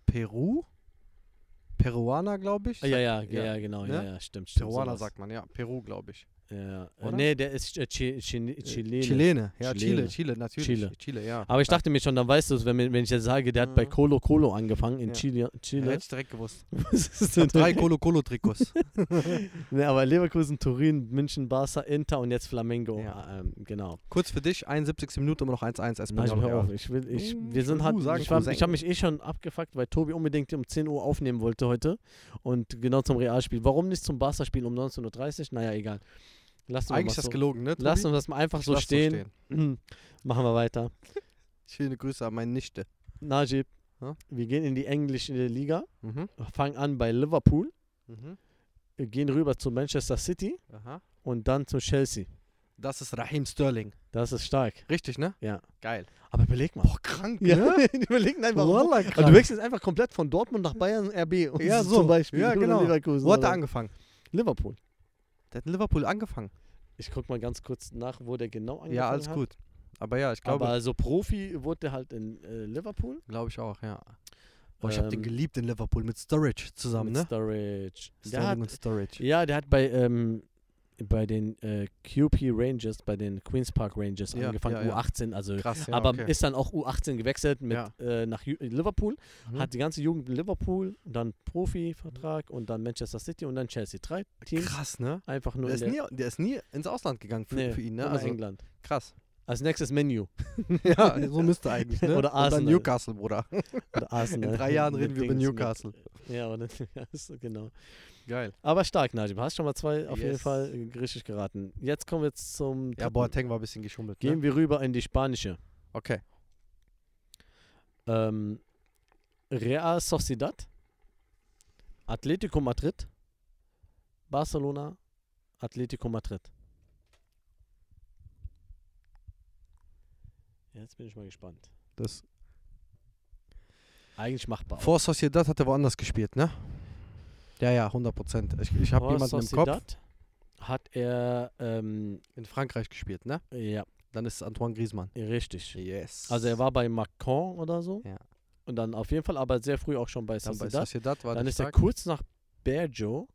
[SPEAKER 2] Peru? Peruaner, glaube ich.
[SPEAKER 1] Ah, Ja, ja,
[SPEAKER 2] ja.
[SPEAKER 1] ja, ja, genau. Ja,
[SPEAKER 2] Ne?
[SPEAKER 1] ja, stimmt. stimmt
[SPEAKER 2] Peruaner
[SPEAKER 1] sowas.
[SPEAKER 2] sagt man, ja. Peru, glaube ich.
[SPEAKER 1] Ja. Äh,
[SPEAKER 2] Oder?
[SPEAKER 1] nee, der ist äh, Chi- Chine-
[SPEAKER 2] Äh,
[SPEAKER 1] Chilene.
[SPEAKER 2] Chilene. Ja, Chile,
[SPEAKER 1] Chilene.
[SPEAKER 2] Chile, natürlich.
[SPEAKER 1] Chile.
[SPEAKER 2] Chile, ja.
[SPEAKER 1] Aber ich dachte mir schon, dann weißt du es, wenn, mir- wenn ich jetzt sage, der hat bei
[SPEAKER 2] Mhm.
[SPEAKER 1] Colo Colo angefangen in
[SPEAKER 2] Ja.
[SPEAKER 1] Chile.
[SPEAKER 2] Ja,
[SPEAKER 1] Chile.
[SPEAKER 2] hätte ich direkt gewusst.
[SPEAKER 1] Was ist
[SPEAKER 2] Ich hab
[SPEAKER 1] denn-
[SPEAKER 2] drei Colo-Colo-Trikots.
[SPEAKER 1] nee, aber Leverkusen, Turin, München, Barca, Inter und jetzt Flamengo.
[SPEAKER 2] Ja.
[SPEAKER 1] Ähm, genau.
[SPEAKER 2] Kurz für dich, 71. Minute, immer noch 1-1
[SPEAKER 1] Na, ich,
[SPEAKER 2] Espanyol.
[SPEAKER 1] hör auf.
[SPEAKER 2] Real.
[SPEAKER 1] Ich will, ich,
[SPEAKER 2] Mm,
[SPEAKER 1] wir
[SPEAKER 2] ich
[SPEAKER 1] sind
[SPEAKER 2] will
[SPEAKER 1] halt,
[SPEAKER 2] du sagen,
[SPEAKER 1] ich, war-
[SPEAKER 2] Cousin.
[SPEAKER 1] ich habe mich eh schon abgefuckt, weil Tobi unbedingt um 10 Uhr aufnehmen wollte heute und genau zum Realspiel. Warum nicht zum Barca-Spiel um 19.30 Uhr? Naja, egal. Lass uns
[SPEAKER 2] Eigentlich ist das gelogen, ne?
[SPEAKER 1] Lass
[SPEAKER 2] Tobi?
[SPEAKER 1] uns das mal einfach
[SPEAKER 2] Ich
[SPEAKER 1] so
[SPEAKER 2] lass
[SPEAKER 1] stehen. Machen wir weiter.
[SPEAKER 2] Schöne Grüße an meine Nichte.
[SPEAKER 1] Najib,
[SPEAKER 2] Ja?
[SPEAKER 1] wir gehen in die englische Liga,
[SPEAKER 2] Mhm.
[SPEAKER 1] fangen an bei Liverpool,
[SPEAKER 2] Mhm.
[SPEAKER 1] gehen rüber zu Manchester City
[SPEAKER 2] Aha.
[SPEAKER 1] und dann zu Chelsea.
[SPEAKER 2] Das ist Raheem Sterling.
[SPEAKER 1] Das ist stark.
[SPEAKER 2] Richtig, ne?
[SPEAKER 1] Ja.
[SPEAKER 2] Geil.
[SPEAKER 1] Aber überleg mal.
[SPEAKER 2] Boah, krank,
[SPEAKER 1] Ja,
[SPEAKER 2] ne?
[SPEAKER 1] überleg einfach. warum.
[SPEAKER 2] Wallah,
[SPEAKER 1] Also du
[SPEAKER 2] krank.
[SPEAKER 1] wechselst einfach komplett von Dortmund nach Bayern RB und
[SPEAKER 2] Ja, so.
[SPEAKER 1] zum Beispiel
[SPEAKER 2] Ja,
[SPEAKER 1] oder
[SPEAKER 2] genau.
[SPEAKER 1] Leverkusen
[SPEAKER 2] Wo hat er
[SPEAKER 1] oder-
[SPEAKER 2] angefangen?
[SPEAKER 1] Liverpool.
[SPEAKER 2] Der hat in Liverpool angefangen.
[SPEAKER 1] Ich guck mal ganz kurz nach, wo der genau angefangen
[SPEAKER 2] ja, alles
[SPEAKER 1] hat.
[SPEAKER 2] gut. Aber ja, ich
[SPEAKER 1] Aber
[SPEAKER 2] glaube,
[SPEAKER 1] also Profi wurde der halt in äh, Liverpool.
[SPEAKER 2] glaube ich auch, ja. Boah, ich habe den
[SPEAKER 1] Ähm,
[SPEAKER 2] geliebt in Liverpool mit Storage zusammen,
[SPEAKER 1] mit
[SPEAKER 2] ne?
[SPEAKER 1] Sturridge. Der
[SPEAKER 2] Sterling
[SPEAKER 1] hat
[SPEAKER 2] und Storage.
[SPEAKER 1] Ja, der hat bei, ähm, bei den äh, QP Rangers, bei den Queens Park Rangers
[SPEAKER 2] Ja,
[SPEAKER 1] angefangen,
[SPEAKER 2] ja, ja.
[SPEAKER 1] U18, also
[SPEAKER 2] Krass, ja,
[SPEAKER 1] aber
[SPEAKER 2] okay.
[SPEAKER 1] ist dann auch U18 gewechselt mit,
[SPEAKER 2] Ja.
[SPEAKER 1] äh, nach Ju Liverpool,
[SPEAKER 2] Mhm.
[SPEAKER 1] hat die ganze Jugend in Liverpool, dann Profivertrag und dann Manchester City und dann Chelsea. Drei Teams
[SPEAKER 2] krass, ne?
[SPEAKER 1] einfach nur
[SPEAKER 2] Der
[SPEAKER 1] in
[SPEAKER 2] ist,
[SPEAKER 1] der,
[SPEAKER 2] nie, der ist nie ins Ausland gegangen für,
[SPEAKER 1] Nee,
[SPEAKER 2] für ihn, ne?
[SPEAKER 1] nur nach
[SPEAKER 2] Also,
[SPEAKER 1] England.
[SPEAKER 2] krass.
[SPEAKER 1] Als nächstes Menu
[SPEAKER 2] ja, so müsste eigentlich, ne?
[SPEAKER 1] Oder
[SPEAKER 2] Und dann
[SPEAKER 1] Arsenal.
[SPEAKER 2] Newcastle, Bruder.
[SPEAKER 1] oder Arsenal.
[SPEAKER 2] In drei Jahren
[SPEAKER 1] Mit
[SPEAKER 2] reden wir über
[SPEAKER 1] Dings, mit-
[SPEAKER 2] Newcastle.
[SPEAKER 1] Ja, oder, ja, so genau.
[SPEAKER 2] Geil.
[SPEAKER 1] Aber stark, Najib. Hast schon mal zwei auf jeden
[SPEAKER 2] Yes.
[SPEAKER 1] Fall äh, richtig geraten. Jetzt kommen wir jetzt zum.
[SPEAKER 2] Ja,
[SPEAKER 1] dritten.
[SPEAKER 2] Boateng war ein bisschen geschummelt.
[SPEAKER 1] Gehen
[SPEAKER 2] Ne?
[SPEAKER 1] wir rüber in die spanische.
[SPEAKER 2] Okay.
[SPEAKER 1] Ähm, Real Sociedad, Atletico Madrid, Barcelona, Atletico Madrid. Jetzt bin ich mal gespannt.
[SPEAKER 2] Das
[SPEAKER 1] Eigentlich machbar.
[SPEAKER 2] Vor Sociedad hat er woanders gespielt, ne? Ja, ja, 100 Prozent. Ich, ich habe
[SPEAKER 1] Vor
[SPEAKER 2] jemanden im Kopf.
[SPEAKER 1] Sociedad hat er, ähm,
[SPEAKER 2] In Frankreich gespielt, ne?
[SPEAKER 1] ja,
[SPEAKER 2] Dann ist es Antoine Griezmann.
[SPEAKER 1] richtig.
[SPEAKER 2] Yes.
[SPEAKER 1] Also er war bei Macron oder so.
[SPEAKER 2] Ja.
[SPEAKER 1] Und dann auf jeden Fall, aber sehr früh auch schon bei
[SPEAKER 2] dann bei
[SPEAKER 1] Sociedad.
[SPEAKER 2] Sociedad war
[SPEAKER 1] dann
[SPEAKER 2] der
[SPEAKER 1] ist er
[SPEAKER 2] stark.
[SPEAKER 1] kurz nach Bergio,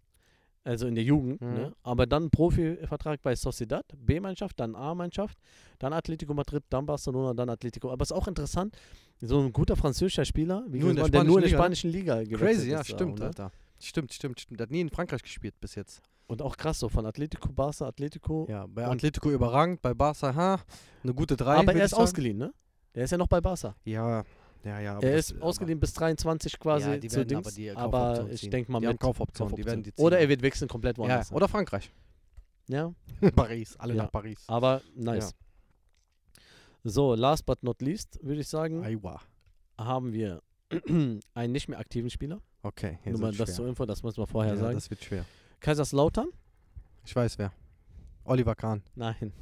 [SPEAKER 1] also in der Jugend,
[SPEAKER 2] Mhm.
[SPEAKER 1] ne? aber dann Profivertrag bei Sociedad, B-Mannschaft, dann A-Mannschaft, dann Atletico Madrid, dann Barcelona, dann Atletico. Aber es ist auch interessant, so ein guter französischer Spieler, wie
[SPEAKER 2] Nur in der
[SPEAKER 1] gesagt, der nur in der
[SPEAKER 2] spanischen ne?
[SPEAKER 1] spanischen Liga gewechselt
[SPEAKER 2] Crazy, ja,
[SPEAKER 1] ist auch,
[SPEAKER 2] stimmt,
[SPEAKER 1] ne?
[SPEAKER 2] Alter. Stimmt, stimmt, stimmt. Der hat nie in Frankreich gespielt bis jetzt.
[SPEAKER 1] Und auch krass so, von Atletico, Barca, Atletico.
[SPEAKER 2] Ja, bei
[SPEAKER 1] Und-
[SPEAKER 2] Atletico überragend, bei Barca, ha, eine gute 3.
[SPEAKER 1] aber er ist ausgeliehen, ne? Der ist ja noch bei Barca.
[SPEAKER 2] Ja, ja, ja. aber
[SPEAKER 1] er
[SPEAKER 2] das-
[SPEAKER 1] ist ausgeliehen bis 23 quasi
[SPEAKER 2] Ja, die
[SPEAKER 1] zu
[SPEAKER 2] werden
[SPEAKER 1] Dings.
[SPEAKER 2] aber die
[SPEAKER 1] aber
[SPEAKER 2] Kaufoption
[SPEAKER 1] ich
[SPEAKER 2] ziehen.
[SPEAKER 1] denke mal
[SPEAKER 2] die
[SPEAKER 1] mit
[SPEAKER 2] haben Kaufoption, die werden die
[SPEAKER 1] Kaufoption. Oder
[SPEAKER 2] ziehen.
[SPEAKER 1] er wird wechseln komplett
[SPEAKER 2] ja,
[SPEAKER 1] woanders. hin.
[SPEAKER 2] oder Frankreich.
[SPEAKER 1] ja,
[SPEAKER 2] Paris, alle
[SPEAKER 1] Ja. Ah.
[SPEAKER 2] nach Paris.
[SPEAKER 1] Aber nice. So, last but not least, würde ich sagen,
[SPEAKER 2] Aiwa.
[SPEAKER 1] haben wir einen nicht mehr aktiven Spieler.
[SPEAKER 2] Okay, jetzt
[SPEAKER 1] Nur mal
[SPEAKER 2] wird's
[SPEAKER 1] das zur
[SPEAKER 2] schwer.
[SPEAKER 1] Info, das muss man vorher
[SPEAKER 2] ja,
[SPEAKER 1] sagen.
[SPEAKER 2] das wird schwer.
[SPEAKER 1] Kaiserslautern?
[SPEAKER 2] Ich weiß wer. Oliver Kahn.
[SPEAKER 1] Nein.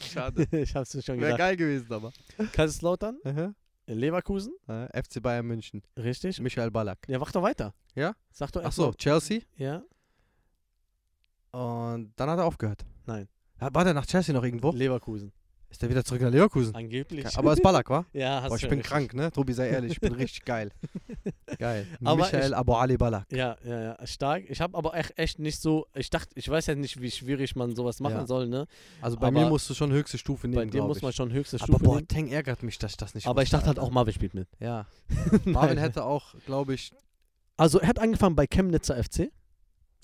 [SPEAKER 2] Schade.
[SPEAKER 1] ich hab's mir schon
[SPEAKER 2] Wäre
[SPEAKER 1] gedacht.
[SPEAKER 2] geil gewesen, aber.
[SPEAKER 1] Kaiserslautern, Leverkusen,
[SPEAKER 2] Äh, FC Bayern München.
[SPEAKER 1] richtig.
[SPEAKER 2] Michael Ballack.
[SPEAKER 1] Ja, mach doch weiter.
[SPEAKER 2] Ja?
[SPEAKER 1] Sag doch
[SPEAKER 2] Ach
[SPEAKER 1] erst
[SPEAKER 2] so,
[SPEAKER 1] mal.
[SPEAKER 2] Chelsea.
[SPEAKER 1] Ja.
[SPEAKER 2] Und dann hat er aufgehört.
[SPEAKER 1] Nein.
[SPEAKER 2] Ja, War der nach Chelsea noch irgendwo?
[SPEAKER 1] Leverkusen.
[SPEAKER 2] Ist der wieder zurück nach Leverkusen?
[SPEAKER 1] Angeblich.
[SPEAKER 2] Aber ist Ballack, wa?
[SPEAKER 1] ja, hast
[SPEAKER 2] Boah, ich
[SPEAKER 1] du
[SPEAKER 2] bin
[SPEAKER 1] richtig.
[SPEAKER 2] krank, ne? Tobi, sei ehrlich, ich bin richtig geil. Geil.
[SPEAKER 1] Aber
[SPEAKER 2] Michael
[SPEAKER 1] ich-
[SPEAKER 2] Abu Ali Ballack.
[SPEAKER 1] Ja, ja, ja, stark. Ich habe aber echt, echt nicht so, ich dachte, ich weiß ja nicht, wie schwierig man sowas machen
[SPEAKER 2] Ja.
[SPEAKER 1] soll, ne?
[SPEAKER 2] Also bei
[SPEAKER 1] Aber
[SPEAKER 2] mir musst du schon höchste Stufe nehmen,
[SPEAKER 1] Bei dir
[SPEAKER 2] glaub
[SPEAKER 1] muss
[SPEAKER 2] ich.
[SPEAKER 1] man schon höchste
[SPEAKER 2] Aber
[SPEAKER 1] Stufe nehmen.
[SPEAKER 2] Boateng ärgert mich, dass ich das nicht
[SPEAKER 1] Aber ich dachte halt
[SPEAKER 2] wusste,
[SPEAKER 1] auch, Marvin spielt mit.
[SPEAKER 2] Alter. Ja. Marvin
[SPEAKER 1] Nein.
[SPEAKER 2] hätte auch, glaube ich,
[SPEAKER 1] Also er hat angefangen bei Chemnitzer FC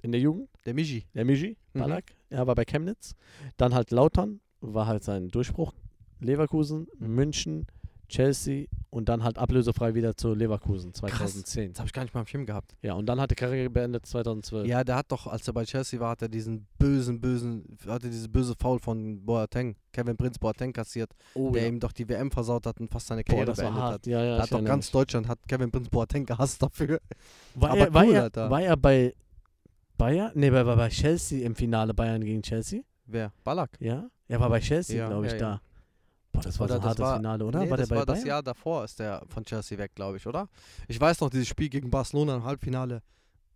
[SPEAKER 1] in der Jugend,
[SPEAKER 2] der Miji.
[SPEAKER 1] der Miji,
[SPEAKER 2] Mhm.
[SPEAKER 1] Ballack. Er war bei Chemnitz. Dann halt Lautern, war halt sein Durchbruch. Leverkusen,
[SPEAKER 2] Mhm.
[SPEAKER 1] München, Chelsea und dann halt ablösefrei wieder zu Leverkusen 2010.
[SPEAKER 2] Das habe ich gar nicht mal im Film gehabt.
[SPEAKER 1] Ja, und dann hat die Karriere beendet 2012.
[SPEAKER 2] Ja, der hat doch, als er bei Chelsea war, hat er diesen bösen, bösen, hatte diese böse Foul von Boateng, Kevin Prinz Boateng kassiert,
[SPEAKER 1] oh,
[SPEAKER 2] der
[SPEAKER 1] ja.
[SPEAKER 2] ihm doch die WM versaut hat und fast seine
[SPEAKER 1] Boah,
[SPEAKER 2] Karriere
[SPEAKER 1] das war
[SPEAKER 2] beendet
[SPEAKER 1] hart.
[SPEAKER 2] hat.
[SPEAKER 1] Ja, ja,
[SPEAKER 2] Da
[SPEAKER 1] ich
[SPEAKER 2] hat doch
[SPEAKER 1] erinnere
[SPEAKER 2] ganz Deutschland hat Kevin Prinz Boateng gehasst dafür.
[SPEAKER 1] War,
[SPEAKER 2] Aber
[SPEAKER 1] er, war,
[SPEAKER 2] cool,
[SPEAKER 1] er,
[SPEAKER 2] Alter.
[SPEAKER 1] war er bei Bayern? Nee, war, war bei Chelsea im Finale Bayern gegen Chelsea?
[SPEAKER 2] Wer? Ballack.
[SPEAKER 1] Ja? Er war bei Chelsea,
[SPEAKER 2] Ja,
[SPEAKER 1] glaube ich,
[SPEAKER 2] ja, ja.
[SPEAKER 1] da. Boah, das war
[SPEAKER 2] Oder
[SPEAKER 1] so ein
[SPEAKER 2] das
[SPEAKER 1] hartes
[SPEAKER 2] war-
[SPEAKER 1] Finale, oder?
[SPEAKER 2] Nee,
[SPEAKER 1] war der
[SPEAKER 2] das
[SPEAKER 1] bei
[SPEAKER 2] war das
[SPEAKER 1] Bayern?
[SPEAKER 2] Jahr davor, ist der von Chelsea weg, glaube ich, oder? Ich weiß noch, dieses Spiel gegen Barcelona im Halbfinale,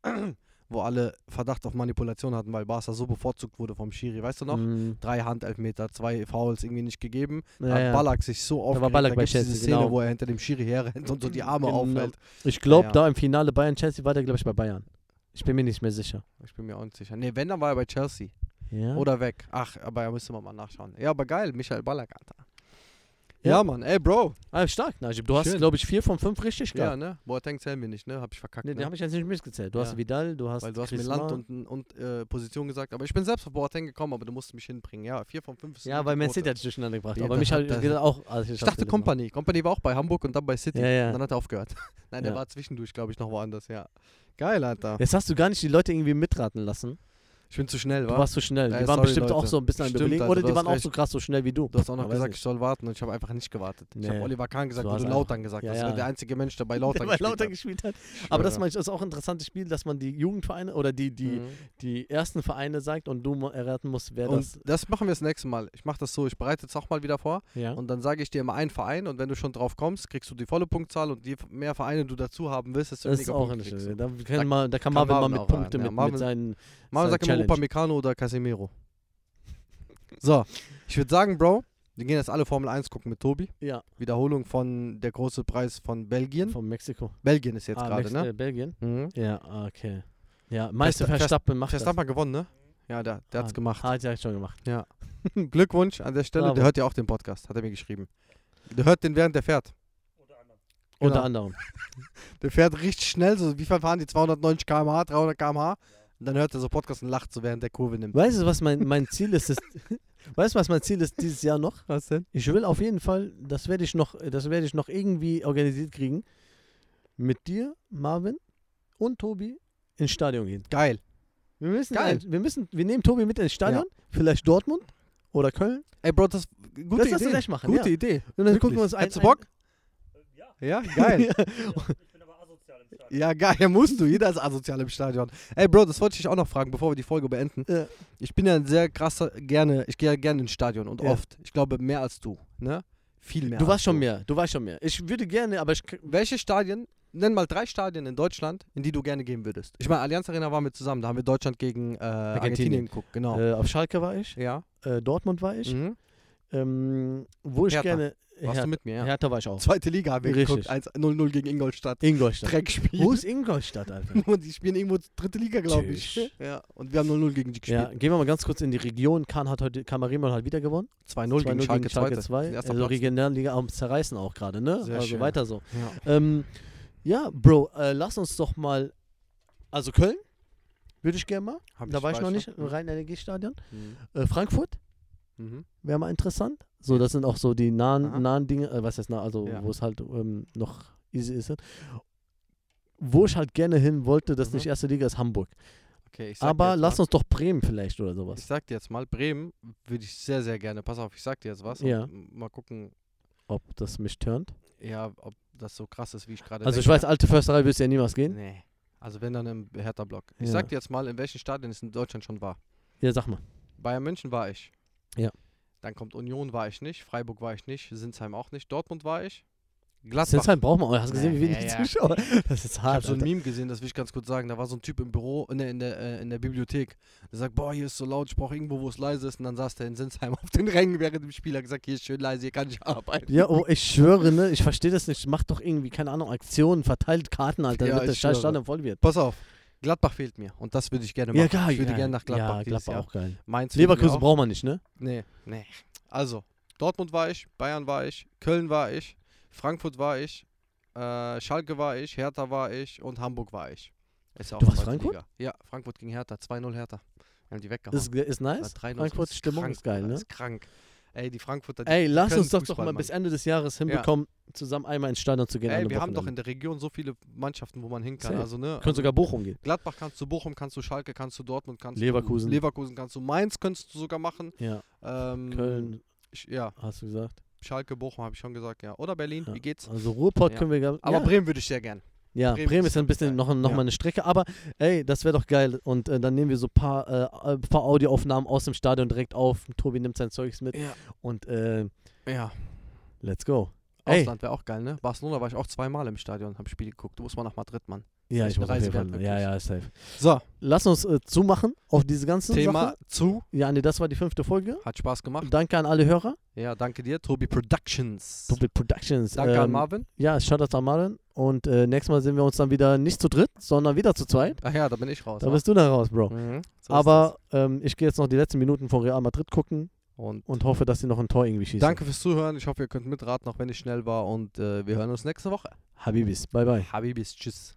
[SPEAKER 2] wo alle Verdacht auf Manipulation hatten, weil Barca so bevorzugt wurde vom Schiri. Weißt du noch?
[SPEAKER 1] Mhm.
[SPEAKER 2] Drei Handelfmeter, zwei Fouls irgendwie nicht gegeben.
[SPEAKER 1] Ja,
[SPEAKER 2] hat
[SPEAKER 1] ja.
[SPEAKER 2] Ballack sich so aufgeregt.
[SPEAKER 1] war Ballack
[SPEAKER 2] da
[SPEAKER 1] bei
[SPEAKER 2] gibt's
[SPEAKER 1] Chelsea,
[SPEAKER 2] diese Szene,
[SPEAKER 1] genau.
[SPEAKER 2] wo er hinter dem Schiri herrennt und so die Arme
[SPEAKER 1] Genau.
[SPEAKER 2] aufhält.
[SPEAKER 1] Ich glaube,
[SPEAKER 2] Ja.
[SPEAKER 1] da im Finale Bayern-Chelsea war der, glaube ich, bei Bayern. Ich bin mir nicht mehr sicher.
[SPEAKER 2] Ich bin mir auch nicht sicher. Nee, wenn, dann war er bei Chelsea.
[SPEAKER 1] Ja?
[SPEAKER 2] Oder weg. Ach, aber da müssen wir mal nachschauen. Ja, aber geil, Michael Ballack, Alter.
[SPEAKER 1] Ja.
[SPEAKER 2] Ja, Mann, ey, Bro.
[SPEAKER 1] ah, stark, Najib. Du hast,
[SPEAKER 2] Schön.
[SPEAKER 1] glaube ich, vier von fünf richtig
[SPEAKER 2] Ja,
[SPEAKER 1] gehabt.
[SPEAKER 2] ne? Boateng zählen wir nicht, ne? Hab ich verkackt,
[SPEAKER 1] Nee,
[SPEAKER 2] ne?
[SPEAKER 1] den habe ich jetzt nicht mitgezählt. Du hast
[SPEAKER 2] Ja.
[SPEAKER 1] Vidal, du hast
[SPEAKER 2] Weil du hast mir
[SPEAKER 1] Griezmann.
[SPEAKER 2] Land und, und äh, Position gesagt, aber ich bin selbst auf Boateng gekommen, aber du musst mich hinbringen. Ja, 4 von 5 ist eine
[SPEAKER 1] Ja,
[SPEAKER 2] gute
[SPEAKER 1] weil Man City
[SPEAKER 2] Quote.
[SPEAKER 1] hat dich durcheinander gebracht.
[SPEAKER 2] Ja,
[SPEAKER 1] Aber
[SPEAKER 2] das
[SPEAKER 1] mich
[SPEAKER 2] hat-
[SPEAKER 1] hat
[SPEAKER 2] das-
[SPEAKER 1] gesagt auch... Also
[SPEAKER 2] Ich dachte Company. Company war auch bei Hamburg und dann bei City.
[SPEAKER 1] Ja, ja.
[SPEAKER 2] Und dann hat er aufgehört. Nein, der
[SPEAKER 1] Ja.
[SPEAKER 2] war zwischendurch, glaube ich, noch woanders, ja. Geil, Alter.
[SPEAKER 1] Jetzt hast du gar nicht die Leute irgendwie mitraten lassen.
[SPEAKER 2] Ich bin zu schnell,
[SPEAKER 1] Du
[SPEAKER 2] wa?
[SPEAKER 1] warst zu schnell.
[SPEAKER 2] Äh,
[SPEAKER 1] Die waren
[SPEAKER 2] sorry,
[SPEAKER 1] bestimmt auch
[SPEAKER 2] Leute.
[SPEAKER 1] so ein bisschen am
[SPEAKER 2] Stimmt,
[SPEAKER 1] Überlegen.
[SPEAKER 2] Alter,
[SPEAKER 1] Oder
[SPEAKER 2] du
[SPEAKER 1] die
[SPEAKER 2] hast
[SPEAKER 1] waren auch
[SPEAKER 2] recht.
[SPEAKER 1] so krass so schnell wie du.
[SPEAKER 2] Du hast auch noch
[SPEAKER 1] Man weiß
[SPEAKER 2] gesagt,
[SPEAKER 1] nicht.
[SPEAKER 2] ich soll warten und ich habe einfach nicht gewartet. Ich
[SPEAKER 1] Nee.
[SPEAKER 2] habe Oliver Kahn gesagt,
[SPEAKER 1] Du
[SPEAKER 2] wo
[SPEAKER 1] hast
[SPEAKER 2] du
[SPEAKER 1] einfach-
[SPEAKER 2] Lautern gesagt
[SPEAKER 1] Ja,
[SPEAKER 2] hast.
[SPEAKER 1] ja.
[SPEAKER 2] weil Der einzige Mensch, der bei Lautern
[SPEAKER 1] der bei
[SPEAKER 2] gespielt
[SPEAKER 1] Lautern
[SPEAKER 2] hat.
[SPEAKER 1] gespielt hat. Aber das
[SPEAKER 2] schwöre.
[SPEAKER 1] manchmal ist auch ein interessantes Spiel, dass man die Jugendvereine oder die, die,
[SPEAKER 2] Mhm.
[SPEAKER 1] die ersten Vereine sagt und du mo- erraten musst, wer
[SPEAKER 2] Und
[SPEAKER 1] das.
[SPEAKER 2] das machen wir das nächste Mal. Ich mache das so, ich bereite es auch mal wieder vor.
[SPEAKER 1] Ja.
[SPEAKER 2] Und dann sage ich dir immer einen Verein und wenn du schon drauf kommst, kriegst du die volle Punktzahl und je mehr Vereine du dazu haben willst, desto
[SPEAKER 1] das ist
[SPEAKER 2] weniger
[SPEAKER 1] auch
[SPEAKER 2] Punkte
[SPEAKER 1] ein
[SPEAKER 2] kriegst du.
[SPEAKER 1] Spiel. Da, kann mal, da kann
[SPEAKER 2] kann
[SPEAKER 1] Marvin mal
[SPEAKER 2] Marvin
[SPEAKER 1] mit
[SPEAKER 2] auch ran,
[SPEAKER 1] Punkten
[SPEAKER 2] ja.
[SPEAKER 1] mit,
[SPEAKER 2] Marvin-
[SPEAKER 1] mit seinen.
[SPEAKER 2] Mama
[SPEAKER 1] Sein
[SPEAKER 2] sagt immer
[SPEAKER 1] Challenge.
[SPEAKER 2] Upamecano oder Casemiro. So, ich würde sagen, Bro, wir gehen jetzt alle Formel 1 gucken mit Tobi.
[SPEAKER 1] Ja,
[SPEAKER 2] Wiederholung von der große Preis von Belgien.
[SPEAKER 1] von Mexiko.
[SPEAKER 2] Belgien ist jetzt
[SPEAKER 1] Ah,
[SPEAKER 2] gerade,
[SPEAKER 1] Mex-
[SPEAKER 2] ne?
[SPEAKER 1] äh, Belgien?
[SPEAKER 2] Mhm.
[SPEAKER 1] Ja, ah, okay. Ja, Meister
[SPEAKER 2] Versta- Verst-
[SPEAKER 1] Verstappen macht
[SPEAKER 2] Verstappen hat gewonnen, ne? Ja, der, der
[SPEAKER 1] das. Ah,
[SPEAKER 2] hat's gemacht.
[SPEAKER 1] Hat ja schon gemacht.
[SPEAKER 2] Glückwunsch an der Stelle.
[SPEAKER 1] Bravo.
[SPEAKER 2] Der hört ja auch den Podcast, hat er mir geschrieben. Der hört den, während der fährt.
[SPEAKER 1] Unter
[SPEAKER 2] Genau.
[SPEAKER 1] anderem.
[SPEAKER 2] Der fährt richtig schnell, so wie viel fahren die? 290 km/h, 300 km/h? Und dann hört er so Podcast und lacht so, während der Kurve nimmt.
[SPEAKER 1] Weißt du, was mein, mein Ziel ist? ist weißt du, was mein Ziel ist dieses Jahr noch?
[SPEAKER 2] Was denn?
[SPEAKER 1] Ich will auf jeden Fall, das werde ich noch, das werde ich noch irgendwie organisiert kriegen, mit dir, Marvin und Tobi ins Stadion gehen.
[SPEAKER 2] Geil.
[SPEAKER 1] Wir müssen,
[SPEAKER 2] Geil.
[SPEAKER 1] ein, wir müssen, wir nehmen Tobi mit ins Stadion, vielleicht Dortmund oder Köln.
[SPEAKER 2] Ey, Bro, das gute
[SPEAKER 1] Lass
[SPEAKER 2] Idee.
[SPEAKER 1] das gleich machen,
[SPEAKER 2] Gute
[SPEAKER 1] ja.
[SPEAKER 2] Idee.
[SPEAKER 1] Und dann gucken wir uns ein-
[SPEAKER 2] Hättest du Bock?
[SPEAKER 4] Ja,
[SPEAKER 2] Ja, geil.
[SPEAKER 4] ich bin aber asozial im Stadion.
[SPEAKER 2] ja, geil, musst du. Jeder ist asozial im Stadion. Ey, Bro, das wollte ich dich auch noch fragen, bevor wir die Folge beenden.
[SPEAKER 1] Ja.
[SPEAKER 2] Ich bin ja ein sehr krasser, gerne, ich gehe ja gerne ins Stadion und
[SPEAKER 1] Ja.
[SPEAKER 2] oft. Ich glaube, mehr als du, ne? Viel mehr.
[SPEAKER 1] du
[SPEAKER 2] als
[SPEAKER 1] warst schon mehr, du warst schon mehr. Ich würde gerne, aber ich, k-
[SPEAKER 2] Welche Stadien, nenn mal drei Stadien in Deutschland, in die du gerne gehen würdest. Ich meine, Allianz Arena waren wir zusammen, da haben wir Deutschland gegen äh, Argentinien.
[SPEAKER 1] Argentinien.
[SPEAKER 2] geguckt, genau.
[SPEAKER 1] äh, auf Schalke war ich,
[SPEAKER 2] ja.
[SPEAKER 1] äh, Dortmund war ich,
[SPEAKER 2] Mhm.
[SPEAKER 1] ähm, wo ich
[SPEAKER 2] Hertha.
[SPEAKER 1] gerne,
[SPEAKER 2] Warst
[SPEAKER 1] Her
[SPEAKER 2] du mit mir, ja.
[SPEAKER 1] Hertha war ich auch.
[SPEAKER 2] Zweite Liga haben wir
[SPEAKER 1] Richtig.
[SPEAKER 2] geguckt, 1 0-0 gegen Ingolstadt.
[SPEAKER 1] Ingolstadt.
[SPEAKER 2] Dreckspiel.
[SPEAKER 1] Wo ist Ingolstadt, Alter?
[SPEAKER 2] Und die spielen irgendwo dritte Liga, glaube
[SPEAKER 1] Tschüss.
[SPEAKER 2] ich. Ja. Und wir haben 0-0 gegen die gespielt.
[SPEAKER 1] Ja, gehen wir mal ganz kurz in die Region. Kahn hat heute, Kamarimon hat wieder gewonnen.
[SPEAKER 2] 2-0 gegen Schalke 2.
[SPEAKER 1] 2. Also Regionalliga am Zerreißen auch gerade, ne?
[SPEAKER 2] Sehr
[SPEAKER 1] also
[SPEAKER 2] schön.
[SPEAKER 1] weiter so.
[SPEAKER 2] Ja.
[SPEAKER 1] Ähm, ja, Bro, äh, lass uns doch mal. Also Köln würde ich gerne mal. da war ich noch nicht. im Rhein-Energiestadion.
[SPEAKER 2] Mhm.
[SPEAKER 1] Äh, Frankfurt
[SPEAKER 2] Mhm.
[SPEAKER 1] wäre mal interessant. So, das sind auch so die
[SPEAKER 2] Aha.
[SPEAKER 1] nahen, nahen Dinge, äh, was heißt nah, also
[SPEAKER 2] Ja.
[SPEAKER 1] wo es halt ähm, noch easy ist. Wo ich halt gerne hin wollte, das
[SPEAKER 2] Mhm.
[SPEAKER 1] nicht erste Liga ist Hamburg.
[SPEAKER 2] Okay, ich sag dir
[SPEAKER 1] Aber
[SPEAKER 2] jetzt
[SPEAKER 1] lass
[SPEAKER 2] mal,
[SPEAKER 1] uns doch Bremen vielleicht oder sowas.
[SPEAKER 2] Ich sag dir jetzt mal, Bremen würde ich sehr, sehr gerne. Pass auf, ich sag dir jetzt was. und
[SPEAKER 1] Ja.
[SPEAKER 2] Mal gucken,
[SPEAKER 1] Ob das mich turnt.
[SPEAKER 2] ja, ob das so krass ist, wie ich gerade
[SPEAKER 1] Also ich
[SPEAKER 2] denke.
[SPEAKER 1] weiß, alte Försterei wirst du ja niemals gehen.
[SPEAKER 2] Nee. Also wenn dann im Hertha-Block. Ich
[SPEAKER 1] Ja.
[SPEAKER 2] sag dir jetzt mal, in welchen Stadien es in Deutschland schon war.
[SPEAKER 1] Ja, sag mal.
[SPEAKER 2] Bayern München war ich.
[SPEAKER 1] Ja.
[SPEAKER 2] Dann kommt Union war ich nicht, Freiburg war ich nicht, Sinsheim auch nicht, Dortmund war ich, Gladbach.
[SPEAKER 1] Deshalb braucht man auch. Hast du gesehen, wie
[SPEAKER 2] Ja,
[SPEAKER 1] wenig
[SPEAKER 2] ja, ja.
[SPEAKER 1] Zuschauer? Das ist
[SPEAKER 2] Ich
[SPEAKER 1] hart.
[SPEAKER 2] habe so ein
[SPEAKER 1] Alter.
[SPEAKER 2] Meme gesehen, das will ich ganz kurz sagen. Da war so ein Typ im Büro, ne, in der, äh, in der Bibliothek. Der sagt, boah, hier ist so laut, ich brauche irgendwo, wo es leise ist. Und dann saß der in Sinsheim auf den Rängen während dem Spiel. Er hat gesagt, hier ist schön leise, hier kann ich arbeiten.
[SPEAKER 1] ja, oh, ich schwöre, ne? Ich verstehe das nicht. Macht doch irgendwie, keine Ahnung, Aktionen, verteilt Karten, Alter,
[SPEAKER 2] Ja,
[SPEAKER 1] damit
[SPEAKER 2] ich
[SPEAKER 1] das scheiß
[SPEAKER 2] schwöre.
[SPEAKER 1] Stadion voll wird.
[SPEAKER 2] Pass auf, Gladbach fehlt mir. Und das würde ich gerne machen. ich würde gerne nach Gladbach.
[SPEAKER 1] Ja,
[SPEAKER 2] dieses
[SPEAKER 1] Gladbach
[SPEAKER 2] Jahr.
[SPEAKER 1] auch geil.
[SPEAKER 2] Mainz fehlt mir
[SPEAKER 1] Leverkusen
[SPEAKER 2] auch.
[SPEAKER 1] braucht man nicht, ne?
[SPEAKER 2] Nee, nee. Also, Dortmund war ich, Bayern war ich, Köln war ich, Frankfurt war ich, äh, Schalke war ich, Hertha war ich und Hamburg war ich. Ist ja
[SPEAKER 1] Du warst
[SPEAKER 2] zweite
[SPEAKER 1] Frankfurt?
[SPEAKER 2] Liga. Ja, Frankfurt gegen Hertha, 2-0 Hertha. Wir haben die weggehauen.
[SPEAKER 1] Ist, ist nice.
[SPEAKER 2] Oder 3-0,
[SPEAKER 1] Frankfurts
[SPEAKER 2] ist
[SPEAKER 1] Stimmung
[SPEAKER 2] krank,
[SPEAKER 1] ist geil,
[SPEAKER 2] Alter,
[SPEAKER 1] ne?
[SPEAKER 2] Ist krank. Ey, die Frankfurter. die-
[SPEAKER 1] Ey,
[SPEAKER 2] die
[SPEAKER 1] lass
[SPEAKER 2] können
[SPEAKER 1] uns doch, doch
[SPEAKER 2] Fußball,
[SPEAKER 1] mal
[SPEAKER 2] Mann.
[SPEAKER 1] bis Ende des Jahres hinbekommen, zusammen einmal ins Stadion zu gehen. an
[SPEAKER 2] Ey,
[SPEAKER 1] einem
[SPEAKER 2] wir haben doch in
[SPEAKER 1] Wochenende.
[SPEAKER 2] der Region so viele Mannschaften, wo man hin kann.
[SPEAKER 1] Safe.
[SPEAKER 2] Also, ne?
[SPEAKER 1] Können sogar Bochum gehen.
[SPEAKER 2] Gladbach kannst du, Bochum kannst du, Schalke kannst du, Dortmund kannst
[SPEAKER 1] Leverkusen.
[SPEAKER 2] du, Leverkusen kannst du, Mainz kannst du sogar machen.
[SPEAKER 1] Ja,
[SPEAKER 2] Ähm,
[SPEAKER 1] Köln,
[SPEAKER 2] Sch- Ja,
[SPEAKER 1] hast du gesagt.
[SPEAKER 2] Schalke, Bochum habe ich schon gesagt, ja. Oder Berlin,
[SPEAKER 1] Ja.
[SPEAKER 2] wie geht's?
[SPEAKER 1] Also Ruhrpott
[SPEAKER 2] Ja.
[SPEAKER 1] können wir. gar-
[SPEAKER 2] Aber
[SPEAKER 1] ja.
[SPEAKER 2] Bremen würde ich sehr gern.
[SPEAKER 1] Ja,
[SPEAKER 2] Bremen
[SPEAKER 1] Bremen,
[SPEAKER 2] ist
[SPEAKER 1] ist ein bisschen
[SPEAKER 2] geil.
[SPEAKER 1] noch, noch
[SPEAKER 2] Ja.
[SPEAKER 1] mal eine Strecke, aber ey, das wäre doch geil. Und äh, dann nehmen wir so ein paar, äh, ein paar Audioaufnahmen aus dem Stadion direkt auf. Tobi nimmt sein Zeugs mit
[SPEAKER 2] Ja.
[SPEAKER 1] und äh,
[SPEAKER 2] Ja.
[SPEAKER 1] let's go. Ey.
[SPEAKER 2] Ausland wäre auch geil, ne? Barcelona war ich auch zweimal im Stadion, hab Spiele geguckt. Du musst mal nach Madrid, Mann.
[SPEAKER 1] Ja,
[SPEAKER 2] Echt
[SPEAKER 1] ich muss
[SPEAKER 2] eine
[SPEAKER 1] auf jeden
[SPEAKER 2] Reise
[SPEAKER 1] Fall.
[SPEAKER 2] wert,
[SPEAKER 1] Ja,
[SPEAKER 2] wirklich.
[SPEAKER 1] ja, safe.
[SPEAKER 2] So,
[SPEAKER 1] Lass uns äh, zumachen auf diese ganze
[SPEAKER 2] Thema
[SPEAKER 1] Sache.
[SPEAKER 2] zu.
[SPEAKER 1] Ja, nee, das war die fünfte Folge.
[SPEAKER 2] Hat Spaß gemacht.
[SPEAKER 1] Danke an alle Hörer.
[SPEAKER 2] Ja, danke dir, Tobi Productions.
[SPEAKER 1] Tobi Productions.
[SPEAKER 2] Danke an
[SPEAKER 1] ähm,
[SPEAKER 2] Marvin.
[SPEAKER 1] Ja, Shoutout an Marvin. Und äh, nächstes Mal sehen wir uns dann wieder nicht zu dritt, sondern wieder zu zweit.
[SPEAKER 2] Ach ja, da bin ich raus.
[SPEAKER 1] Da
[SPEAKER 2] wa?
[SPEAKER 1] bist du dann raus, Bro.
[SPEAKER 2] Mhm, so ist
[SPEAKER 1] Aber ähm, ich gehe jetzt noch die letzten Minuten von Real Madrid gucken
[SPEAKER 2] das. Und
[SPEAKER 1] und hoffe, dass sie noch ein Tor irgendwie schießen.
[SPEAKER 2] danke fürs Zuhören. Ich hoffe, ihr könnt mitraten, auch wenn ich schnell war. Und äh, wir hören uns nächste Woche.
[SPEAKER 1] Habibis. Bye, bye.
[SPEAKER 2] Habibis, tschüss.